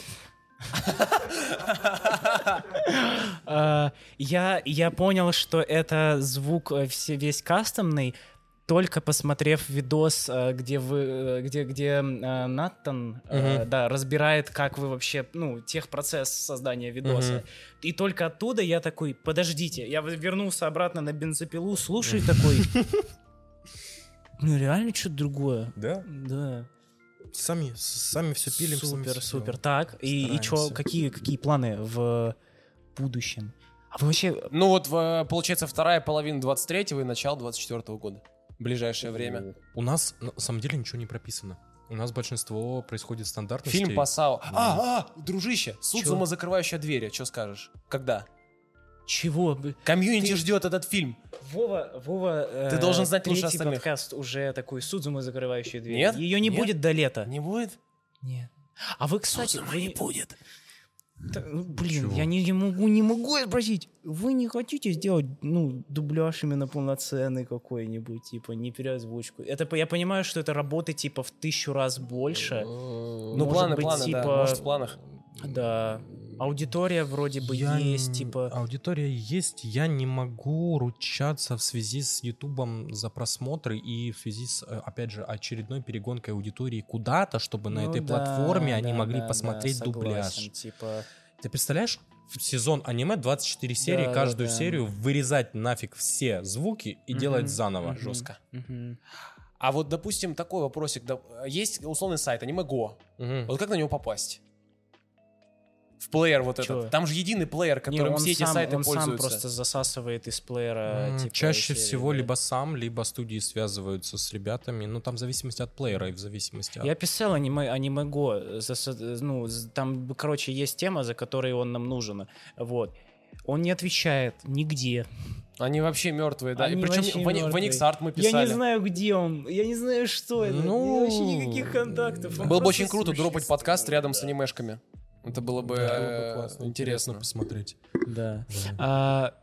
[SPEAKER 2] А, Я я понял, что это звук э, все- весь кастомный, только посмотрев видос, э, где вы, э, где где э, Наттон, э,
[SPEAKER 3] Мгм.
[SPEAKER 2] да, разбирает, как вы вообще, ну, техпроцесс создания видоса.
[SPEAKER 3] Мгм.
[SPEAKER 2] И только оттуда я такой, подождите, я в- вернулся обратно на бензопилу, слушай такой, ну реально что-то другое,
[SPEAKER 3] Да?
[SPEAKER 2] да.
[SPEAKER 3] Сами, с- сами все пилим, сами
[SPEAKER 2] Супер,
[SPEAKER 3] всё
[SPEAKER 2] супер.
[SPEAKER 3] делаем.
[SPEAKER 2] Так, и, и чё,
[SPEAKER 3] Стараемся.
[SPEAKER 2] какие, какие планы в будущем? А вы вообще...
[SPEAKER 4] Ну вот, в, э, получается, вторая половина 23-го и начало 24-го года. Ближайшее время.
[SPEAKER 3] У нас на самом деле ничего не прописано. У нас большинство происходит стандартно.
[SPEAKER 4] Фильм по САО.
[SPEAKER 3] Ну.
[SPEAKER 4] А, а, дружище, суд
[SPEAKER 2] Чё?
[SPEAKER 4] за закрывающая двери. Что скажешь? Когда?
[SPEAKER 2] Чего? б-
[SPEAKER 4] Комьюнити ждет этот фильм.
[SPEAKER 2] Вова, Вова...
[SPEAKER 4] Ты
[SPEAKER 2] э,
[SPEAKER 4] должен знать лучше
[SPEAKER 2] третий
[SPEAKER 4] остальных.
[SPEAKER 2] подкаст уже такой Судзумы, закрывающий дверь.
[SPEAKER 4] Нет?
[SPEAKER 2] Ее не
[SPEAKER 4] Нет?
[SPEAKER 2] будет до лета.
[SPEAKER 4] Не будет?
[SPEAKER 2] Нет. А вы, кстати... Вы... не-
[SPEAKER 4] будет.
[SPEAKER 2] Та- ну, блин,
[SPEAKER 3] Чего?
[SPEAKER 2] я не, не могу, не могу я спросить. Вы не хотите сделать, ну, дубляж именно полноценный какой-нибудь, типа, не переозвучку? Это, по- я понимаю, что это работы, типа, в тысячу раз больше.
[SPEAKER 4] Ну,
[SPEAKER 2] Э, Может
[SPEAKER 4] планы,
[SPEAKER 2] быть,
[SPEAKER 4] планы, да.
[SPEAKER 2] типа-
[SPEAKER 4] Может, в планах.
[SPEAKER 2] Да. Аудитория вроде бы
[SPEAKER 3] Я
[SPEAKER 2] есть,
[SPEAKER 3] н-
[SPEAKER 2] типа...
[SPEAKER 3] Аудитория есть, я не могу ручаться в связи с Ютубом за просмотры и в связи с, э, опять же, очередной перегонкой аудитории куда-то, чтобы на
[SPEAKER 2] Ну
[SPEAKER 3] этой
[SPEAKER 2] да,
[SPEAKER 3] платформе они
[SPEAKER 2] да,
[SPEAKER 3] могли
[SPEAKER 2] да,
[SPEAKER 3] посмотреть
[SPEAKER 2] да, согласен,
[SPEAKER 3] дубляж.
[SPEAKER 2] Типа...
[SPEAKER 3] Ты представляешь? в Сезон аниме 24 серии,
[SPEAKER 2] Да, да,
[SPEAKER 3] каждую
[SPEAKER 2] да.
[SPEAKER 3] серию вырезать нафиг все звуки и делать
[SPEAKER 2] Мгм,
[SPEAKER 3] заново.
[SPEAKER 2] мгм.
[SPEAKER 4] Жестко. А вот, допустим, такой вопросик. доп- Есть условный сайт аниме.го.
[SPEAKER 3] Мгм.
[SPEAKER 4] Вот как на него попасть? В плеер вот
[SPEAKER 2] Чё?
[SPEAKER 4] этот. Там же единый плеер, которым
[SPEAKER 2] он
[SPEAKER 4] ну, все эти
[SPEAKER 2] сам-
[SPEAKER 4] сайты
[SPEAKER 2] он сам
[SPEAKER 4] пользуются.
[SPEAKER 2] просто засасывает из плеера.
[SPEAKER 3] М,
[SPEAKER 2] типа,
[SPEAKER 3] Чаще
[SPEAKER 2] серии,
[SPEAKER 3] всего
[SPEAKER 2] да.
[SPEAKER 3] либо сам, либо студии связываются с ребятами. Ну, там в зависимости от плеера и в зависимости от...
[SPEAKER 2] Я писал аниме, аниме Го, за со- ну, з- там, короче, есть тема, за которой он нам нужен, вот. Он не отвечает нигде.
[SPEAKER 4] Они вообще мертвые, да.
[SPEAKER 2] Они
[SPEAKER 4] и причем
[SPEAKER 2] вообще
[SPEAKER 4] в, Ани- в
[SPEAKER 2] мёртвые.
[SPEAKER 4] Аникс Арт мы
[SPEAKER 2] Я
[SPEAKER 4] писали.
[SPEAKER 2] не знаю, где он, я не знаю, что это,
[SPEAKER 3] Ну, э,
[SPEAKER 2] ну, вообще никаких контактов. он
[SPEAKER 4] Было
[SPEAKER 2] типа,
[SPEAKER 4] бы
[SPEAKER 2] просто
[SPEAKER 4] очень круто дропать
[SPEAKER 2] существует.
[SPEAKER 4] подкаст рядом с анимешками. Это было бы,
[SPEAKER 3] Да, было бы
[SPEAKER 4] э,
[SPEAKER 3] классно,
[SPEAKER 4] интересно.
[SPEAKER 3] посмотреть.
[SPEAKER 2] Да.
[SPEAKER 3] Да.
[SPEAKER 2] А,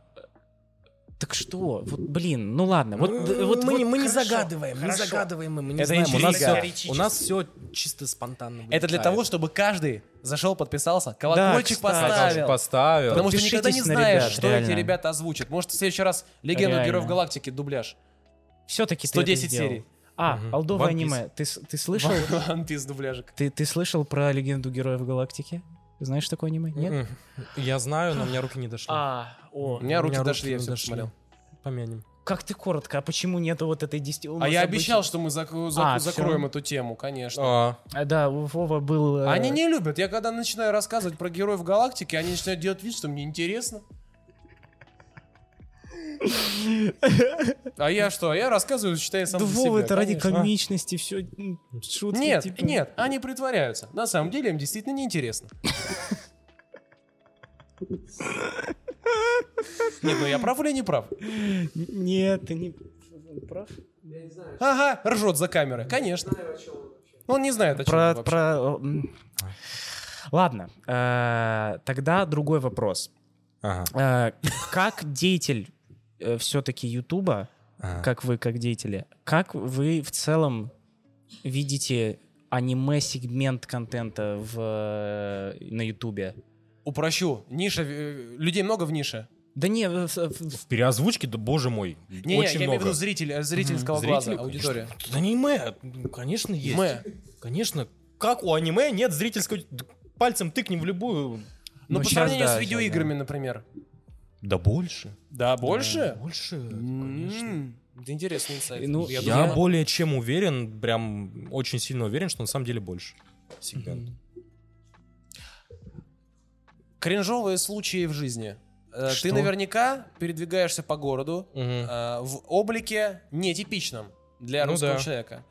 [SPEAKER 2] Так что? Вот, блин, ну ладно.
[SPEAKER 3] А,
[SPEAKER 2] Вот, д- вот,
[SPEAKER 6] мы,
[SPEAKER 2] вот-
[SPEAKER 6] не- мы не
[SPEAKER 2] хорошо,
[SPEAKER 6] загадываем,
[SPEAKER 2] хорошо.
[SPEAKER 6] мы загадываем, мы не
[SPEAKER 2] Это
[SPEAKER 6] знаем. У нас,
[SPEAKER 2] интрига.
[SPEAKER 6] все, у нас все чисто спонтанно.
[SPEAKER 4] Это для
[SPEAKER 6] вылетает.
[SPEAKER 4] того, чтобы каждый зашел, подписался, колокольчик
[SPEAKER 2] кстати.
[SPEAKER 4] поставил.
[SPEAKER 3] Поставил.
[SPEAKER 4] Потому что
[SPEAKER 2] Подпишитесь
[SPEAKER 4] никогда не
[SPEAKER 2] на
[SPEAKER 4] знаешь,
[SPEAKER 2] ребят,
[SPEAKER 4] что эти
[SPEAKER 2] реально.
[SPEAKER 4] ребята озвучат. Может, в следующий раз легенду
[SPEAKER 2] Реально.
[SPEAKER 4] Героев Галактики дубляж.
[SPEAKER 2] Все-таки
[SPEAKER 4] 110 серий.
[SPEAKER 2] А,
[SPEAKER 3] Мгм.
[SPEAKER 2] олдовое
[SPEAKER 3] One Piece.
[SPEAKER 2] аниме. Ты, с- ты слышал?
[SPEAKER 4] One Piece дубляжик.
[SPEAKER 2] Ты, ты слышал про легенду героев галактики? Знаешь такое аниме? Нет?
[SPEAKER 3] М-м. Я знаю, но у меня руки не дошли.
[SPEAKER 2] А,
[SPEAKER 4] У
[SPEAKER 2] о.
[SPEAKER 4] меня руки
[SPEAKER 3] руки
[SPEAKER 4] дошли, я
[SPEAKER 3] не
[SPEAKER 4] все
[SPEAKER 3] дошли.
[SPEAKER 4] посмотрел.
[SPEAKER 3] Помянем.
[SPEAKER 2] Как ты коротко, а почему нету вот этой 10 у
[SPEAKER 4] А
[SPEAKER 2] нас
[SPEAKER 4] я
[SPEAKER 2] обычно-
[SPEAKER 4] обещал, что мы зак- зак-
[SPEAKER 2] А,
[SPEAKER 4] закроем
[SPEAKER 2] всё.
[SPEAKER 4] эту тему, конечно.
[SPEAKER 3] А,
[SPEAKER 2] А, да, у Вова был... э,
[SPEAKER 4] Они не любят. Я когда начинаю рассказывать про героев галактики, они начинают делать вид, что мне интересно. А я что? Я рассказываю, читая сам
[SPEAKER 2] Да
[SPEAKER 4] за
[SPEAKER 2] Вова,
[SPEAKER 4] себя,
[SPEAKER 2] это ради
[SPEAKER 4] конечно.
[SPEAKER 2] комичности, все шутки.
[SPEAKER 4] Нет,
[SPEAKER 2] типа.
[SPEAKER 4] нет, они притворяются. На самом деле им действительно неинтересно. Нет, ну я прав или не прав?
[SPEAKER 2] Н- Нет, ты не... Прав?
[SPEAKER 4] Ага, ржет за камерой, конечно. Он не знает, о чем
[SPEAKER 2] Про...
[SPEAKER 4] он вообще.
[SPEAKER 2] про м. Ладно, э, тогда другой вопрос.
[SPEAKER 3] ага.
[SPEAKER 2] Э, Как деятель все-таки Ютуба,
[SPEAKER 3] Ага.
[SPEAKER 2] как вы, как деятели, как вы в целом видите аниме-сегмент контента в, э, на Ютубе?
[SPEAKER 4] Упрощу. Ниша, э, людей много в нише.
[SPEAKER 2] Да не, в- в- в-
[SPEAKER 3] В переозвучке, да боже мой,
[SPEAKER 4] Не, не, я
[SPEAKER 3] очень
[SPEAKER 4] имею в
[SPEAKER 3] много.
[SPEAKER 4] виду зритель, э, зрительского
[SPEAKER 3] Зрители,
[SPEAKER 4] глаза, Ну,
[SPEAKER 3] конечно.
[SPEAKER 4] аудитория.
[SPEAKER 3] Да аниме, ну, конечно, есть.
[SPEAKER 4] Мэ.
[SPEAKER 3] Конечно. Как у аниме нет зрительского... д- Пальцем тыкнем в любую...
[SPEAKER 4] Ну,
[SPEAKER 2] Ну,
[SPEAKER 4] по
[SPEAKER 2] щас
[SPEAKER 4] сравнению
[SPEAKER 2] да,
[SPEAKER 4] с
[SPEAKER 2] щас
[SPEAKER 4] видеоиграми, например.
[SPEAKER 3] Да больше.
[SPEAKER 4] Да, больше?
[SPEAKER 3] Больше, конечно.
[SPEAKER 4] М, Это интересный инсайт.
[SPEAKER 2] Ну,
[SPEAKER 4] Я
[SPEAKER 3] Я,
[SPEAKER 4] думаю,
[SPEAKER 3] более чем уверен, прям очень сильно уверен, что на самом деле больше. Сегмент.
[SPEAKER 4] Кринжовые случаи в жизни. Э, Ты
[SPEAKER 2] Что?
[SPEAKER 4] наверняка передвигаешься по городу
[SPEAKER 3] Мгм.
[SPEAKER 4] э, в облике нетипичном для
[SPEAKER 3] Ну
[SPEAKER 4] русского
[SPEAKER 3] да.
[SPEAKER 4] человека.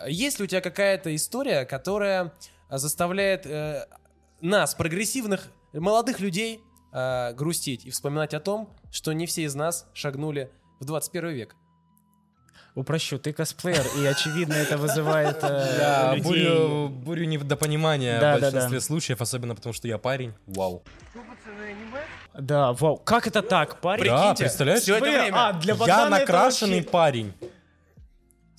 [SPEAKER 4] Э, Есть ли у тебя какая-то история, которая э, заставляет э, нас, прогрессивных молодых людей, э, грустить и вспоминать о том, что не все из нас шагнули в 21 век?
[SPEAKER 2] упрощу, ты косплеер, и очевидно это вызывает э,
[SPEAKER 3] Да,
[SPEAKER 2] людей.
[SPEAKER 3] бурю, бурю недопонимания
[SPEAKER 2] Да,
[SPEAKER 3] в
[SPEAKER 2] да,
[SPEAKER 3] большинстве
[SPEAKER 2] да.
[SPEAKER 3] случаев, особенно потому, что я парень. Вау.
[SPEAKER 2] Да, вау, как это так, парень?
[SPEAKER 3] да,
[SPEAKER 4] Прикиньте,
[SPEAKER 3] представляешь?
[SPEAKER 4] всё это
[SPEAKER 2] Блин,
[SPEAKER 4] время.
[SPEAKER 2] а, для
[SPEAKER 3] я
[SPEAKER 2] Богдана это
[SPEAKER 3] накрашенный
[SPEAKER 2] вообще-
[SPEAKER 3] парень.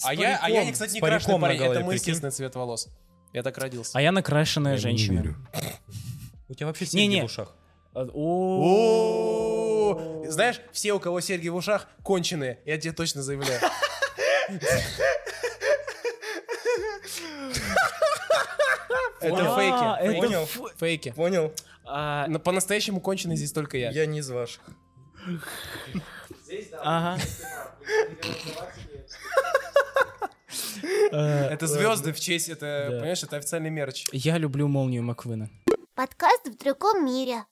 [SPEAKER 4] А я, а я,
[SPEAKER 3] париком,
[SPEAKER 4] кстати, не
[SPEAKER 3] с париком
[SPEAKER 4] крашеный
[SPEAKER 3] на
[SPEAKER 4] парень, это
[SPEAKER 3] голове,
[SPEAKER 4] мой
[SPEAKER 3] прикинь.
[SPEAKER 4] естественный цвет волос. Я так родился.
[SPEAKER 2] А я накрашенная женщина.
[SPEAKER 3] У тебя вообще серьги
[SPEAKER 2] Не-не.
[SPEAKER 3] в ушах.
[SPEAKER 2] А, о.
[SPEAKER 4] О, Знаешь, все, у кого серьги в ушах, конченые. Я тебе точно заявляю. Это
[SPEAKER 2] А,
[SPEAKER 4] фейки.
[SPEAKER 2] это
[SPEAKER 3] Понял.
[SPEAKER 2] ф-
[SPEAKER 4] Фейки.
[SPEAKER 3] Понял.
[SPEAKER 2] а,
[SPEAKER 4] Но По-настоящему конченый здесь только я.
[SPEAKER 3] Я не из ваших.
[SPEAKER 2] Ага.
[SPEAKER 4] Это звезды в честь, это,
[SPEAKER 2] Да.
[SPEAKER 4] понимаешь, это официальный мерч.
[SPEAKER 2] Э, Я люблю молнию Маквина.
[SPEAKER 1] Подкаст в другом мире.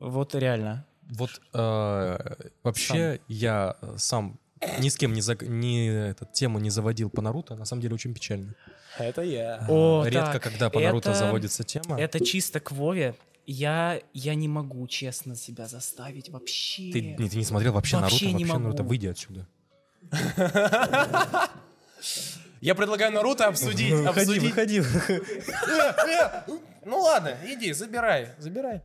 [SPEAKER 2] Вот реально.
[SPEAKER 3] Вот э, вообще я э, сам ни с кем не, заг- не этот, тему не заводил по Наруто. На самом деле очень печально.
[SPEAKER 4] Это я.
[SPEAKER 2] О,
[SPEAKER 3] Редко,
[SPEAKER 2] так.
[SPEAKER 3] когда по
[SPEAKER 2] Это-
[SPEAKER 3] Наруто заводится тема.
[SPEAKER 2] Это чисто к Вове. Я, я не могу честно себя заставить вообще. Ну,
[SPEAKER 3] Ты, не, ты не смотрел вообще,
[SPEAKER 2] Вообще
[SPEAKER 3] Наруто?
[SPEAKER 2] не
[SPEAKER 3] вообще
[SPEAKER 2] могу.
[SPEAKER 3] Наруто, выйди отсюда.
[SPEAKER 4] Я предлагаю Наруто обсудить. обсудить. Э,
[SPEAKER 3] выходи.
[SPEAKER 4] Ну ладно, иди, забирай, забирай.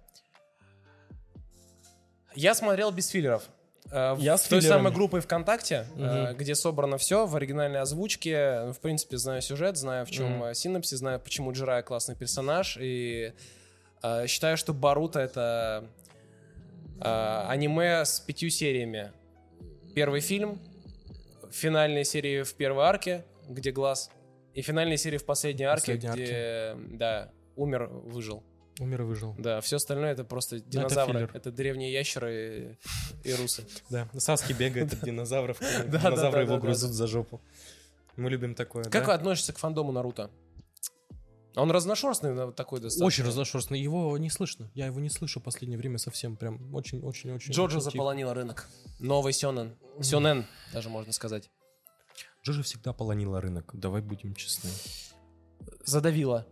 [SPEAKER 4] Я смотрел без филлеров. Э, в
[SPEAKER 3] Я с
[SPEAKER 4] той
[SPEAKER 3] филлерами.
[SPEAKER 4] самой группой ВКонтакте, э, где собрано все в оригинальной озвучке. Ну, В принципе, знаю сюжет, знаю, в чем э, синапсис, знаю, почему Джирая классный персонаж. И э, считаю, что Баруто это э, аниме с пятью сериями. Первый фильм, финальные серии в первой арке, где глаз, и финальные серии в последней арке,
[SPEAKER 3] Последней
[SPEAKER 4] где да, умер, выжил.
[SPEAKER 3] Умер и выжил.
[SPEAKER 4] Да, все остальное это просто динозавры.
[SPEAKER 3] филлер.
[SPEAKER 4] это, древние ящеры и, и русы.
[SPEAKER 3] Да. Саски бегает от динозавров.
[SPEAKER 4] да,
[SPEAKER 3] Динозавры
[SPEAKER 4] да,
[SPEAKER 3] его
[SPEAKER 4] да,
[SPEAKER 3] грызут за жопу. Мы любим такое.
[SPEAKER 4] Как вы
[SPEAKER 3] да?
[SPEAKER 4] относитесь к фандому Наруто? Он разношерстный на- такой достаточно.
[SPEAKER 3] Очень разношерстный. Его не слышно. Я его не слышу в последнее время совсем. Прям очень-очень-очень.
[SPEAKER 4] Джоджо
[SPEAKER 3] очень тихо.
[SPEAKER 4] заполонил рынок. Новый Сёнэн. Сёнэн, даже можно сказать.
[SPEAKER 3] Джоджо всегда полонила рынок. Давай будем честны.
[SPEAKER 4] Задавила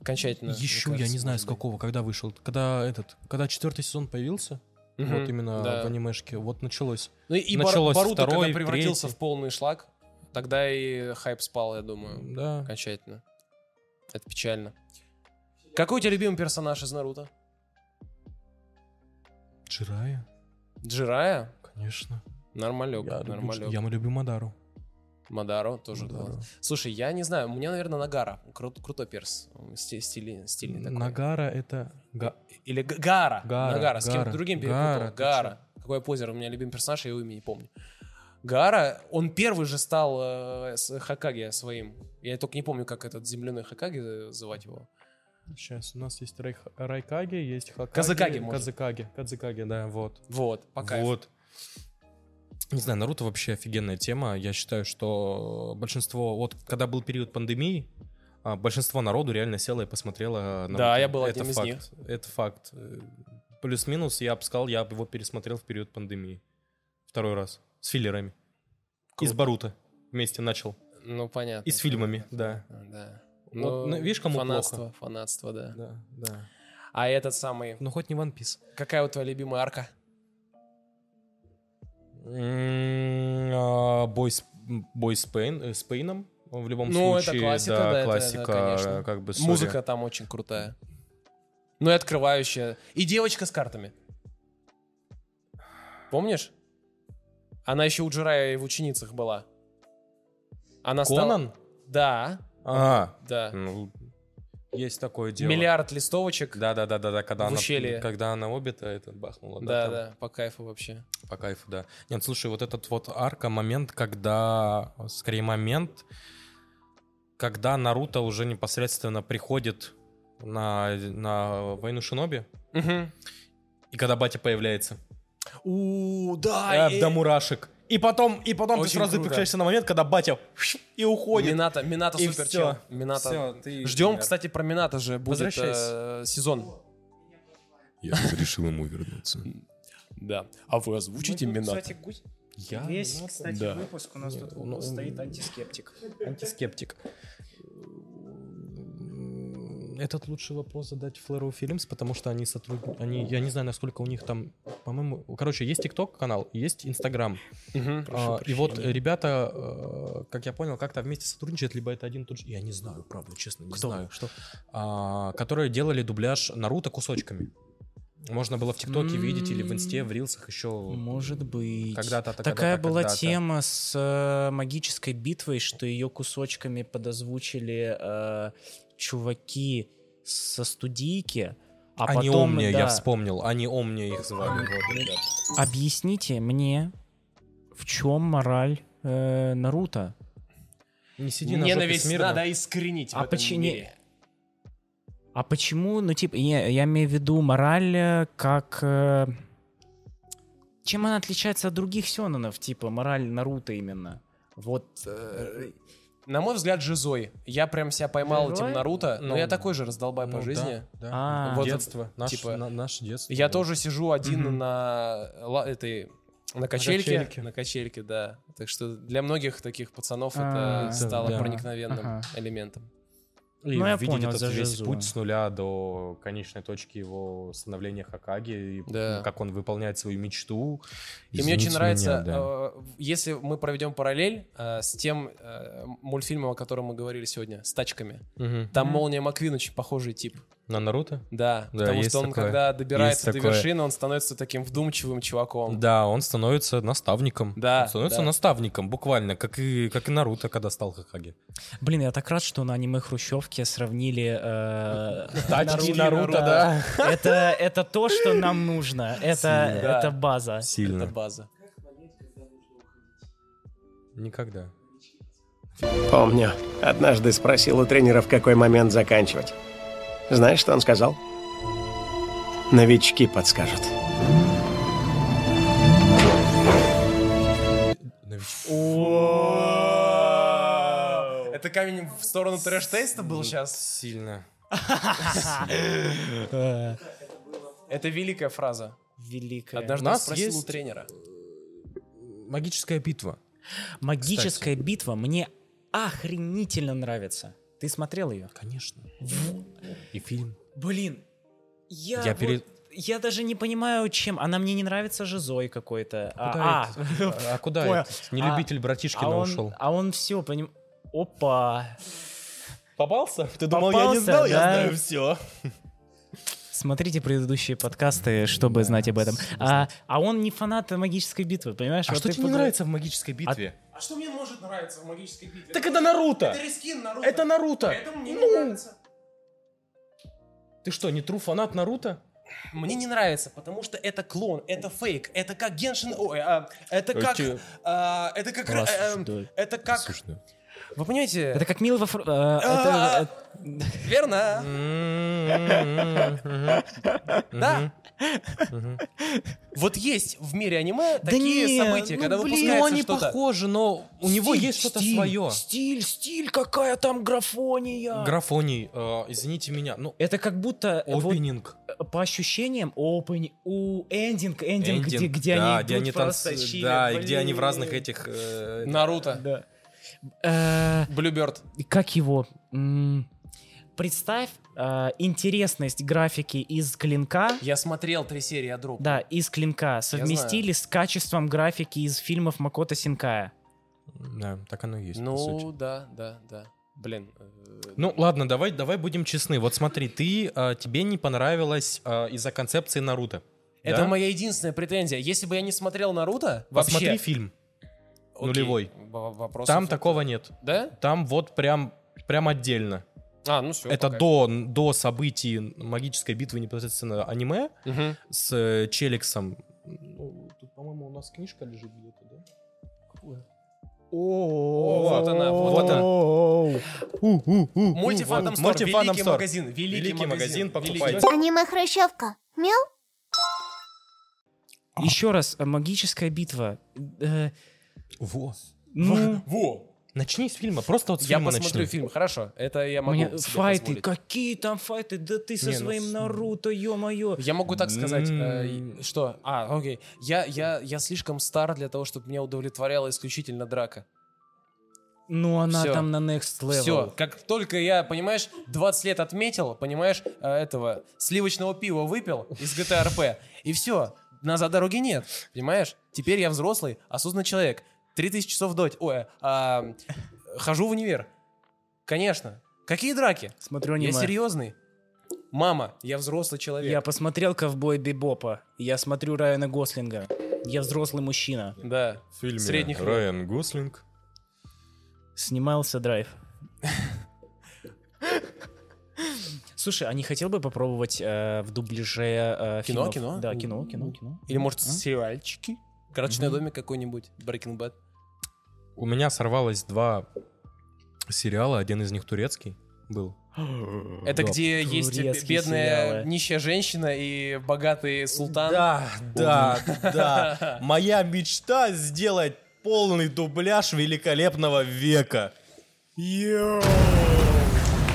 [SPEAKER 4] окончательно. мне
[SPEAKER 3] Еще я
[SPEAKER 4] кажется,
[SPEAKER 3] не знаю,
[SPEAKER 4] может
[SPEAKER 3] с
[SPEAKER 4] быть.
[SPEAKER 3] какого, когда вышел. Когда этот, когда четвертый сезон появился,
[SPEAKER 4] Мгм,
[SPEAKER 3] вот именно
[SPEAKER 4] да.
[SPEAKER 3] в анимешке, вот началось.
[SPEAKER 4] Ну и- и Бар-
[SPEAKER 3] Началось
[SPEAKER 4] Баруто, когда
[SPEAKER 3] второй,
[SPEAKER 4] превратился
[SPEAKER 3] третий.
[SPEAKER 4] в полный шлак, тогда и хайп спал, я думаю,
[SPEAKER 3] Да.
[SPEAKER 4] окончательно. Это печально. Какой у тебя любимый персонаж из Наруто?
[SPEAKER 6] Джирая?
[SPEAKER 4] Джирая?
[SPEAKER 6] Конечно.
[SPEAKER 4] Нормалек,
[SPEAKER 6] Я люблю,
[SPEAKER 4] нормалек.
[SPEAKER 6] я люблю Мадару.
[SPEAKER 4] Мадаро тоже
[SPEAKER 6] Мадаро.
[SPEAKER 4] класс. Слушай, я не знаю, у меня, наверное, Нагара. Крут- крутой перс. Он сти- стильный, стильный такой.
[SPEAKER 6] Нагара это... га-
[SPEAKER 4] Или Г- Гара.
[SPEAKER 6] Гара,
[SPEAKER 4] Нагара. С кем-то
[SPEAKER 6] Гара,
[SPEAKER 4] другим
[SPEAKER 6] Гара,
[SPEAKER 4] перепутал.
[SPEAKER 6] ты
[SPEAKER 4] Гара. Какой позер, у меня любимый персонаж, я его имя не помню. Гара, он первый же стал э, с Хакаги своим. Я только не помню, как этот земляной Хакаги э, звать его.
[SPEAKER 6] Сейчас, у нас есть Райх- Райкаги, есть Хакаги.
[SPEAKER 4] Казакаги, может.
[SPEAKER 6] Казакаги, Казакаги, да, вот.
[SPEAKER 4] Вот, пока.
[SPEAKER 3] Вот. Не знаю, Наруто вообще офигенная тема. Я считаю, что большинство... Вот когда был период пандемии, а, большинство народу реально село и посмотрело Наруто.
[SPEAKER 4] Да, я был
[SPEAKER 3] Это
[SPEAKER 4] одним из
[SPEAKER 3] факт.
[SPEAKER 4] них.
[SPEAKER 3] Это факт. Э, Плюс-минус, я бы сказал, я бы его пересмотрел в период пандемии. Второй раз. С филлерами. И с
[SPEAKER 4] Круто.
[SPEAKER 3] Баруто вместе начал.
[SPEAKER 4] Ну, понятно.
[SPEAKER 3] И с фильмами, да.
[SPEAKER 4] Да.
[SPEAKER 3] Вот, ну, видишь, кому
[SPEAKER 4] фанатство,
[SPEAKER 3] плохо?
[SPEAKER 4] фанатство, да.
[SPEAKER 3] Да, да.
[SPEAKER 4] А этот самый,
[SPEAKER 3] Ну, хоть не One Piece.
[SPEAKER 4] какая у твоя любимая арка?
[SPEAKER 3] М, а, Бой с бой с Пейн- э, с Пейном в любом
[SPEAKER 4] Ну, это
[SPEAKER 3] случае.
[SPEAKER 4] классика,
[SPEAKER 3] да,
[SPEAKER 4] да, это-
[SPEAKER 3] классика,
[SPEAKER 4] это, конечно.
[SPEAKER 3] как бы сори.
[SPEAKER 4] Музыка там очень крутая. Ну и открывающая. И девочка с картами. Помнишь? Она еще у Джирая и в ученицах была. Она стала-
[SPEAKER 3] Конан?
[SPEAKER 4] Да,
[SPEAKER 3] А,
[SPEAKER 4] да.
[SPEAKER 3] ну, есть такое дело.
[SPEAKER 4] Миллиард листовочек.
[SPEAKER 3] Да, да, да, да, да, когда
[SPEAKER 4] В
[SPEAKER 3] она,
[SPEAKER 4] ущелье.
[SPEAKER 3] когда она обита, это бахнула.
[SPEAKER 4] да,
[SPEAKER 3] там.
[SPEAKER 4] да, по кайфу вообще.
[SPEAKER 3] По кайфу, да. Нет, слушай, вот этот вот арка момент, когда, скорее момент, когда Наруто уже непосредственно приходит на, на войну Шиноби, и когда батя появляется.
[SPEAKER 4] У,
[SPEAKER 3] Э,
[SPEAKER 4] да. А, и-
[SPEAKER 3] до мурашек. И потом, и потом ты
[SPEAKER 4] Очень
[SPEAKER 3] сразу
[SPEAKER 4] круто.
[SPEAKER 3] переключаешься на момент, когда батя и уходит.
[SPEAKER 4] Минато, Минато
[SPEAKER 3] И
[SPEAKER 4] супер
[SPEAKER 3] всё.
[SPEAKER 4] чел. Минато.
[SPEAKER 3] Всё, ты
[SPEAKER 4] Ждем,
[SPEAKER 3] пример.
[SPEAKER 4] кстати, про Минато же будет
[SPEAKER 3] Возвращайся.
[SPEAKER 4] э, сезон.
[SPEAKER 6] Я разрешил ему вернуться.
[SPEAKER 4] Да. А вы озвучите
[SPEAKER 2] Ну, Кстати, гусь-
[SPEAKER 3] Я
[SPEAKER 2] весь, кстати,
[SPEAKER 4] да.
[SPEAKER 2] выпуск у нас тут
[SPEAKER 3] ну,
[SPEAKER 2] вот стоит антискептик.
[SPEAKER 3] антискептик. Этот лучший вопрос задать Флэру Филимс, потому что они сотрудничают. Они, я не знаю, насколько у них там, по-моему, короче, есть ТикТок канал, есть Инстаграм. А, и вот э, ребята, э, как я понял, как-то вместе сотрудничают, либо это один тот же. Я не знаю, правда, честно, не знаю. Что? а, которые делали дубляж Наруто кусочками. Можно было в ТикТоке
[SPEAKER 2] М.
[SPEAKER 3] видеть или в Инсте, в Рилсах еще.
[SPEAKER 2] Ну, Может быть.
[SPEAKER 3] Когда-то, когда-то,
[SPEAKER 2] Такая была
[SPEAKER 3] когда-то.
[SPEAKER 2] тема с э, магической битвой, что ее кусочками подозвучили э, чуваки со студийки, а
[SPEAKER 3] Они
[SPEAKER 2] потом,
[SPEAKER 3] Омния,
[SPEAKER 2] да,
[SPEAKER 3] я вспомнил. Они Омния их звали. Вот, ребят.
[SPEAKER 2] объясните мне, в чем мораль э, Наруто?
[SPEAKER 3] Не сиди на жопе
[SPEAKER 4] Ненависть
[SPEAKER 3] смирно.
[SPEAKER 4] надо искоренить
[SPEAKER 2] А
[SPEAKER 4] в этом
[SPEAKER 2] почему-
[SPEAKER 4] мире.
[SPEAKER 2] А почему, ну, типа, не, я имею в виду мораль э, как... э, чем она отличается от других сёнонов, типа, мораль Наруто именно? Вот... э,
[SPEAKER 4] На мой взгляд, Жизой. Я прям себя поймал
[SPEAKER 2] Жизой?
[SPEAKER 4] этим Наруто, но
[SPEAKER 3] Ну,
[SPEAKER 4] я такой же раздолбай
[SPEAKER 3] Ну
[SPEAKER 4] по
[SPEAKER 3] да,
[SPEAKER 4] жизни.
[SPEAKER 3] да.
[SPEAKER 2] А.
[SPEAKER 4] Вот
[SPEAKER 3] детство. Наше,
[SPEAKER 4] типа,
[SPEAKER 3] на- наше детство.
[SPEAKER 4] Я
[SPEAKER 3] вот.
[SPEAKER 4] тоже сижу один
[SPEAKER 2] Мгм.
[SPEAKER 4] на ла- этой на качельке, на
[SPEAKER 3] качельке.
[SPEAKER 4] качельке, да. Так что для многих таких пацанов
[SPEAKER 2] А,
[SPEAKER 4] это стало
[SPEAKER 3] да.
[SPEAKER 4] проникновенным
[SPEAKER 2] Ага.
[SPEAKER 4] элементом.
[SPEAKER 3] И
[SPEAKER 2] Ну, я
[SPEAKER 3] видеть
[SPEAKER 2] понял,
[SPEAKER 3] этот
[SPEAKER 2] за
[SPEAKER 3] весь
[SPEAKER 2] Жизу.
[SPEAKER 3] путь с нуля до конечной точки его становления Хакаги, и
[SPEAKER 4] Да.
[SPEAKER 3] ну, как он выполняет свою мечту.
[SPEAKER 4] И мне очень
[SPEAKER 3] Извините
[SPEAKER 4] нравится,
[SPEAKER 3] меня, да.
[SPEAKER 4] э, если мы проведем параллель э, с тем э, мультфильмом, о котором мы говорили сегодня, с тачками. Там
[SPEAKER 2] Мгм.
[SPEAKER 4] Молния Маквин очень похожий тип.
[SPEAKER 3] На Наруто?
[SPEAKER 4] Да,
[SPEAKER 3] Да,
[SPEAKER 4] потому
[SPEAKER 3] есть
[SPEAKER 4] что он,
[SPEAKER 3] такое.
[SPEAKER 4] когда добирается
[SPEAKER 3] Есть
[SPEAKER 4] до
[SPEAKER 3] такое.
[SPEAKER 4] вершины, он становится таким вдумчивым чуваком.
[SPEAKER 3] Да, он становится наставником.
[SPEAKER 4] Да,
[SPEAKER 3] Он становится
[SPEAKER 4] да.
[SPEAKER 3] наставником, буквально, как и, как и Наруто, когда стал Хакаги.
[SPEAKER 2] Блин, я так рад, что на аниме Хрущевке сравнили э,
[SPEAKER 3] Тачки Наруто,
[SPEAKER 4] да.
[SPEAKER 2] Это это то, что нам нужно. Это
[SPEAKER 4] Да.
[SPEAKER 2] это база.
[SPEAKER 4] Это
[SPEAKER 3] Сильно.
[SPEAKER 4] база.
[SPEAKER 3] Никогда.
[SPEAKER 7] Помню. Однажды спросил у тренера, в какой момент заканчивать. Знаешь, что он сказал? Новички подскажут.
[SPEAKER 4] Это камень в сторону трэш-теста был сейчас?
[SPEAKER 3] Сильно.
[SPEAKER 4] Это великая фраза.
[SPEAKER 2] Великая.
[SPEAKER 4] Однажды
[SPEAKER 3] У нас
[SPEAKER 4] спросил
[SPEAKER 3] есть-
[SPEAKER 4] у тренера.
[SPEAKER 3] Магическая битва.
[SPEAKER 2] Магическая битва мне охренительно нравится. Ты смотрел ее?
[SPEAKER 3] Конечно. И фильм.
[SPEAKER 2] Блин, я,
[SPEAKER 3] Я
[SPEAKER 2] вот-
[SPEAKER 3] пере-
[SPEAKER 2] я даже не понимаю, чем. Она мне не нравится Жизой какой-то. А,
[SPEAKER 3] Куда
[SPEAKER 2] а,
[SPEAKER 3] этот? А куда
[SPEAKER 2] Понял.
[SPEAKER 3] этот? Не любитель братишкина
[SPEAKER 2] а он,
[SPEAKER 3] ушел.
[SPEAKER 2] а он все, поним... Опа.
[SPEAKER 3] Попался? Ты
[SPEAKER 2] думал, я не Попался, знал? Я да. знаю
[SPEAKER 3] все.
[SPEAKER 2] Смотрите предыдущие подкасты, чтобы знать об этом. А, а он не фанат магической битвы, понимаешь?
[SPEAKER 3] А
[SPEAKER 2] Вот
[SPEAKER 3] что
[SPEAKER 2] ты
[SPEAKER 3] тебе не
[SPEAKER 2] подра-
[SPEAKER 3] нравится в магической битве?
[SPEAKER 4] А что мне может нравиться в магической битве?
[SPEAKER 3] Так это Наруто!
[SPEAKER 4] Это рискин Наруто.
[SPEAKER 3] Это Наруто!
[SPEAKER 4] Поэтому мне не
[SPEAKER 3] Ну,
[SPEAKER 4] нравится.
[SPEAKER 3] ты что, не тру фанат Наруто?
[SPEAKER 4] Мне не нравится, потому что это клон, это фейк, это как Геншин... Ой, а, это
[SPEAKER 3] Ой,
[SPEAKER 4] как...
[SPEAKER 3] ты-
[SPEAKER 4] а, это как... э, э, это как... Вы понимаете?
[SPEAKER 2] Это как мило во Фр- а,
[SPEAKER 4] А,
[SPEAKER 2] это-
[SPEAKER 4] Верно. Да. Вот есть в мире аниме такие
[SPEAKER 2] не,
[SPEAKER 4] события,
[SPEAKER 2] ну,
[SPEAKER 4] когда
[SPEAKER 2] блин,
[SPEAKER 3] Ну,
[SPEAKER 4] выпускается
[SPEAKER 3] они
[SPEAKER 4] что-то.
[SPEAKER 3] похожи, но у него есть что-то свое.
[SPEAKER 2] Стиль, стиль, какая там графония.
[SPEAKER 3] Графоний, э, извините меня, ну,
[SPEAKER 2] Это как будто э, вот,
[SPEAKER 3] опенинг.
[SPEAKER 2] э, по ощущениям опень, у эндинг, эндинг, где,
[SPEAKER 3] Эндинг,
[SPEAKER 2] где
[SPEAKER 3] да,
[SPEAKER 2] они
[SPEAKER 3] где
[SPEAKER 2] идут
[SPEAKER 3] они
[SPEAKER 2] просто
[SPEAKER 3] танцуют,
[SPEAKER 2] чилят,
[SPEAKER 3] Да, и где они в
[SPEAKER 2] блин.
[SPEAKER 3] разных этих... э,
[SPEAKER 4] Наруто,
[SPEAKER 2] Да. Э,
[SPEAKER 4] Блюберт.
[SPEAKER 2] как его? М, Представь э, интересность графики из клинка.
[SPEAKER 4] Я смотрел три серии о друг.
[SPEAKER 2] Да, из клинка совместили с качеством графики из фильмов Макота Синкая.
[SPEAKER 3] Да, так оно и есть, по сути.
[SPEAKER 4] Ну, да, да, да. Блин. э,
[SPEAKER 3] Ну ладно, давай, давай будем честны. Вот смотри, ты а, тебе не понравилось а, из-за концепции Наруто.
[SPEAKER 4] Это
[SPEAKER 3] Да?
[SPEAKER 4] моя единственная претензия. Если бы я не смотрел Наруто, вообще...
[SPEAKER 3] Посмотри фильм
[SPEAKER 4] Окей.
[SPEAKER 3] нулевой.
[SPEAKER 4] В- Вопросов...
[SPEAKER 3] Там такого нет.
[SPEAKER 4] Да?
[SPEAKER 3] Там вот прям прям отдельно.
[SPEAKER 4] А, ну все.
[SPEAKER 3] Это до, до событий магической битвы непосредственно аниме с э, Челиксом. Ну, тут, по-моему, у нас книжка лежит где-то, да?
[SPEAKER 4] О, вот она, вот она. Мультифандом Store,
[SPEAKER 3] Мультифандом
[SPEAKER 4] великий
[SPEAKER 3] Store.
[SPEAKER 4] магазин, великий,
[SPEAKER 3] Великий магазин,
[SPEAKER 4] великий
[SPEAKER 3] покупайте.
[SPEAKER 1] Аниме хрущевка. Мяу.
[SPEAKER 4] А.
[SPEAKER 2] Еще раз, э, магическая битва. Э,
[SPEAKER 3] Во.
[SPEAKER 2] ну,
[SPEAKER 4] Во!
[SPEAKER 3] Начни с фильма, просто вот с
[SPEAKER 4] Я
[SPEAKER 3] фильма
[SPEAKER 4] посмотрю
[SPEAKER 3] начни.
[SPEAKER 4] фильм, хорошо. Это я могу
[SPEAKER 2] мне
[SPEAKER 4] себе
[SPEAKER 2] файты,
[SPEAKER 4] позволить.
[SPEAKER 2] какие там файты? Да ты со
[SPEAKER 3] Не, ну,
[SPEAKER 2] своим
[SPEAKER 3] с-
[SPEAKER 2] Наруто, ё-моё.
[SPEAKER 4] Я могу так сказать, э,
[SPEAKER 3] М.
[SPEAKER 4] и- что... А, окей. Я, я, я слишком стар для того, чтобы меня удовлетворяла исключительно драка.
[SPEAKER 2] Ну, она
[SPEAKER 4] Всё.
[SPEAKER 2] там на next level.
[SPEAKER 4] Все, как только я, понимаешь, 20 лет отметил, понимаешь, э, этого сливочного пива выпил из GTA RP, и все, назад дороги нет, понимаешь? Теперь я взрослый, осознанный человек, 3000 часов доть, ой, а, хожу в универ. Конечно. Какие драки?
[SPEAKER 2] Смотрю
[SPEAKER 4] Я
[SPEAKER 2] аниме.
[SPEAKER 4] серьезный. Мама, я взрослый человек.
[SPEAKER 2] Я посмотрел «Ковбой Бибопа». Я смотрю Райана Гослинга. Я взрослый мужчина.
[SPEAKER 4] Да.
[SPEAKER 8] В фильме
[SPEAKER 4] Средних лет.
[SPEAKER 8] Райан Гослинг.
[SPEAKER 2] Снимался драйв. Слушай, а не хотел бы попробовать э, в дубляже э,
[SPEAKER 4] Кино,
[SPEAKER 2] фильмов?
[SPEAKER 4] кино? ну,
[SPEAKER 2] Да, кино, кино, кино.
[SPEAKER 4] Или, может,
[SPEAKER 2] А?
[SPEAKER 4] сериальчики? Карточный домик какой-нибудь, Breaking Bad.
[SPEAKER 3] У меня сорвалось два сериала, один из них турецкий был.
[SPEAKER 4] Это
[SPEAKER 3] Да.
[SPEAKER 4] где есть бе-
[SPEAKER 2] Турецкие
[SPEAKER 4] бедная
[SPEAKER 2] сериалы.
[SPEAKER 4] нищая женщина и богатый султан.
[SPEAKER 3] Да, да, да. Моя мечта сделать полный дубляж великолепного века. Йоу.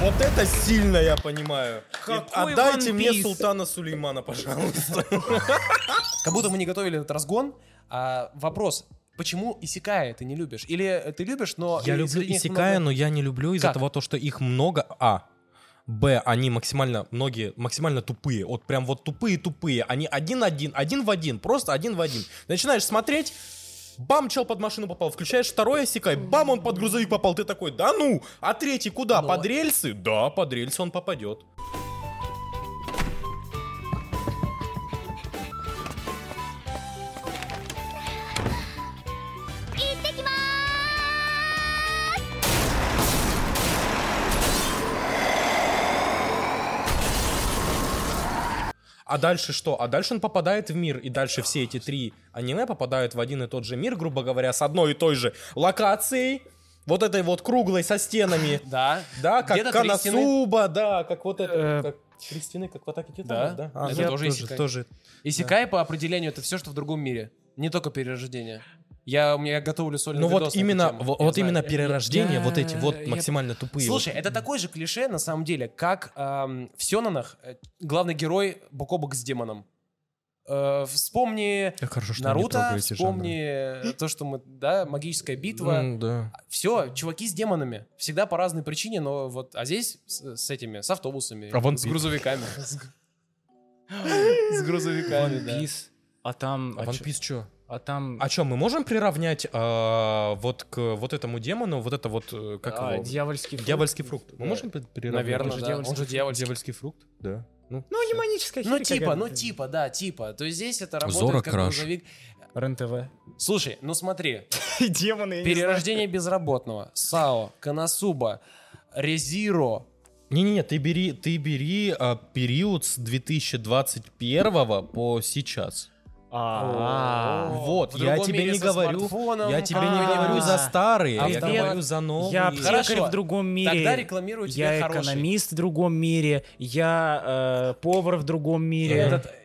[SPEAKER 3] Вот это сильно я понимаю. И
[SPEAKER 2] Какой
[SPEAKER 3] отдайте
[SPEAKER 2] One
[SPEAKER 3] мне
[SPEAKER 2] Piece?
[SPEAKER 3] султана Сулеймана, пожалуйста.
[SPEAKER 4] Как будто мы не готовили этот разгон. А вопрос, почему Исикая ты не любишь? Или э, ты любишь, но...
[SPEAKER 3] Я
[SPEAKER 4] и
[SPEAKER 3] люблю
[SPEAKER 4] среди них
[SPEAKER 3] Исикая,
[SPEAKER 4] много-
[SPEAKER 3] но я не люблю из-за
[SPEAKER 4] Как?
[SPEAKER 3] того, то, что их много, а. Б, они максимально, многие максимально тупые, вот прям вот тупые-тупые, они один-один, один в один, просто один в один. Начинаешь смотреть, бам, чел под машину попал, включаешь второй Исикай, бам, он под грузовик попал, ты такой, да ну, а третий куда,
[SPEAKER 4] Ну,
[SPEAKER 3] под рельсы? Да, под рельсы он попадет. А дальше что? А дальше он попадает в мир, и дальше все эти три аниме попадают в один и тот же мир, грубо говоря, с одной и той же локацией, вот этой вот круглой со стенами.
[SPEAKER 4] Да.
[SPEAKER 3] Да,
[SPEAKER 4] Где-то
[SPEAKER 3] как
[SPEAKER 4] три стены.
[SPEAKER 3] Канасуба, да, как вот это.
[SPEAKER 2] Э,
[SPEAKER 3] как Три стены, как в атаке
[SPEAKER 4] да. А,
[SPEAKER 3] Титанов, да?
[SPEAKER 4] Это
[SPEAKER 3] ну,
[SPEAKER 4] тоже
[SPEAKER 3] тоже,
[SPEAKER 4] Исикай.
[SPEAKER 3] тоже.
[SPEAKER 4] Исикая по определению это все, что в другом мире. Не только перерождение. Я, у меня я готовлю сольный
[SPEAKER 3] Ну
[SPEAKER 4] видос
[SPEAKER 3] вот
[SPEAKER 4] на эту
[SPEAKER 3] именно,
[SPEAKER 4] тему.
[SPEAKER 3] вот,
[SPEAKER 4] Я
[SPEAKER 3] вот
[SPEAKER 4] знаю.
[SPEAKER 3] именно перерождение,
[SPEAKER 2] Я-
[SPEAKER 3] вот эти вот
[SPEAKER 2] я-
[SPEAKER 3] максимально тупые.
[SPEAKER 4] Слушай, это такое же клише, на самом деле, как эм, в Сёнанах э, главный герой бок о бок с демоном. Э, вспомни
[SPEAKER 3] Как хорошо, что не
[SPEAKER 4] Наруто,
[SPEAKER 3] трогаете
[SPEAKER 4] вспомни э, то, что мы, да, магическая битва.
[SPEAKER 3] да.
[SPEAKER 4] Все, чуваки с демонами. Всегда по разной причине, но вот... А здесь с, с этими, с автобусами,
[SPEAKER 3] А One
[SPEAKER 4] с
[SPEAKER 3] Piece?
[SPEAKER 4] грузовиками. С г- С грузовиками,
[SPEAKER 2] One
[SPEAKER 4] да.
[SPEAKER 2] Piece. А там...
[SPEAKER 3] А
[SPEAKER 2] а
[SPEAKER 3] One
[SPEAKER 2] чё-
[SPEAKER 3] Piece чё?
[SPEAKER 2] А там...
[SPEAKER 3] А что, мы можем приравнять а, вот к вот этому демону, вот это вот, э, как
[SPEAKER 2] а,
[SPEAKER 3] его?
[SPEAKER 2] дьявольский фрукт.
[SPEAKER 3] Дьявольский фрукт. Мы
[SPEAKER 2] Да.
[SPEAKER 3] можем при- приравнять?
[SPEAKER 4] Наверное,
[SPEAKER 3] Это же
[SPEAKER 4] да. Он же дьявольский.
[SPEAKER 3] Дьявольский фрукт? Да.
[SPEAKER 9] Ну,
[SPEAKER 2] Ну, демоническая
[SPEAKER 4] Ну,
[SPEAKER 2] херня
[SPEAKER 4] типа,
[SPEAKER 2] какая-то.
[SPEAKER 4] ну, типа, да, типа. То есть здесь это
[SPEAKER 9] Зора
[SPEAKER 4] работает как
[SPEAKER 9] Краш.
[SPEAKER 4] грузовик.
[SPEAKER 2] РЕН-ТВ.
[SPEAKER 4] Слушай, ну смотри.
[SPEAKER 2] Демоны, я не знаю.
[SPEAKER 4] Перерождение безработного, САО, Коносуба, Резиро.
[SPEAKER 9] Не-не-не, ты бери, ты бери а, период с 2021 по сейчас.
[SPEAKER 2] А.
[SPEAKER 9] Вот,
[SPEAKER 4] В
[SPEAKER 9] я
[SPEAKER 4] другом
[SPEAKER 9] тебе
[SPEAKER 4] мире
[SPEAKER 9] не
[SPEAKER 4] со
[SPEAKER 9] говорю,
[SPEAKER 4] смартфоном,
[SPEAKER 9] я тебе не
[SPEAKER 2] а,
[SPEAKER 9] говорю за старые,
[SPEAKER 4] а
[SPEAKER 9] я
[SPEAKER 4] вдруг-
[SPEAKER 9] говорю за новые.
[SPEAKER 2] Я аптекарь
[SPEAKER 4] Хорошо.
[SPEAKER 2] в другом мире.
[SPEAKER 4] Тогда рекламирую тебе
[SPEAKER 2] Я
[SPEAKER 4] хороший.
[SPEAKER 2] экономист в другом мире. Я э, повар в другом мире.
[SPEAKER 4] Этот э,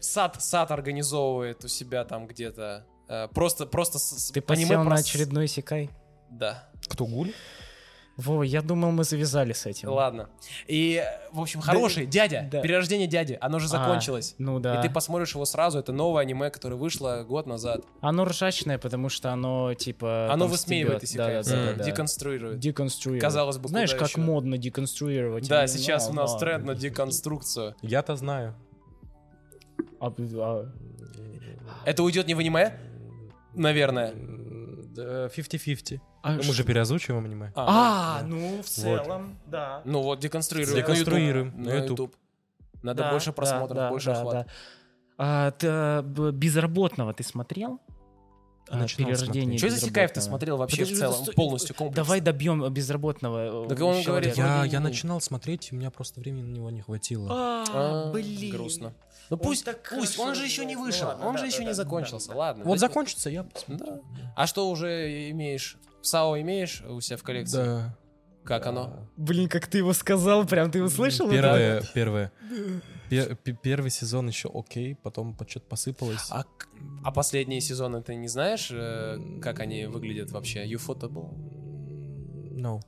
[SPEAKER 4] сад, сад организовывает у себя там где-то. Э, Просто, просто... с- с-
[SPEAKER 2] Ты
[SPEAKER 4] аниме
[SPEAKER 2] посел
[SPEAKER 4] про
[SPEAKER 2] на
[SPEAKER 4] с-
[SPEAKER 2] очередной секай.
[SPEAKER 4] Да,
[SPEAKER 9] Кто гуль?
[SPEAKER 2] Во, я думал, мы завязали с этим.
[SPEAKER 4] ладно. И, э, в общем, хороший, дядя,
[SPEAKER 2] да.
[SPEAKER 4] перерождение дяди, оно же
[SPEAKER 2] А,
[SPEAKER 4] закончилось.
[SPEAKER 2] ну да.
[SPEAKER 4] И ты посмотришь его сразу, это новое аниме, которое вышло год назад.
[SPEAKER 2] Оно ржачное, потому что оно, типа...
[SPEAKER 4] Оно
[SPEAKER 2] там стебёт.
[SPEAKER 4] высмеивает иссякаев,
[SPEAKER 2] Да, да, да,
[SPEAKER 4] м,
[SPEAKER 2] да.
[SPEAKER 4] деконструирует.
[SPEAKER 2] Деконструировать.
[SPEAKER 4] Казалось бы,
[SPEAKER 2] Знаешь,
[SPEAKER 4] куда
[SPEAKER 2] как
[SPEAKER 4] ещё?
[SPEAKER 2] модно деконструировать?
[SPEAKER 4] Да,
[SPEAKER 2] Ну,
[SPEAKER 4] сейчас у нас
[SPEAKER 2] ладно.
[SPEAKER 4] тренд на деконструкцию.
[SPEAKER 9] Я-то знаю.
[SPEAKER 2] А, а,
[SPEAKER 4] Это уйдет не в аниме? Наверное.
[SPEAKER 9] М, да, 50-50.
[SPEAKER 2] а
[SPEAKER 9] Мы
[SPEAKER 2] ш-
[SPEAKER 9] же переозвучиваем аниме.
[SPEAKER 2] А, ну, в целом, да.
[SPEAKER 4] Ну вот, деконструируем.
[SPEAKER 9] Деконструируем
[SPEAKER 4] На YouTube.
[SPEAKER 9] на
[SPEAKER 4] На YouTube. Надо
[SPEAKER 2] Да,
[SPEAKER 4] больше
[SPEAKER 2] да,
[SPEAKER 4] просмотров,
[SPEAKER 2] да,
[SPEAKER 4] больше
[SPEAKER 2] да,
[SPEAKER 4] охвата.
[SPEAKER 2] да. А, ты, а, б- безработного ты смотрел? А,
[SPEAKER 9] Начинал
[SPEAKER 2] перерождение
[SPEAKER 4] Что из Исякаев ты
[SPEAKER 2] безработного.
[SPEAKER 4] смотрел вообще
[SPEAKER 2] Подожди,
[SPEAKER 4] в целом?
[SPEAKER 2] стой,
[SPEAKER 4] полностью комплекс.
[SPEAKER 2] Давай добьем безработного. э,
[SPEAKER 4] Так он говорит,
[SPEAKER 2] человека.
[SPEAKER 4] вроде
[SPEAKER 3] Я,
[SPEAKER 4] не-
[SPEAKER 3] я начинал смотреть, и у меня просто времени на него не хватило.
[SPEAKER 2] А,
[SPEAKER 4] А,
[SPEAKER 2] блин.
[SPEAKER 4] Грустно. Ну пусть,
[SPEAKER 2] так
[SPEAKER 4] пусть,
[SPEAKER 2] хорошо
[SPEAKER 4] он же еще не
[SPEAKER 2] играет. Ну
[SPEAKER 4] вышел,
[SPEAKER 2] ладно,
[SPEAKER 4] он
[SPEAKER 2] да,
[SPEAKER 4] же
[SPEAKER 2] да,
[SPEAKER 4] еще
[SPEAKER 2] да,
[SPEAKER 4] не
[SPEAKER 2] да,
[SPEAKER 4] закончился, ладно.
[SPEAKER 3] Вот
[SPEAKER 4] дайте-
[SPEAKER 3] закончится, я посмотрю.
[SPEAKER 4] Да. А что уже имеешь? САО имеешь у себя в коллекции?
[SPEAKER 3] Да.
[SPEAKER 4] Как оно?
[SPEAKER 2] Блин, как ты его сказал, прям ты
[SPEAKER 3] Ну,
[SPEAKER 2] услышал? это?
[SPEAKER 3] Первое, первое. Пе- пе- Первый сезон еще окей, потом что-то посыпалось.
[SPEAKER 4] А, к- а последние сезоны ты не знаешь, э, как они выглядят вообще? Юфото был?
[SPEAKER 3] No. Ну,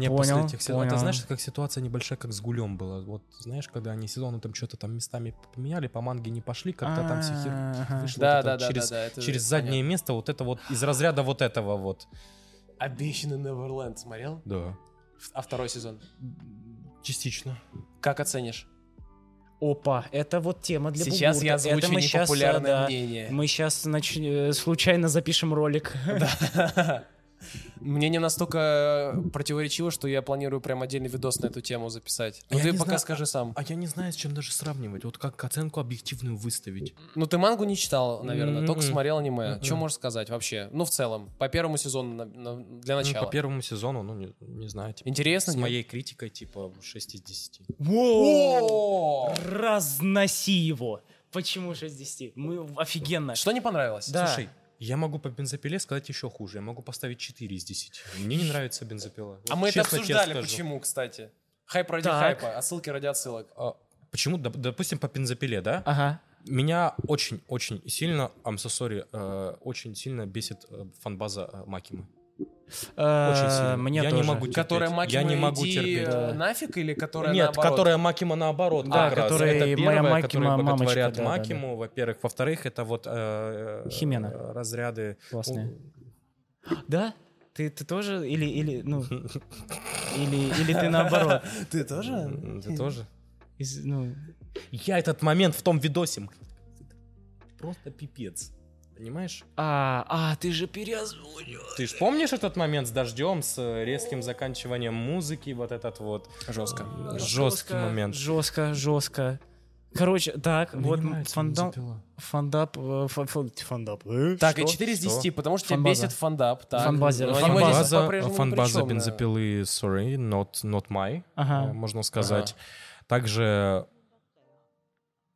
[SPEAKER 3] Не,
[SPEAKER 2] Понял,
[SPEAKER 3] после этих сезонов. Это
[SPEAKER 2] понял.
[SPEAKER 3] знаешь, как ситуация небольшая, как с Гулем была. Вот знаешь, когда они сезоны там что-то там местами поменяли, по манге не пошли, как-то там все хер
[SPEAKER 2] А, Ага.
[SPEAKER 3] вышло.
[SPEAKER 4] Да,
[SPEAKER 3] вот это
[SPEAKER 4] да, да,
[SPEAKER 3] через,
[SPEAKER 4] да, да, это
[SPEAKER 3] через
[SPEAKER 4] понятно.
[SPEAKER 3] заднее место, вот это вот из разряда вот этого вот.
[SPEAKER 4] Обещанный Неверленд смотрел?
[SPEAKER 3] Да.
[SPEAKER 4] Ф- А второй сезон?
[SPEAKER 3] Частично.
[SPEAKER 4] Как оценишь?
[SPEAKER 2] Опа, это вот тема для
[SPEAKER 4] Сейчас
[SPEAKER 2] Бугурта.
[SPEAKER 4] я
[SPEAKER 2] Это
[SPEAKER 4] озвучу
[SPEAKER 2] мы щас, э,
[SPEAKER 4] непопулярное
[SPEAKER 2] да,
[SPEAKER 4] мнение.
[SPEAKER 2] Мы сейчас случайно запишем ролик.
[SPEAKER 4] Мнение настолько противоречиво, что я планирую прям отдельный видос на эту тему записать. Ну
[SPEAKER 3] Я
[SPEAKER 4] ты
[SPEAKER 3] не
[SPEAKER 4] пока
[SPEAKER 3] знаю.
[SPEAKER 4] скажи сам.
[SPEAKER 3] А я не знаю, с чем даже сравнивать. Вот как оценку объективную выставить.
[SPEAKER 4] Ну ты мангу не читал, наверное, только
[SPEAKER 3] М-м.
[SPEAKER 4] смотрел аниме. Что
[SPEAKER 3] М-м.
[SPEAKER 4] можешь сказать вообще? Ну в целом, по первому сезону на- на- для
[SPEAKER 3] Ну,
[SPEAKER 4] начала.
[SPEAKER 3] по первому сезону, ну, не, не знаю. типа,
[SPEAKER 4] Интересно?
[SPEAKER 3] с
[SPEAKER 4] нет?
[SPEAKER 3] моей критикой, типа, 6 из 10.
[SPEAKER 4] О!
[SPEAKER 2] Разноси его. Почему 6 из 10? Мы офигенно.
[SPEAKER 4] Что не понравилось?
[SPEAKER 2] Да.
[SPEAKER 3] Слушай, я могу по бензопиле сказать еще хуже. Я могу поставить 4 из 10. Мне не нравится бензопила. Вот
[SPEAKER 4] А мы это
[SPEAKER 3] честно тебе
[SPEAKER 4] обсуждали,
[SPEAKER 3] скажу.
[SPEAKER 4] почему, кстати. Хайп ради
[SPEAKER 2] Так.
[SPEAKER 4] хайпа, отсылки ради отсылок.
[SPEAKER 3] А, почему, доп- допустим, по бензопиле, да?
[SPEAKER 2] Ага.
[SPEAKER 3] Меня очень-очень сильно, I'm so sorry, э, очень сильно бесит э, фанбаза э, Макимы. Очень сильно.
[SPEAKER 2] Э, Мне
[SPEAKER 3] я
[SPEAKER 2] тоже.
[SPEAKER 3] не могу терпеть.
[SPEAKER 4] Которая
[SPEAKER 3] Я не
[SPEAKER 4] Макима
[SPEAKER 3] могу
[SPEAKER 4] иди,
[SPEAKER 3] терпеть.
[SPEAKER 4] э, нафиг или которая
[SPEAKER 3] Нет,
[SPEAKER 4] наоборот?
[SPEAKER 3] которая Макима наоборот.
[SPEAKER 2] Да,
[SPEAKER 3] как раз.
[SPEAKER 2] которая
[SPEAKER 3] это
[SPEAKER 2] и моя
[SPEAKER 3] первое,
[SPEAKER 2] Макима,
[SPEAKER 3] которые боготворят
[SPEAKER 2] мамочка, да,
[SPEAKER 3] Макиму, во-первых. Во-вторых, это вот э, э,
[SPEAKER 2] Химена.
[SPEAKER 3] э, разряды.
[SPEAKER 2] Классная. Да? Ты, ты тоже? Или, или, ну... Или, или ты наоборот?
[SPEAKER 4] Ты тоже?
[SPEAKER 3] М, Ты тоже?
[SPEAKER 2] Из- ну,
[SPEAKER 3] Я этот момент в том видосе. м, Просто пипец. Понимаешь?
[SPEAKER 2] а, а, ты же переозвучил.
[SPEAKER 3] Ты ж помнишь этот момент с дождем, с э, резким заканчиванием музыки, вот этот вот
[SPEAKER 4] Жестко.
[SPEAKER 3] жесткий момент.
[SPEAKER 2] Жестко, жестко. Короче, так, вот фандап, фандап, э, фа- фа- фандап. э,
[SPEAKER 4] Так,
[SPEAKER 2] что?
[SPEAKER 4] и 4 из 10, потому что
[SPEAKER 2] Фанбаза.
[SPEAKER 4] тебя бесит фандап. Так.
[SPEAKER 2] Фанбаза.
[SPEAKER 4] Но аниме здесь
[SPEAKER 3] Фанбаза,
[SPEAKER 4] по-прежнему
[SPEAKER 3] фанбаза
[SPEAKER 4] причёмная.
[SPEAKER 3] бензопилы, sorry, not, not my, э,
[SPEAKER 2] Ага.
[SPEAKER 3] можно сказать. Также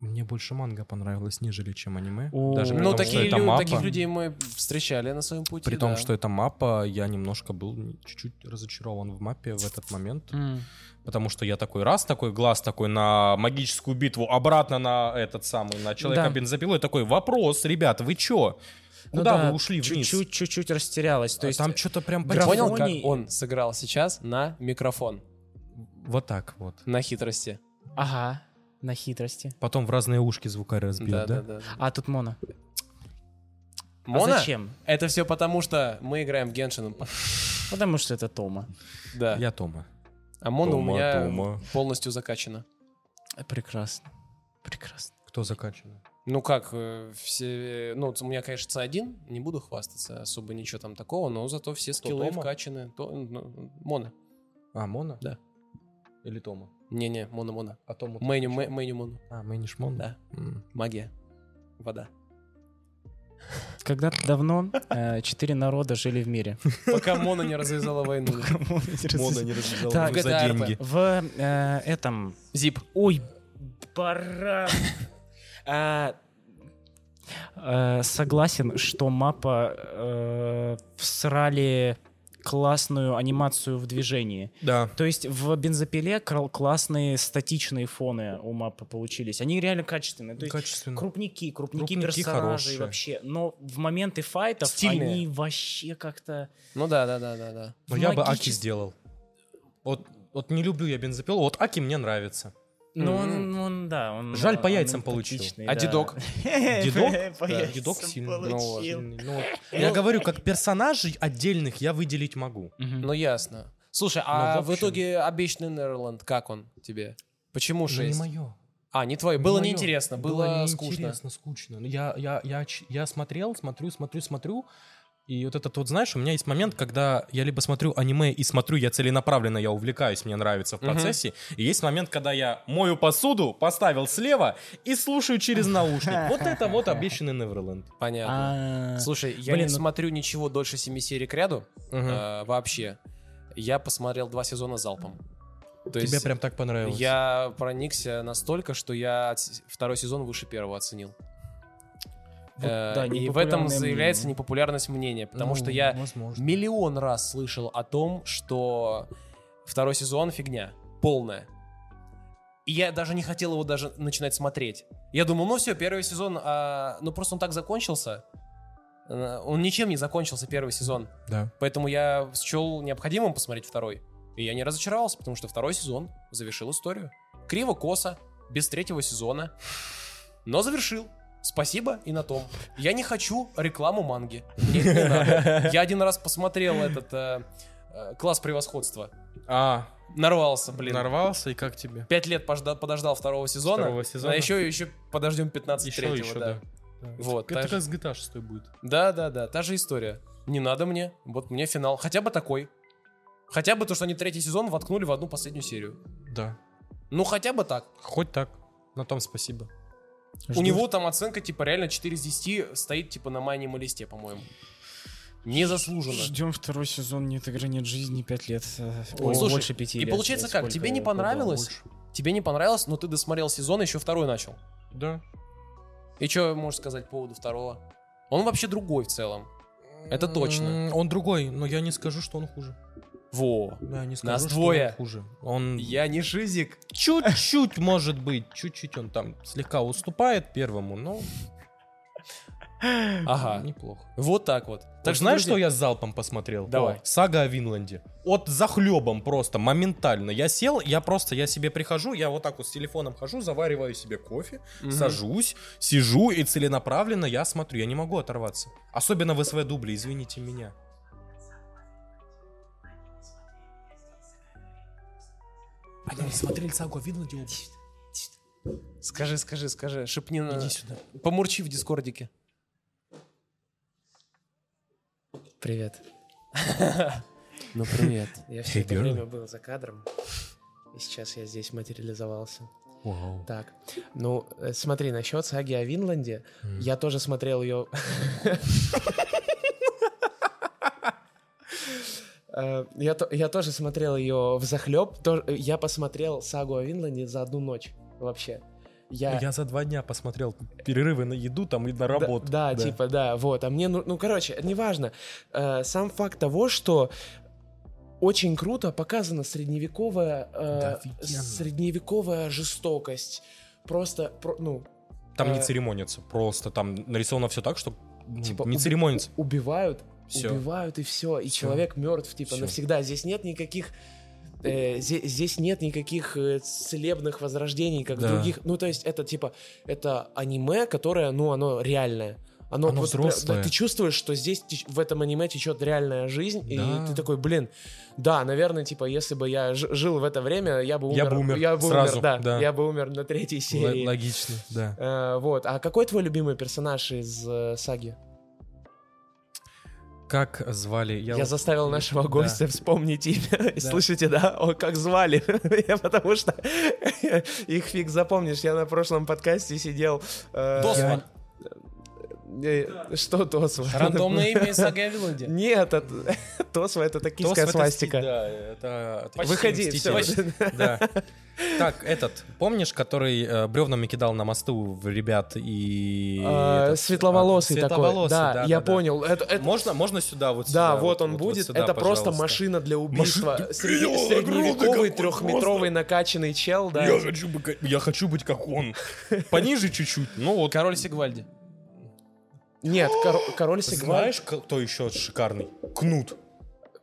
[SPEAKER 3] мне больше манга понравилось, нежели чем аниме.
[SPEAKER 2] О.
[SPEAKER 3] Даже при
[SPEAKER 4] Ну,
[SPEAKER 3] том, что
[SPEAKER 4] такие
[SPEAKER 3] это
[SPEAKER 4] лю-
[SPEAKER 3] маппа.
[SPEAKER 4] таких людей мы встречали на своем пути.
[SPEAKER 3] При том,
[SPEAKER 4] да.
[SPEAKER 3] что это мапа, я немножко был н- чуть-чуть разочарован в мапе в этот момент.
[SPEAKER 2] М.
[SPEAKER 3] Потому что я такой раз, такой глаз, такой на магическую битву, обратно на этот самый, на человека бензопилой. Такой вопрос, ребят, вы чё?
[SPEAKER 2] Ну
[SPEAKER 3] Куда
[SPEAKER 2] да,
[SPEAKER 3] вы ушли вниз? А
[SPEAKER 2] Чуть-чуть, чуть-чуть растерялась. То есть э,
[SPEAKER 3] там что-то прям...
[SPEAKER 4] Ты понял, как
[SPEAKER 2] графоний-
[SPEAKER 4] он сыграл сейчас на микрофон,
[SPEAKER 3] Вот так вот.
[SPEAKER 4] на хитрости?
[SPEAKER 2] Ага, на хитрости.
[SPEAKER 3] Потом в разные ушки звукарь разбил, да?
[SPEAKER 4] Да-да-да.
[SPEAKER 2] А тут моно.
[SPEAKER 4] Мона?
[SPEAKER 2] А зачем?
[SPEAKER 4] Это все потому, что мы играем в Genshin Impact.
[SPEAKER 2] Потому что это Тома.
[SPEAKER 4] Да.
[SPEAKER 3] Я Тома.
[SPEAKER 4] А Мона у
[SPEAKER 3] Тома,
[SPEAKER 4] меня
[SPEAKER 3] Тома.
[SPEAKER 4] полностью закачана.
[SPEAKER 2] Прекрасно. Прекрасно.
[SPEAKER 3] Кто закачан?
[SPEAKER 4] Ну как, э, все... Ну, у меня, конечно, C1, не буду хвастаться, особо ничего там такого, но зато все скиллы
[SPEAKER 3] Тома?
[SPEAKER 4] вкачаны. То- ну, Мона.
[SPEAKER 3] А, Мона?
[SPEAKER 4] Да.
[SPEAKER 3] Или Тома?
[SPEAKER 4] Не-не, Мона-Мона.
[SPEAKER 3] А Тому...
[SPEAKER 4] Мэню, Мэ- Мэню Мону.
[SPEAKER 3] А, Мэнишмон?
[SPEAKER 4] Да.
[SPEAKER 3] М.
[SPEAKER 4] Магия. Вода.
[SPEAKER 2] Когда-то давно э, четыре народа жили в мире.
[SPEAKER 4] Пока Мона не развязала войну.
[SPEAKER 3] Мона не развязала
[SPEAKER 2] Так,
[SPEAKER 3] за
[SPEAKER 4] GTA RP.
[SPEAKER 3] деньги.
[SPEAKER 2] В э, этом...
[SPEAKER 4] Зип.
[SPEAKER 2] Ой, баран. А, э, Согласен, что мапа э, всрали классную анимацию в движении.
[SPEAKER 3] Да.
[SPEAKER 2] То есть в бензопиле кл- классные статичные фоны у мапы получились. Они реально качественные. То есть
[SPEAKER 3] Качественно.
[SPEAKER 2] крупники, крупники,
[SPEAKER 3] Крупники
[SPEAKER 2] персонажей
[SPEAKER 3] хорошие.
[SPEAKER 2] вообще. Но в моменты файтов
[SPEAKER 4] Стильные.
[SPEAKER 2] они вообще как-то...
[SPEAKER 4] Ну да, да, да, да, да.
[SPEAKER 3] Но я бы Аки
[SPEAKER 2] магически-
[SPEAKER 3] сделал. Вот, вот не люблю я бензопилу, вот Аки мне нравится.
[SPEAKER 2] Ну, он,
[SPEAKER 4] Мгм.
[SPEAKER 2] он, да, он...
[SPEAKER 3] Жаль, по
[SPEAKER 2] он
[SPEAKER 3] яйцам получил.
[SPEAKER 2] эмпатичный,
[SPEAKER 4] А
[SPEAKER 2] да.
[SPEAKER 4] дедок?
[SPEAKER 3] Дедок?
[SPEAKER 2] По
[SPEAKER 3] Да,
[SPEAKER 2] яйцам
[SPEAKER 3] Дедок сильный.
[SPEAKER 2] Э, получил. Э,
[SPEAKER 4] Ну вот.
[SPEAKER 3] Сильный. Ну, вот. Я говорю, как персонажей отдельных я выделить могу.
[SPEAKER 2] Мгм.
[SPEAKER 4] Ну ясно. Слушай, а
[SPEAKER 3] Ну, в
[SPEAKER 4] в,
[SPEAKER 3] общем.
[SPEAKER 4] итоге обещанный Нерланд, как он тебе? Почему
[SPEAKER 3] Ну, не
[SPEAKER 4] 6?
[SPEAKER 3] мое.
[SPEAKER 4] а, не твой. Было неинтересно, было, скучно.
[SPEAKER 3] Интересно, скучно. Ну, Я, я, я, ч- я смотрел, смотрю, смотрю, смотрю. И вот этот вот, знаешь, у меня есть момент, когда я либо смотрю аниме и смотрю, я целенаправленно, я увлекаюсь, мне нравится в
[SPEAKER 4] Мгм.
[SPEAKER 3] процессе. И есть момент, когда я мою посуду, поставил слева и слушаю через наушник. Вот это вот обещанный Неверленд.
[SPEAKER 4] Понятно.
[SPEAKER 2] А,
[SPEAKER 4] Слушай, я
[SPEAKER 2] блин,
[SPEAKER 4] не
[SPEAKER 2] ну-
[SPEAKER 4] смотрю ничего дольше семи серий к ряду
[SPEAKER 3] А,
[SPEAKER 4] э, вообще. Я посмотрел два сезона залпом. То
[SPEAKER 3] Тебе
[SPEAKER 4] есть
[SPEAKER 3] прям так понравилось.
[SPEAKER 4] я проникся настолько, что я отс- второй сезон выше первого оценил.
[SPEAKER 2] вот,
[SPEAKER 4] Э,
[SPEAKER 2] да,
[SPEAKER 4] и в этом
[SPEAKER 2] непопулярное
[SPEAKER 4] заявляется
[SPEAKER 2] мнение.
[SPEAKER 4] непопулярность мнения, потому
[SPEAKER 3] Ну,
[SPEAKER 4] что я
[SPEAKER 3] возможно.
[SPEAKER 4] миллион раз слышал о том, что второй сезон фигня, полная. И я даже не хотел его даже начинать смотреть. Я думал, ну все, первый сезон, а, ну просто он так закончился. Э, Он ничем не закончился первый сезон.
[SPEAKER 3] Да.
[SPEAKER 4] Поэтому я счел необходимым посмотреть второй. И я не разочаровался, потому что второй сезон завершил историю. Криво-косо, без третьего сезона. Но завершил. Спасибо и на том. Я не хочу рекламу манги. Мне это не надо. Я один раз посмотрел этот э, э, класс превосходства.
[SPEAKER 3] А,
[SPEAKER 4] Нарвался, блин.
[SPEAKER 3] нарвался, и как тебе?
[SPEAKER 4] Пять лет пожда- подождал второго сезона.
[SPEAKER 3] Второго сезона.
[SPEAKER 4] А еще, еще подождем 15
[SPEAKER 3] Еще,
[SPEAKER 4] третьего,
[SPEAKER 3] еще,
[SPEAKER 4] да.
[SPEAKER 3] да. Да.
[SPEAKER 4] Вот,
[SPEAKER 3] Это
[SPEAKER 4] так
[SPEAKER 3] как с GTA 6 будет.
[SPEAKER 4] Да, да, да, та же история. Не надо мне. Вот мне финал. Хотя бы такой. Хотя бы то, что они третий сезон воткнули в одну последнюю серию.
[SPEAKER 3] Да.
[SPEAKER 4] Ну, хотя бы так.
[SPEAKER 3] Хоть так. На том спасибо.
[SPEAKER 4] У него там оценка, типа, реально 4 из 10 стоит, типа, на майнем листе, по-моему. Незаслуженно.
[SPEAKER 2] Ждем второй сезон «Нет игры, нет жизни» пять лет. э, Ой,
[SPEAKER 4] Слушай,
[SPEAKER 2] больше пяти
[SPEAKER 4] и
[SPEAKER 2] лет.
[SPEAKER 4] получается
[SPEAKER 2] э,
[SPEAKER 4] как,
[SPEAKER 2] сколько
[SPEAKER 4] тебе не
[SPEAKER 2] я подал,
[SPEAKER 4] понравилось?
[SPEAKER 2] больше.
[SPEAKER 4] Тебе не понравилось, но ты досмотрел сезон, еще второй начал.
[SPEAKER 3] Да.
[SPEAKER 4] И что можешь сказать по поводу второго? Он вообще другой в целом. Это точно.
[SPEAKER 3] М, Он другой, но я не скажу, что он хуже.
[SPEAKER 4] Во.
[SPEAKER 3] Да, не
[SPEAKER 4] Нас
[SPEAKER 3] скажу, что
[SPEAKER 4] двое.
[SPEAKER 3] он хуже. Он
[SPEAKER 4] Я не шизик.
[SPEAKER 3] чуть-чуть, может быть, чуть-чуть он там слегка уступает первому, но
[SPEAKER 4] Ага.
[SPEAKER 3] неплохо.
[SPEAKER 4] Вот так вот.
[SPEAKER 3] Так
[SPEAKER 4] Так
[SPEAKER 3] знаешь,
[SPEAKER 4] друзья,
[SPEAKER 3] что я залпом посмотрел?
[SPEAKER 4] Давай.
[SPEAKER 3] О, сага о Винланде. От захлебом просто, моментально. Я сел, я просто, я себе прихожу, я вот так вот с телефоном хожу, завариваю себе кофе,
[SPEAKER 4] Мгм.
[SPEAKER 3] сажусь, сижу и целенаправленно я смотрю. Я не могу оторваться. Особенно в СВ дубле, извините меня. Они не смотрели сагу о Винланде оба.
[SPEAKER 4] Скажи, скажи, скажи. Шепни на...
[SPEAKER 3] Иди сюда.
[SPEAKER 4] Помурчи в дискордике.
[SPEAKER 10] Привет.
[SPEAKER 4] Ну, привет.
[SPEAKER 10] Я все это
[SPEAKER 3] girl.
[SPEAKER 10] время был за кадром, и сейчас я здесь материализовался. Так, ну э, смотри, насчет саги о Винланде, я тоже смотрел ее... Э, Я, то- я тоже смотрел ее в захлеб. э, Я посмотрел сагу о Винланде за одну ночь вообще. Я,
[SPEAKER 3] Я за два дня посмотрел перерывы на еду там и на работу.
[SPEAKER 10] Да, да, типа, да, вот. А мне, ну, ну, короче, неважно. Э, сам факт того, что очень круто показана средневековая, э,
[SPEAKER 3] Да, офигенно.
[SPEAKER 10] средневековая жестокость. Просто, про- ну,
[SPEAKER 3] Там не
[SPEAKER 10] Э,
[SPEAKER 3] церемонятся, просто там нарисовано все так, что ну,
[SPEAKER 10] Типа,
[SPEAKER 3] не
[SPEAKER 10] уб-
[SPEAKER 3] церемонятся.
[SPEAKER 10] убивают,
[SPEAKER 3] Всё.
[SPEAKER 10] убивают и все. И
[SPEAKER 3] Всё.
[SPEAKER 10] человек мертв, типа,
[SPEAKER 3] Всё.
[SPEAKER 10] навсегда. Здесь нет никаких... э, зе- здесь нет никаких э, целебных возрождений, как в
[SPEAKER 3] Да.
[SPEAKER 10] других. Ну, то есть, это типа, это аниме, которое, ну, оно реальное. Оно,
[SPEAKER 3] Оно
[SPEAKER 10] вот прям- да,
[SPEAKER 3] взрослое.
[SPEAKER 10] ты чувствуешь, что здесь теч- в этом аниме течет реальная жизнь,
[SPEAKER 3] Да.
[SPEAKER 10] и ты такой, блин, да, наверное, типа, если бы я ж- жил в это время, я бы умер.
[SPEAKER 3] Я бы умер сразу,
[SPEAKER 10] да,
[SPEAKER 3] да.
[SPEAKER 10] Я бы умер на третьей серии.
[SPEAKER 3] Л- Логично, да.
[SPEAKER 10] Э, вот. А какой твой любимый персонаж из э, саги?
[SPEAKER 3] Как звали?
[SPEAKER 10] Я,
[SPEAKER 3] вот-
[SPEAKER 10] заставил нашего гостя вспомнить имя. Слышите, да? О, как звали. Я Потому что их фиг запомнишь. Я на прошлом подкасте сидел... э,
[SPEAKER 3] Досва.
[SPEAKER 10] э, Что Тосва?
[SPEAKER 4] Рандомное имя из Саги о Винланде.
[SPEAKER 10] Нет, это- Тосва
[SPEAKER 3] Тос
[SPEAKER 10] это
[SPEAKER 3] в
[SPEAKER 10] токийская
[SPEAKER 3] этой сти-
[SPEAKER 10] свастика.
[SPEAKER 3] Да, это... это
[SPEAKER 10] Выходи,
[SPEAKER 3] «Мстители».
[SPEAKER 10] всё.
[SPEAKER 3] Почти, Да. Так, этот, помнишь, который э, бревнами кидал на мосту в ребят и...
[SPEAKER 10] А,
[SPEAKER 3] этот,
[SPEAKER 10] Светловолосый
[SPEAKER 3] а,
[SPEAKER 10] такой.
[SPEAKER 3] светловолосый,
[SPEAKER 10] Да, я
[SPEAKER 3] да, да.
[SPEAKER 10] понял. Это- это-
[SPEAKER 3] Можно, можно сюда, вот сюда,
[SPEAKER 10] Да, вот он
[SPEAKER 3] вот
[SPEAKER 10] будет.
[SPEAKER 3] сюда,
[SPEAKER 10] Это просто
[SPEAKER 3] пожалуйста.
[SPEAKER 10] машина для убийства.
[SPEAKER 3] Машина-
[SPEAKER 10] Среди-
[SPEAKER 3] Бля, огромный какой
[SPEAKER 10] Средневековый трехметровый накачанный чел, да.
[SPEAKER 3] Я хочу, быть, как- я хочу быть как он. Пониже чуть-чуть. Ну вот.
[SPEAKER 4] Король Сигвальди.
[SPEAKER 10] Нет, кор- король Сигвальд.
[SPEAKER 3] Знаешь, ко- кто еще шикарный? Кнут.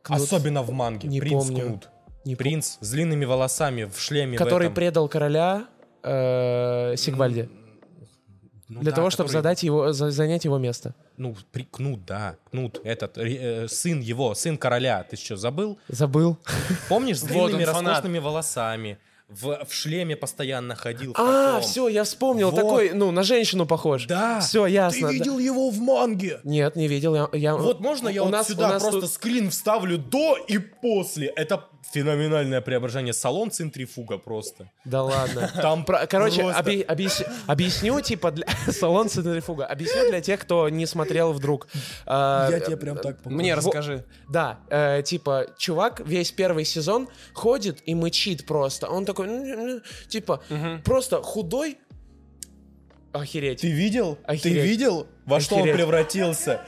[SPEAKER 10] Кнут.
[SPEAKER 3] Особенно в манге.
[SPEAKER 10] Не
[SPEAKER 3] Принц
[SPEAKER 10] помню.
[SPEAKER 3] Кнут.
[SPEAKER 10] Не пом-
[SPEAKER 3] Принц с длинными волосами в шлеме. в
[SPEAKER 10] который
[SPEAKER 3] этом.
[SPEAKER 10] предал короля э, Сигвальде
[SPEAKER 3] Ну
[SPEAKER 10] для
[SPEAKER 3] да,
[SPEAKER 10] того, чтобы
[SPEAKER 3] который-
[SPEAKER 10] задать его, за- занять его место.
[SPEAKER 3] Ну, при- Кнут, да. Кнут. Этот, ре- э, сын его, сын короля. Ты что, забыл?
[SPEAKER 10] Забыл.
[SPEAKER 3] Помнишь, с
[SPEAKER 4] Вот он,
[SPEAKER 3] длинными
[SPEAKER 4] фанат.
[SPEAKER 3] роскошными волосами. В, в шлеме постоянно ходил. в
[SPEAKER 10] А,
[SPEAKER 3] таком.
[SPEAKER 10] все, я вспомнил.
[SPEAKER 3] Вот.
[SPEAKER 10] Такой, ну, на женщину похож.
[SPEAKER 3] Да.
[SPEAKER 10] Все, ясно.
[SPEAKER 3] Ты
[SPEAKER 10] да.
[SPEAKER 3] видел его в манге?
[SPEAKER 10] Нет, не видел. Я, я-
[SPEAKER 3] Вот можно я
[SPEAKER 10] у
[SPEAKER 3] вот
[SPEAKER 10] нас,
[SPEAKER 3] сюда
[SPEAKER 10] у нас
[SPEAKER 3] просто
[SPEAKER 10] тут-
[SPEAKER 3] скрин вставлю до и после? Это феноменальное преображение. Салон центрифуга просто.
[SPEAKER 10] Да ладно.
[SPEAKER 3] Там
[SPEAKER 10] Про- короче,
[SPEAKER 3] просто-
[SPEAKER 10] обе- объяс- объясню, типа, для... салон центрифуга. Объясню для тех, кто не смотрел вдруг. Э, Я тебе прям так
[SPEAKER 4] Мне расскажи.
[SPEAKER 10] Да, э, типа, чувак весь первый сезон ходит и мычит просто. Он такой, «Ну, ну, ну», типа, просто худой. Охереть.
[SPEAKER 3] Ты видел? Ты
[SPEAKER 10] Охереть.
[SPEAKER 3] видел, во что он
[SPEAKER 10] Охереть.
[SPEAKER 3] превратился?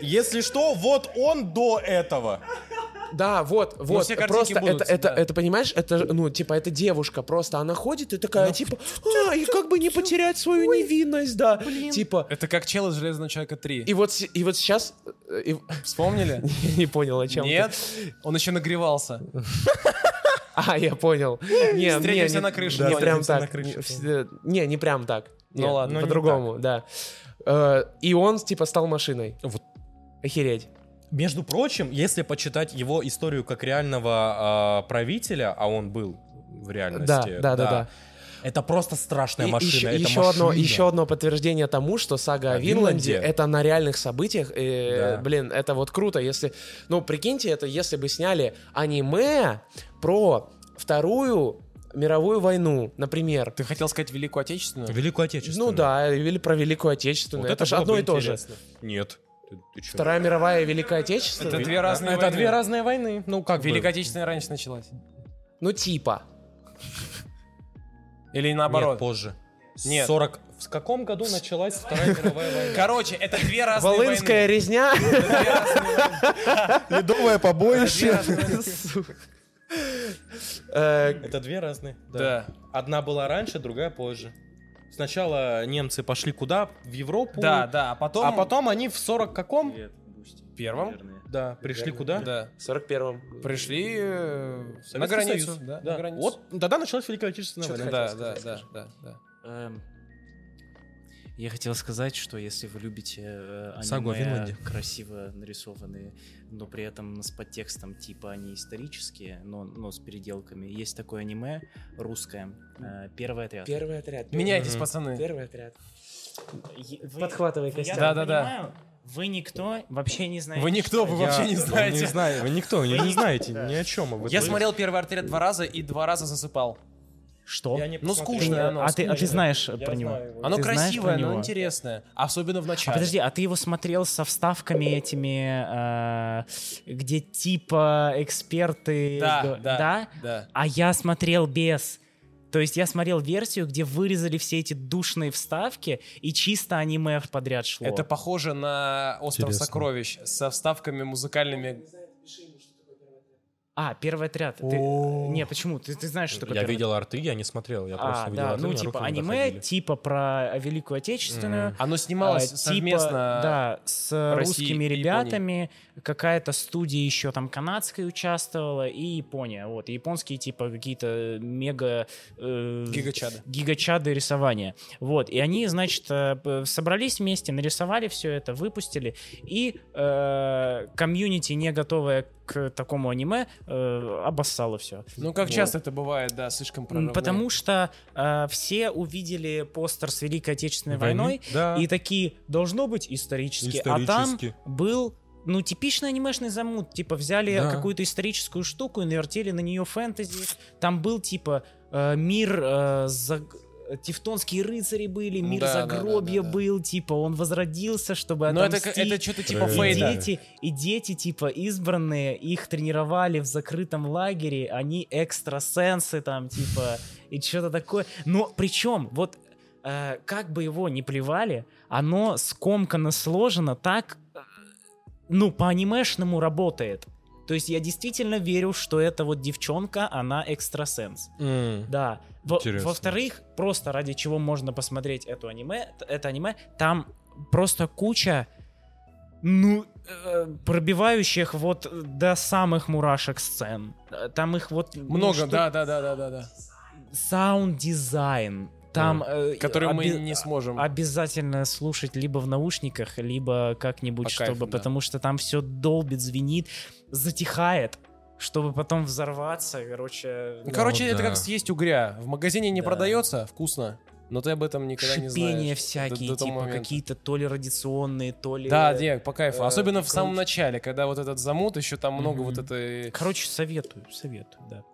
[SPEAKER 3] Если что, вот он до этого.
[SPEAKER 10] Да, вот, вот.
[SPEAKER 4] все картинки
[SPEAKER 10] просто
[SPEAKER 4] будут,
[SPEAKER 10] это, это,
[SPEAKER 4] да.
[SPEAKER 10] это, понимаешь, это, ж, ну, типа, это девушка. Просто она ходит и такая, типа, а, и как бы не потерять свою невинность, да. Типа,
[SPEAKER 4] Это как чел из Железного Человека 3.
[SPEAKER 10] и вот, с- и вот сейчас... э, и-
[SPEAKER 4] Вспомнили?
[SPEAKER 10] Не понял, о чем ты.
[SPEAKER 4] Нет, он еще нагревался.
[SPEAKER 10] А, я понял. Не,
[SPEAKER 4] Встретимся
[SPEAKER 10] не, не-
[SPEAKER 4] на крыше.
[SPEAKER 10] Не
[SPEAKER 4] Да,
[SPEAKER 10] прям
[SPEAKER 3] встретимся на
[SPEAKER 10] так.
[SPEAKER 3] крыше.
[SPEAKER 10] Не, вс- Не, не прям так.
[SPEAKER 4] Ну
[SPEAKER 10] Не,
[SPEAKER 4] ладно, но не
[SPEAKER 10] По-другому, да. Э, И он, типа, стал машиной.
[SPEAKER 3] Вот.
[SPEAKER 10] Охереть.
[SPEAKER 3] Между прочим, если почитать его историю как реального а, правителя, а он был в реальности.
[SPEAKER 10] Да, да, да, да.
[SPEAKER 3] Это просто страшная
[SPEAKER 10] И-
[SPEAKER 3] машина.
[SPEAKER 10] еще,
[SPEAKER 3] это
[SPEAKER 10] еще одно,
[SPEAKER 3] машина.
[SPEAKER 10] еще одно подтверждение тому, что сага
[SPEAKER 3] О
[SPEAKER 10] о
[SPEAKER 3] Винланде.
[SPEAKER 10] Винланде, это на реальных событиях. э,
[SPEAKER 3] Да.
[SPEAKER 10] Блин, это вот круто, если... Ну, прикиньте, это если бы сняли аниме про Вторую мировую войну, например.
[SPEAKER 4] Ты хотел сказать Великую Отечественную?
[SPEAKER 3] Великую Отечественную.
[SPEAKER 10] Ну да, или про Великую Отечественную.
[SPEAKER 3] Вот
[SPEAKER 10] это же
[SPEAKER 3] было
[SPEAKER 10] одно
[SPEAKER 3] бы
[SPEAKER 10] и то же.
[SPEAKER 3] интересно. Нет. Ты- ты чё?
[SPEAKER 10] Вторая мировая и Великая Отечественная?
[SPEAKER 4] Это две разные
[SPEAKER 3] Это
[SPEAKER 4] войны.
[SPEAKER 3] две разные войны. Ну как бы.
[SPEAKER 4] Великая Отечественная раньше началась.
[SPEAKER 10] Ну, типа.
[SPEAKER 4] Или
[SPEAKER 3] Нет,
[SPEAKER 4] наоборот.
[SPEAKER 3] позже.
[SPEAKER 4] Нет.
[SPEAKER 3] 40... В каком году началась Вторая мировая война?
[SPEAKER 4] Короче, это две разные
[SPEAKER 10] Волынская
[SPEAKER 4] войны.
[SPEAKER 10] резня.
[SPEAKER 3] Ледовое побоище.
[SPEAKER 10] Сука. Э,
[SPEAKER 3] Это две разные.
[SPEAKER 4] Да.
[SPEAKER 3] Одна была раньше, другая позже. Сначала немцы пошли куда? В Европу.
[SPEAKER 4] Да, да, а потом...
[SPEAKER 3] А потом они в 40 каком?
[SPEAKER 4] Первым?
[SPEAKER 3] Да, пришли куда?
[SPEAKER 4] Да.
[SPEAKER 10] 41-м.
[SPEAKER 4] Пришли э,
[SPEAKER 3] В
[SPEAKER 4] на
[SPEAKER 3] Советский
[SPEAKER 4] границу.
[SPEAKER 3] Союз.
[SPEAKER 4] Да,
[SPEAKER 3] Да.
[SPEAKER 4] на границу.
[SPEAKER 3] Вот тогда началась Великая Отечественная
[SPEAKER 10] Чё ты
[SPEAKER 3] война.
[SPEAKER 10] хотел
[SPEAKER 4] Да, да,
[SPEAKER 10] сказать,
[SPEAKER 4] да,
[SPEAKER 10] скажи.
[SPEAKER 4] да, да.
[SPEAKER 2] Эм, Я хотел сказать, что если вы любите э, аниме,
[SPEAKER 3] Сагу о Винланде.
[SPEAKER 2] красиво нарисованные, но при этом с подтекстом типа они исторические, но, но с переделками, есть такое аниме русское, э, «Первый отряд».
[SPEAKER 10] Первый отряд.
[SPEAKER 4] Меняйтесь,
[SPEAKER 3] Мгм.
[SPEAKER 4] пацаны.
[SPEAKER 10] Первый отряд.
[SPEAKER 2] Е- вы-
[SPEAKER 10] Подхватывай,
[SPEAKER 2] я
[SPEAKER 10] Костян.
[SPEAKER 2] так
[SPEAKER 4] Да-да-да.
[SPEAKER 2] понимаю, Вы никто, вообще не знаете.
[SPEAKER 4] Вы никто, вы вообще не знаете.
[SPEAKER 3] знаю, вы никто, вы не знаете ни о чем. об
[SPEAKER 4] Я
[SPEAKER 3] этом.
[SPEAKER 4] смотрел первый отряд два раза и два раза засыпал.
[SPEAKER 2] Что?
[SPEAKER 3] Я не
[SPEAKER 4] Ну,
[SPEAKER 3] посмотрел.
[SPEAKER 4] скучно.
[SPEAKER 3] Я-
[SPEAKER 4] оно,
[SPEAKER 2] а, ты, а ты
[SPEAKER 4] скучно.
[SPEAKER 2] знаешь
[SPEAKER 3] я
[SPEAKER 2] про него?
[SPEAKER 3] знаю его.
[SPEAKER 4] Оно
[SPEAKER 2] Ты знаешь
[SPEAKER 4] красивое,
[SPEAKER 2] про
[SPEAKER 4] но
[SPEAKER 2] него?
[SPEAKER 4] интересное. Особенно в
[SPEAKER 2] А
[SPEAKER 4] начале.
[SPEAKER 2] подожди, а ты его смотрел со вставками этими, э, где типа эксперты...
[SPEAKER 4] Да,
[SPEAKER 2] г-
[SPEAKER 4] да,
[SPEAKER 2] да?
[SPEAKER 4] Да.
[SPEAKER 2] А я смотрел без. То есть я смотрел версию, где вырезали все эти душные вставки, и чисто аниме подряд шло.
[SPEAKER 4] Это похоже на «Остров
[SPEAKER 3] Интересно.
[SPEAKER 4] сокровищ» со вставками музыкальными.
[SPEAKER 2] А, первый отряд. Ты- Не, почему? Ты, ты знаешь, что такое
[SPEAKER 3] Я
[SPEAKER 2] первый
[SPEAKER 3] видел арты, я не смотрел, я
[SPEAKER 2] А,
[SPEAKER 3] просто видел
[SPEAKER 2] да,
[SPEAKER 3] арты. у
[SPEAKER 2] ну
[SPEAKER 3] меня руки
[SPEAKER 2] типа
[SPEAKER 3] не
[SPEAKER 2] аниме,
[SPEAKER 3] доходили.
[SPEAKER 2] типа про Великую Отечественную.
[SPEAKER 4] Оно
[SPEAKER 2] а,
[SPEAKER 4] снималось
[SPEAKER 2] типа,
[SPEAKER 4] совместно.
[SPEAKER 2] да, с
[SPEAKER 4] России
[SPEAKER 2] русскими
[SPEAKER 4] и
[SPEAKER 2] ребятами, какая-то студия еще там канадская участвовала и Япония, вот, и японские типа какие-то мега... э,
[SPEAKER 4] Гигачады.
[SPEAKER 2] гигачады рисования, вот, и они, значит, э, п- собрались вместе, нарисовали все это, выпустили, и э, комьюнити, не готовая к такому аниме, э, обоссало все.
[SPEAKER 4] Ну, как часто это бывает, да, слишком прорывные.
[SPEAKER 2] Потому что э, все увидели постер с Великой Отечественной
[SPEAKER 6] Войны?
[SPEAKER 2] войной
[SPEAKER 6] Да.
[SPEAKER 2] и такие, должно быть исторически. А там
[SPEAKER 6] Исторически.
[SPEAKER 2] был, ну, типичный анимешный замут. Типа взяли
[SPEAKER 6] Да.
[SPEAKER 2] какую-то историческую штуку и навертели на нее фэнтези. Там был, типа, э, мир... э, за- Тевтонские рыцари были, мир
[SPEAKER 4] Да, да, да, да,
[SPEAKER 2] загробья
[SPEAKER 4] да.
[SPEAKER 2] был, типа, он возродился, чтобы
[SPEAKER 4] Но это,
[SPEAKER 2] отомстить.
[SPEAKER 4] это что-то типа
[SPEAKER 6] Э,
[SPEAKER 2] И
[SPEAKER 4] фейда.
[SPEAKER 2] дети, и дети, типа, избранные, их тренировали в закрытом лагере, они экстрасенсы там, типа, и что-то такое. Но причем, вот, э, как бы его ни плевали, оно скомканно сложено так, э, ну, по-анимешному работает. То есть я действительно верю, что эта вот девчонка, она экстрасенс. Да. Во-
[SPEAKER 6] Интересно.
[SPEAKER 2] Во-вторых, просто ради чего можно посмотреть эту аниме, т- это аниме, там просто куча, ну, э, пробивающих вот до самых мурашек сцен. Э, Там их вот... ну,
[SPEAKER 4] Много,
[SPEAKER 2] что-
[SPEAKER 4] да, да, да, да, да, да.
[SPEAKER 2] Саунд-дизайн. Там... э, а,
[SPEAKER 4] Которые мы
[SPEAKER 2] оби-
[SPEAKER 4] не сможем.
[SPEAKER 2] Обязательно слушать либо в наушниках, либо как-нибудь,
[SPEAKER 4] По
[SPEAKER 2] чтобы,
[SPEAKER 4] кайфу, да.
[SPEAKER 2] потому что там все долбит, звенит, затихает, чтобы потом взорваться, короче.
[SPEAKER 4] Ну, Короче,
[SPEAKER 6] Ну
[SPEAKER 4] это
[SPEAKER 6] да.
[SPEAKER 4] как съесть угря. В магазине не
[SPEAKER 2] Да.
[SPEAKER 4] продается, вкусно, но ты об этом никогда не знаешь.
[SPEAKER 2] шипения
[SPEAKER 4] до-
[SPEAKER 2] всякие,
[SPEAKER 4] до того
[SPEAKER 2] типа
[SPEAKER 4] момента.
[SPEAKER 2] какие-то то ли радиационные, то ли...
[SPEAKER 4] Да, не, по кайфу.
[SPEAKER 2] э,
[SPEAKER 4] Особенно в самом
[SPEAKER 2] круче.
[SPEAKER 4] начале, когда вот этот замут, еще там много
[SPEAKER 2] Мгм.
[SPEAKER 4] вот этой...
[SPEAKER 2] Короче, советую, советую, да.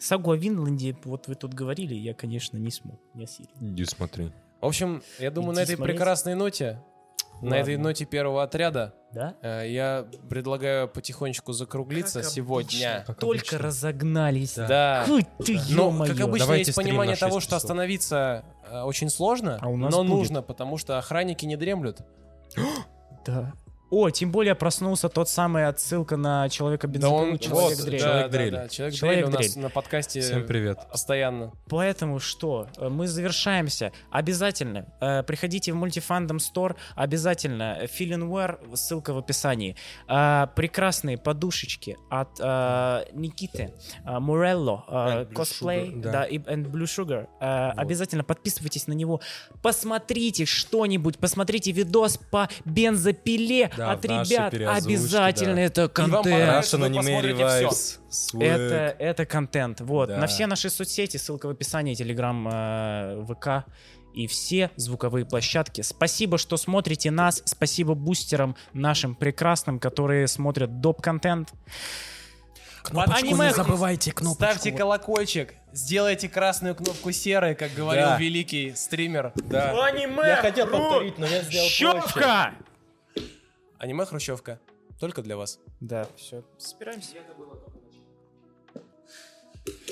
[SPEAKER 2] Сагу о Винланде, вот вы тут говорили, я, конечно, не смог, не осилил.
[SPEAKER 6] Иди смотри.
[SPEAKER 4] В общем, я думаю,
[SPEAKER 2] Иди
[SPEAKER 4] на этой
[SPEAKER 2] смотреть.
[SPEAKER 4] прекрасной ноте, на
[SPEAKER 2] Ладно.
[SPEAKER 4] этой ноте первого отряда,
[SPEAKER 2] Да?
[SPEAKER 4] э, я предлагаю потихонечку закруглиться
[SPEAKER 2] Как
[SPEAKER 4] сегодня.
[SPEAKER 6] Как
[SPEAKER 2] Только
[SPEAKER 6] обычно.
[SPEAKER 2] разогнались.
[SPEAKER 4] Да.
[SPEAKER 2] Фу ты,
[SPEAKER 4] Но,
[SPEAKER 2] ё-моё.
[SPEAKER 4] как обычно,
[SPEAKER 6] Давайте
[SPEAKER 4] есть
[SPEAKER 6] стрим
[SPEAKER 4] понимание
[SPEAKER 6] на шесть
[SPEAKER 4] того, что
[SPEAKER 6] часов.
[SPEAKER 4] остановиться э, очень сложно,
[SPEAKER 2] А у нас
[SPEAKER 4] но
[SPEAKER 2] будет.
[SPEAKER 4] нужно, потому что охранники не дремлют.
[SPEAKER 2] Да. О, тем более проснулся тот самый отсылка на человека
[SPEAKER 4] Да он
[SPEAKER 2] бензопилу
[SPEAKER 4] человек
[SPEAKER 2] человек
[SPEAKER 4] дрель.
[SPEAKER 2] дрель».
[SPEAKER 4] Да,
[SPEAKER 6] Человек-дрель.
[SPEAKER 4] да, да, человек дрель
[SPEAKER 2] Человек
[SPEAKER 4] у нас
[SPEAKER 2] дрель.
[SPEAKER 4] на подкасте
[SPEAKER 6] Всем привет.
[SPEAKER 4] постоянно.
[SPEAKER 2] Поэтому что? Э, Мы завершаемся. Обязательно э, приходите в мультифандом стор. Обязательно э, Feelingware, ссылка в описании. А, прекрасные подушечки от а, Никиты а, Мурелло, а,
[SPEAKER 6] And Blue
[SPEAKER 2] косплей,
[SPEAKER 6] Sugar,
[SPEAKER 2] да.
[SPEAKER 6] да.
[SPEAKER 2] и and Blue Sugar. А, Обязательно подписывайтесь на него. Посмотрите что-нибудь, посмотрите видос по бензопиле
[SPEAKER 6] Да,
[SPEAKER 2] от
[SPEAKER 6] в нашей
[SPEAKER 2] ребят.
[SPEAKER 6] переозвучке,
[SPEAKER 2] Обязательно
[SPEAKER 6] да.
[SPEAKER 2] это контент.
[SPEAKER 4] понравится,
[SPEAKER 6] Russian
[SPEAKER 4] вы
[SPEAKER 6] Anime
[SPEAKER 4] посмотрите всё.
[SPEAKER 6] Revives. Swag.
[SPEAKER 2] Это, это контент. Вот.
[SPEAKER 6] Да.
[SPEAKER 2] На все наши соцсети, ссылка в описании, Телеграм, э, ВК и все звуковые площадки. Спасибо, что смотрите нас. Спасибо бустерам нашим прекрасным, которые смотрят доп-контент. Аниме-
[SPEAKER 4] Ставьте колокольчик, сделайте красную кнопку серой, как говорил великий стример. Да.
[SPEAKER 2] Аниме!
[SPEAKER 4] Я хотел повторить, но я сделал проще.
[SPEAKER 2] Щепка!
[SPEAKER 4] Аниме Хрущевка. Только для вас.
[SPEAKER 2] Да, все, собираемся.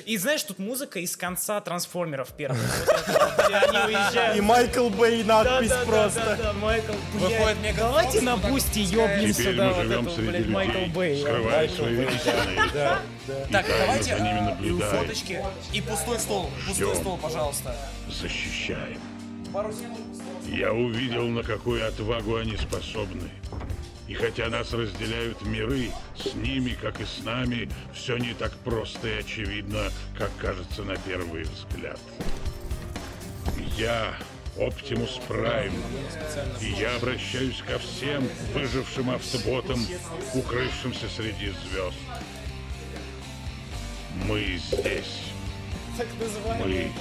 [SPEAKER 2] И знаешь, тут музыка из конца трансформеров первых. Вот это вот, где они уезжают.
[SPEAKER 11] И Майкл Бэй надпись
[SPEAKER 2] Да-да-да-да-да,
[SPEAKER 11] просто.
[SPEAKER 2] Майкл, блядь.
[SPEAKER 4] Выходит мне как
[SPEAKER 2] Давайте на бусте ёбнем
[SPEAKER 12] Теперь
[SPEAKER 2] сюда
[SPEAKER 12] мы
[SPEAKER 2] вот
[SPEAKER 12] живем
[SPEAKER 2] этого,
[SPEAKER 12] среди
[SPEAKER 2] блядь, Майкл
[SPEAKER 12] людей,
[SPEAKER 2] Бэй.
[SPEAKER 12] скрывая свои величины.
[SPEAKER 4] Так, давайте
[SPEAKER 12] за ними
[SPEAKER 4] а,
[SPEAKER 12] наблюдаем.
[SPEAKER 4] фоточки и пустой стол. Пустой
[SPEAKER 12] Ждем.
[SPEAKER 4] стол, пожалуйста.
[SPEAKER 12] Защищаем.
[SPEAKER 4] Пару секунд.
[SPEAKER 12] Я увидел, на какую отвагу они способны. И хотя нас разделяют миры, с ними, как и с нами, все не так просто и очевидно, как кажется на первый взгляд. Я Оптимус Прайм, и я обращаюсь ко всем выжившим автоботам, укрывшимся среди звезд. Мы здесь. Мы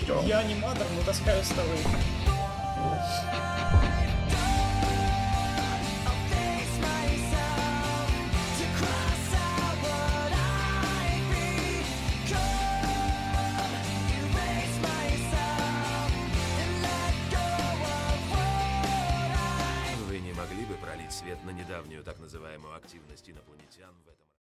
[SPEAKER 12] ждем.
[SPEAKER 2] аниматор, но таскаю с тобой.
[SPEAKER 13] Вы не могли бы пролить свет на недавнюю так называемую активность инопланетян в этом...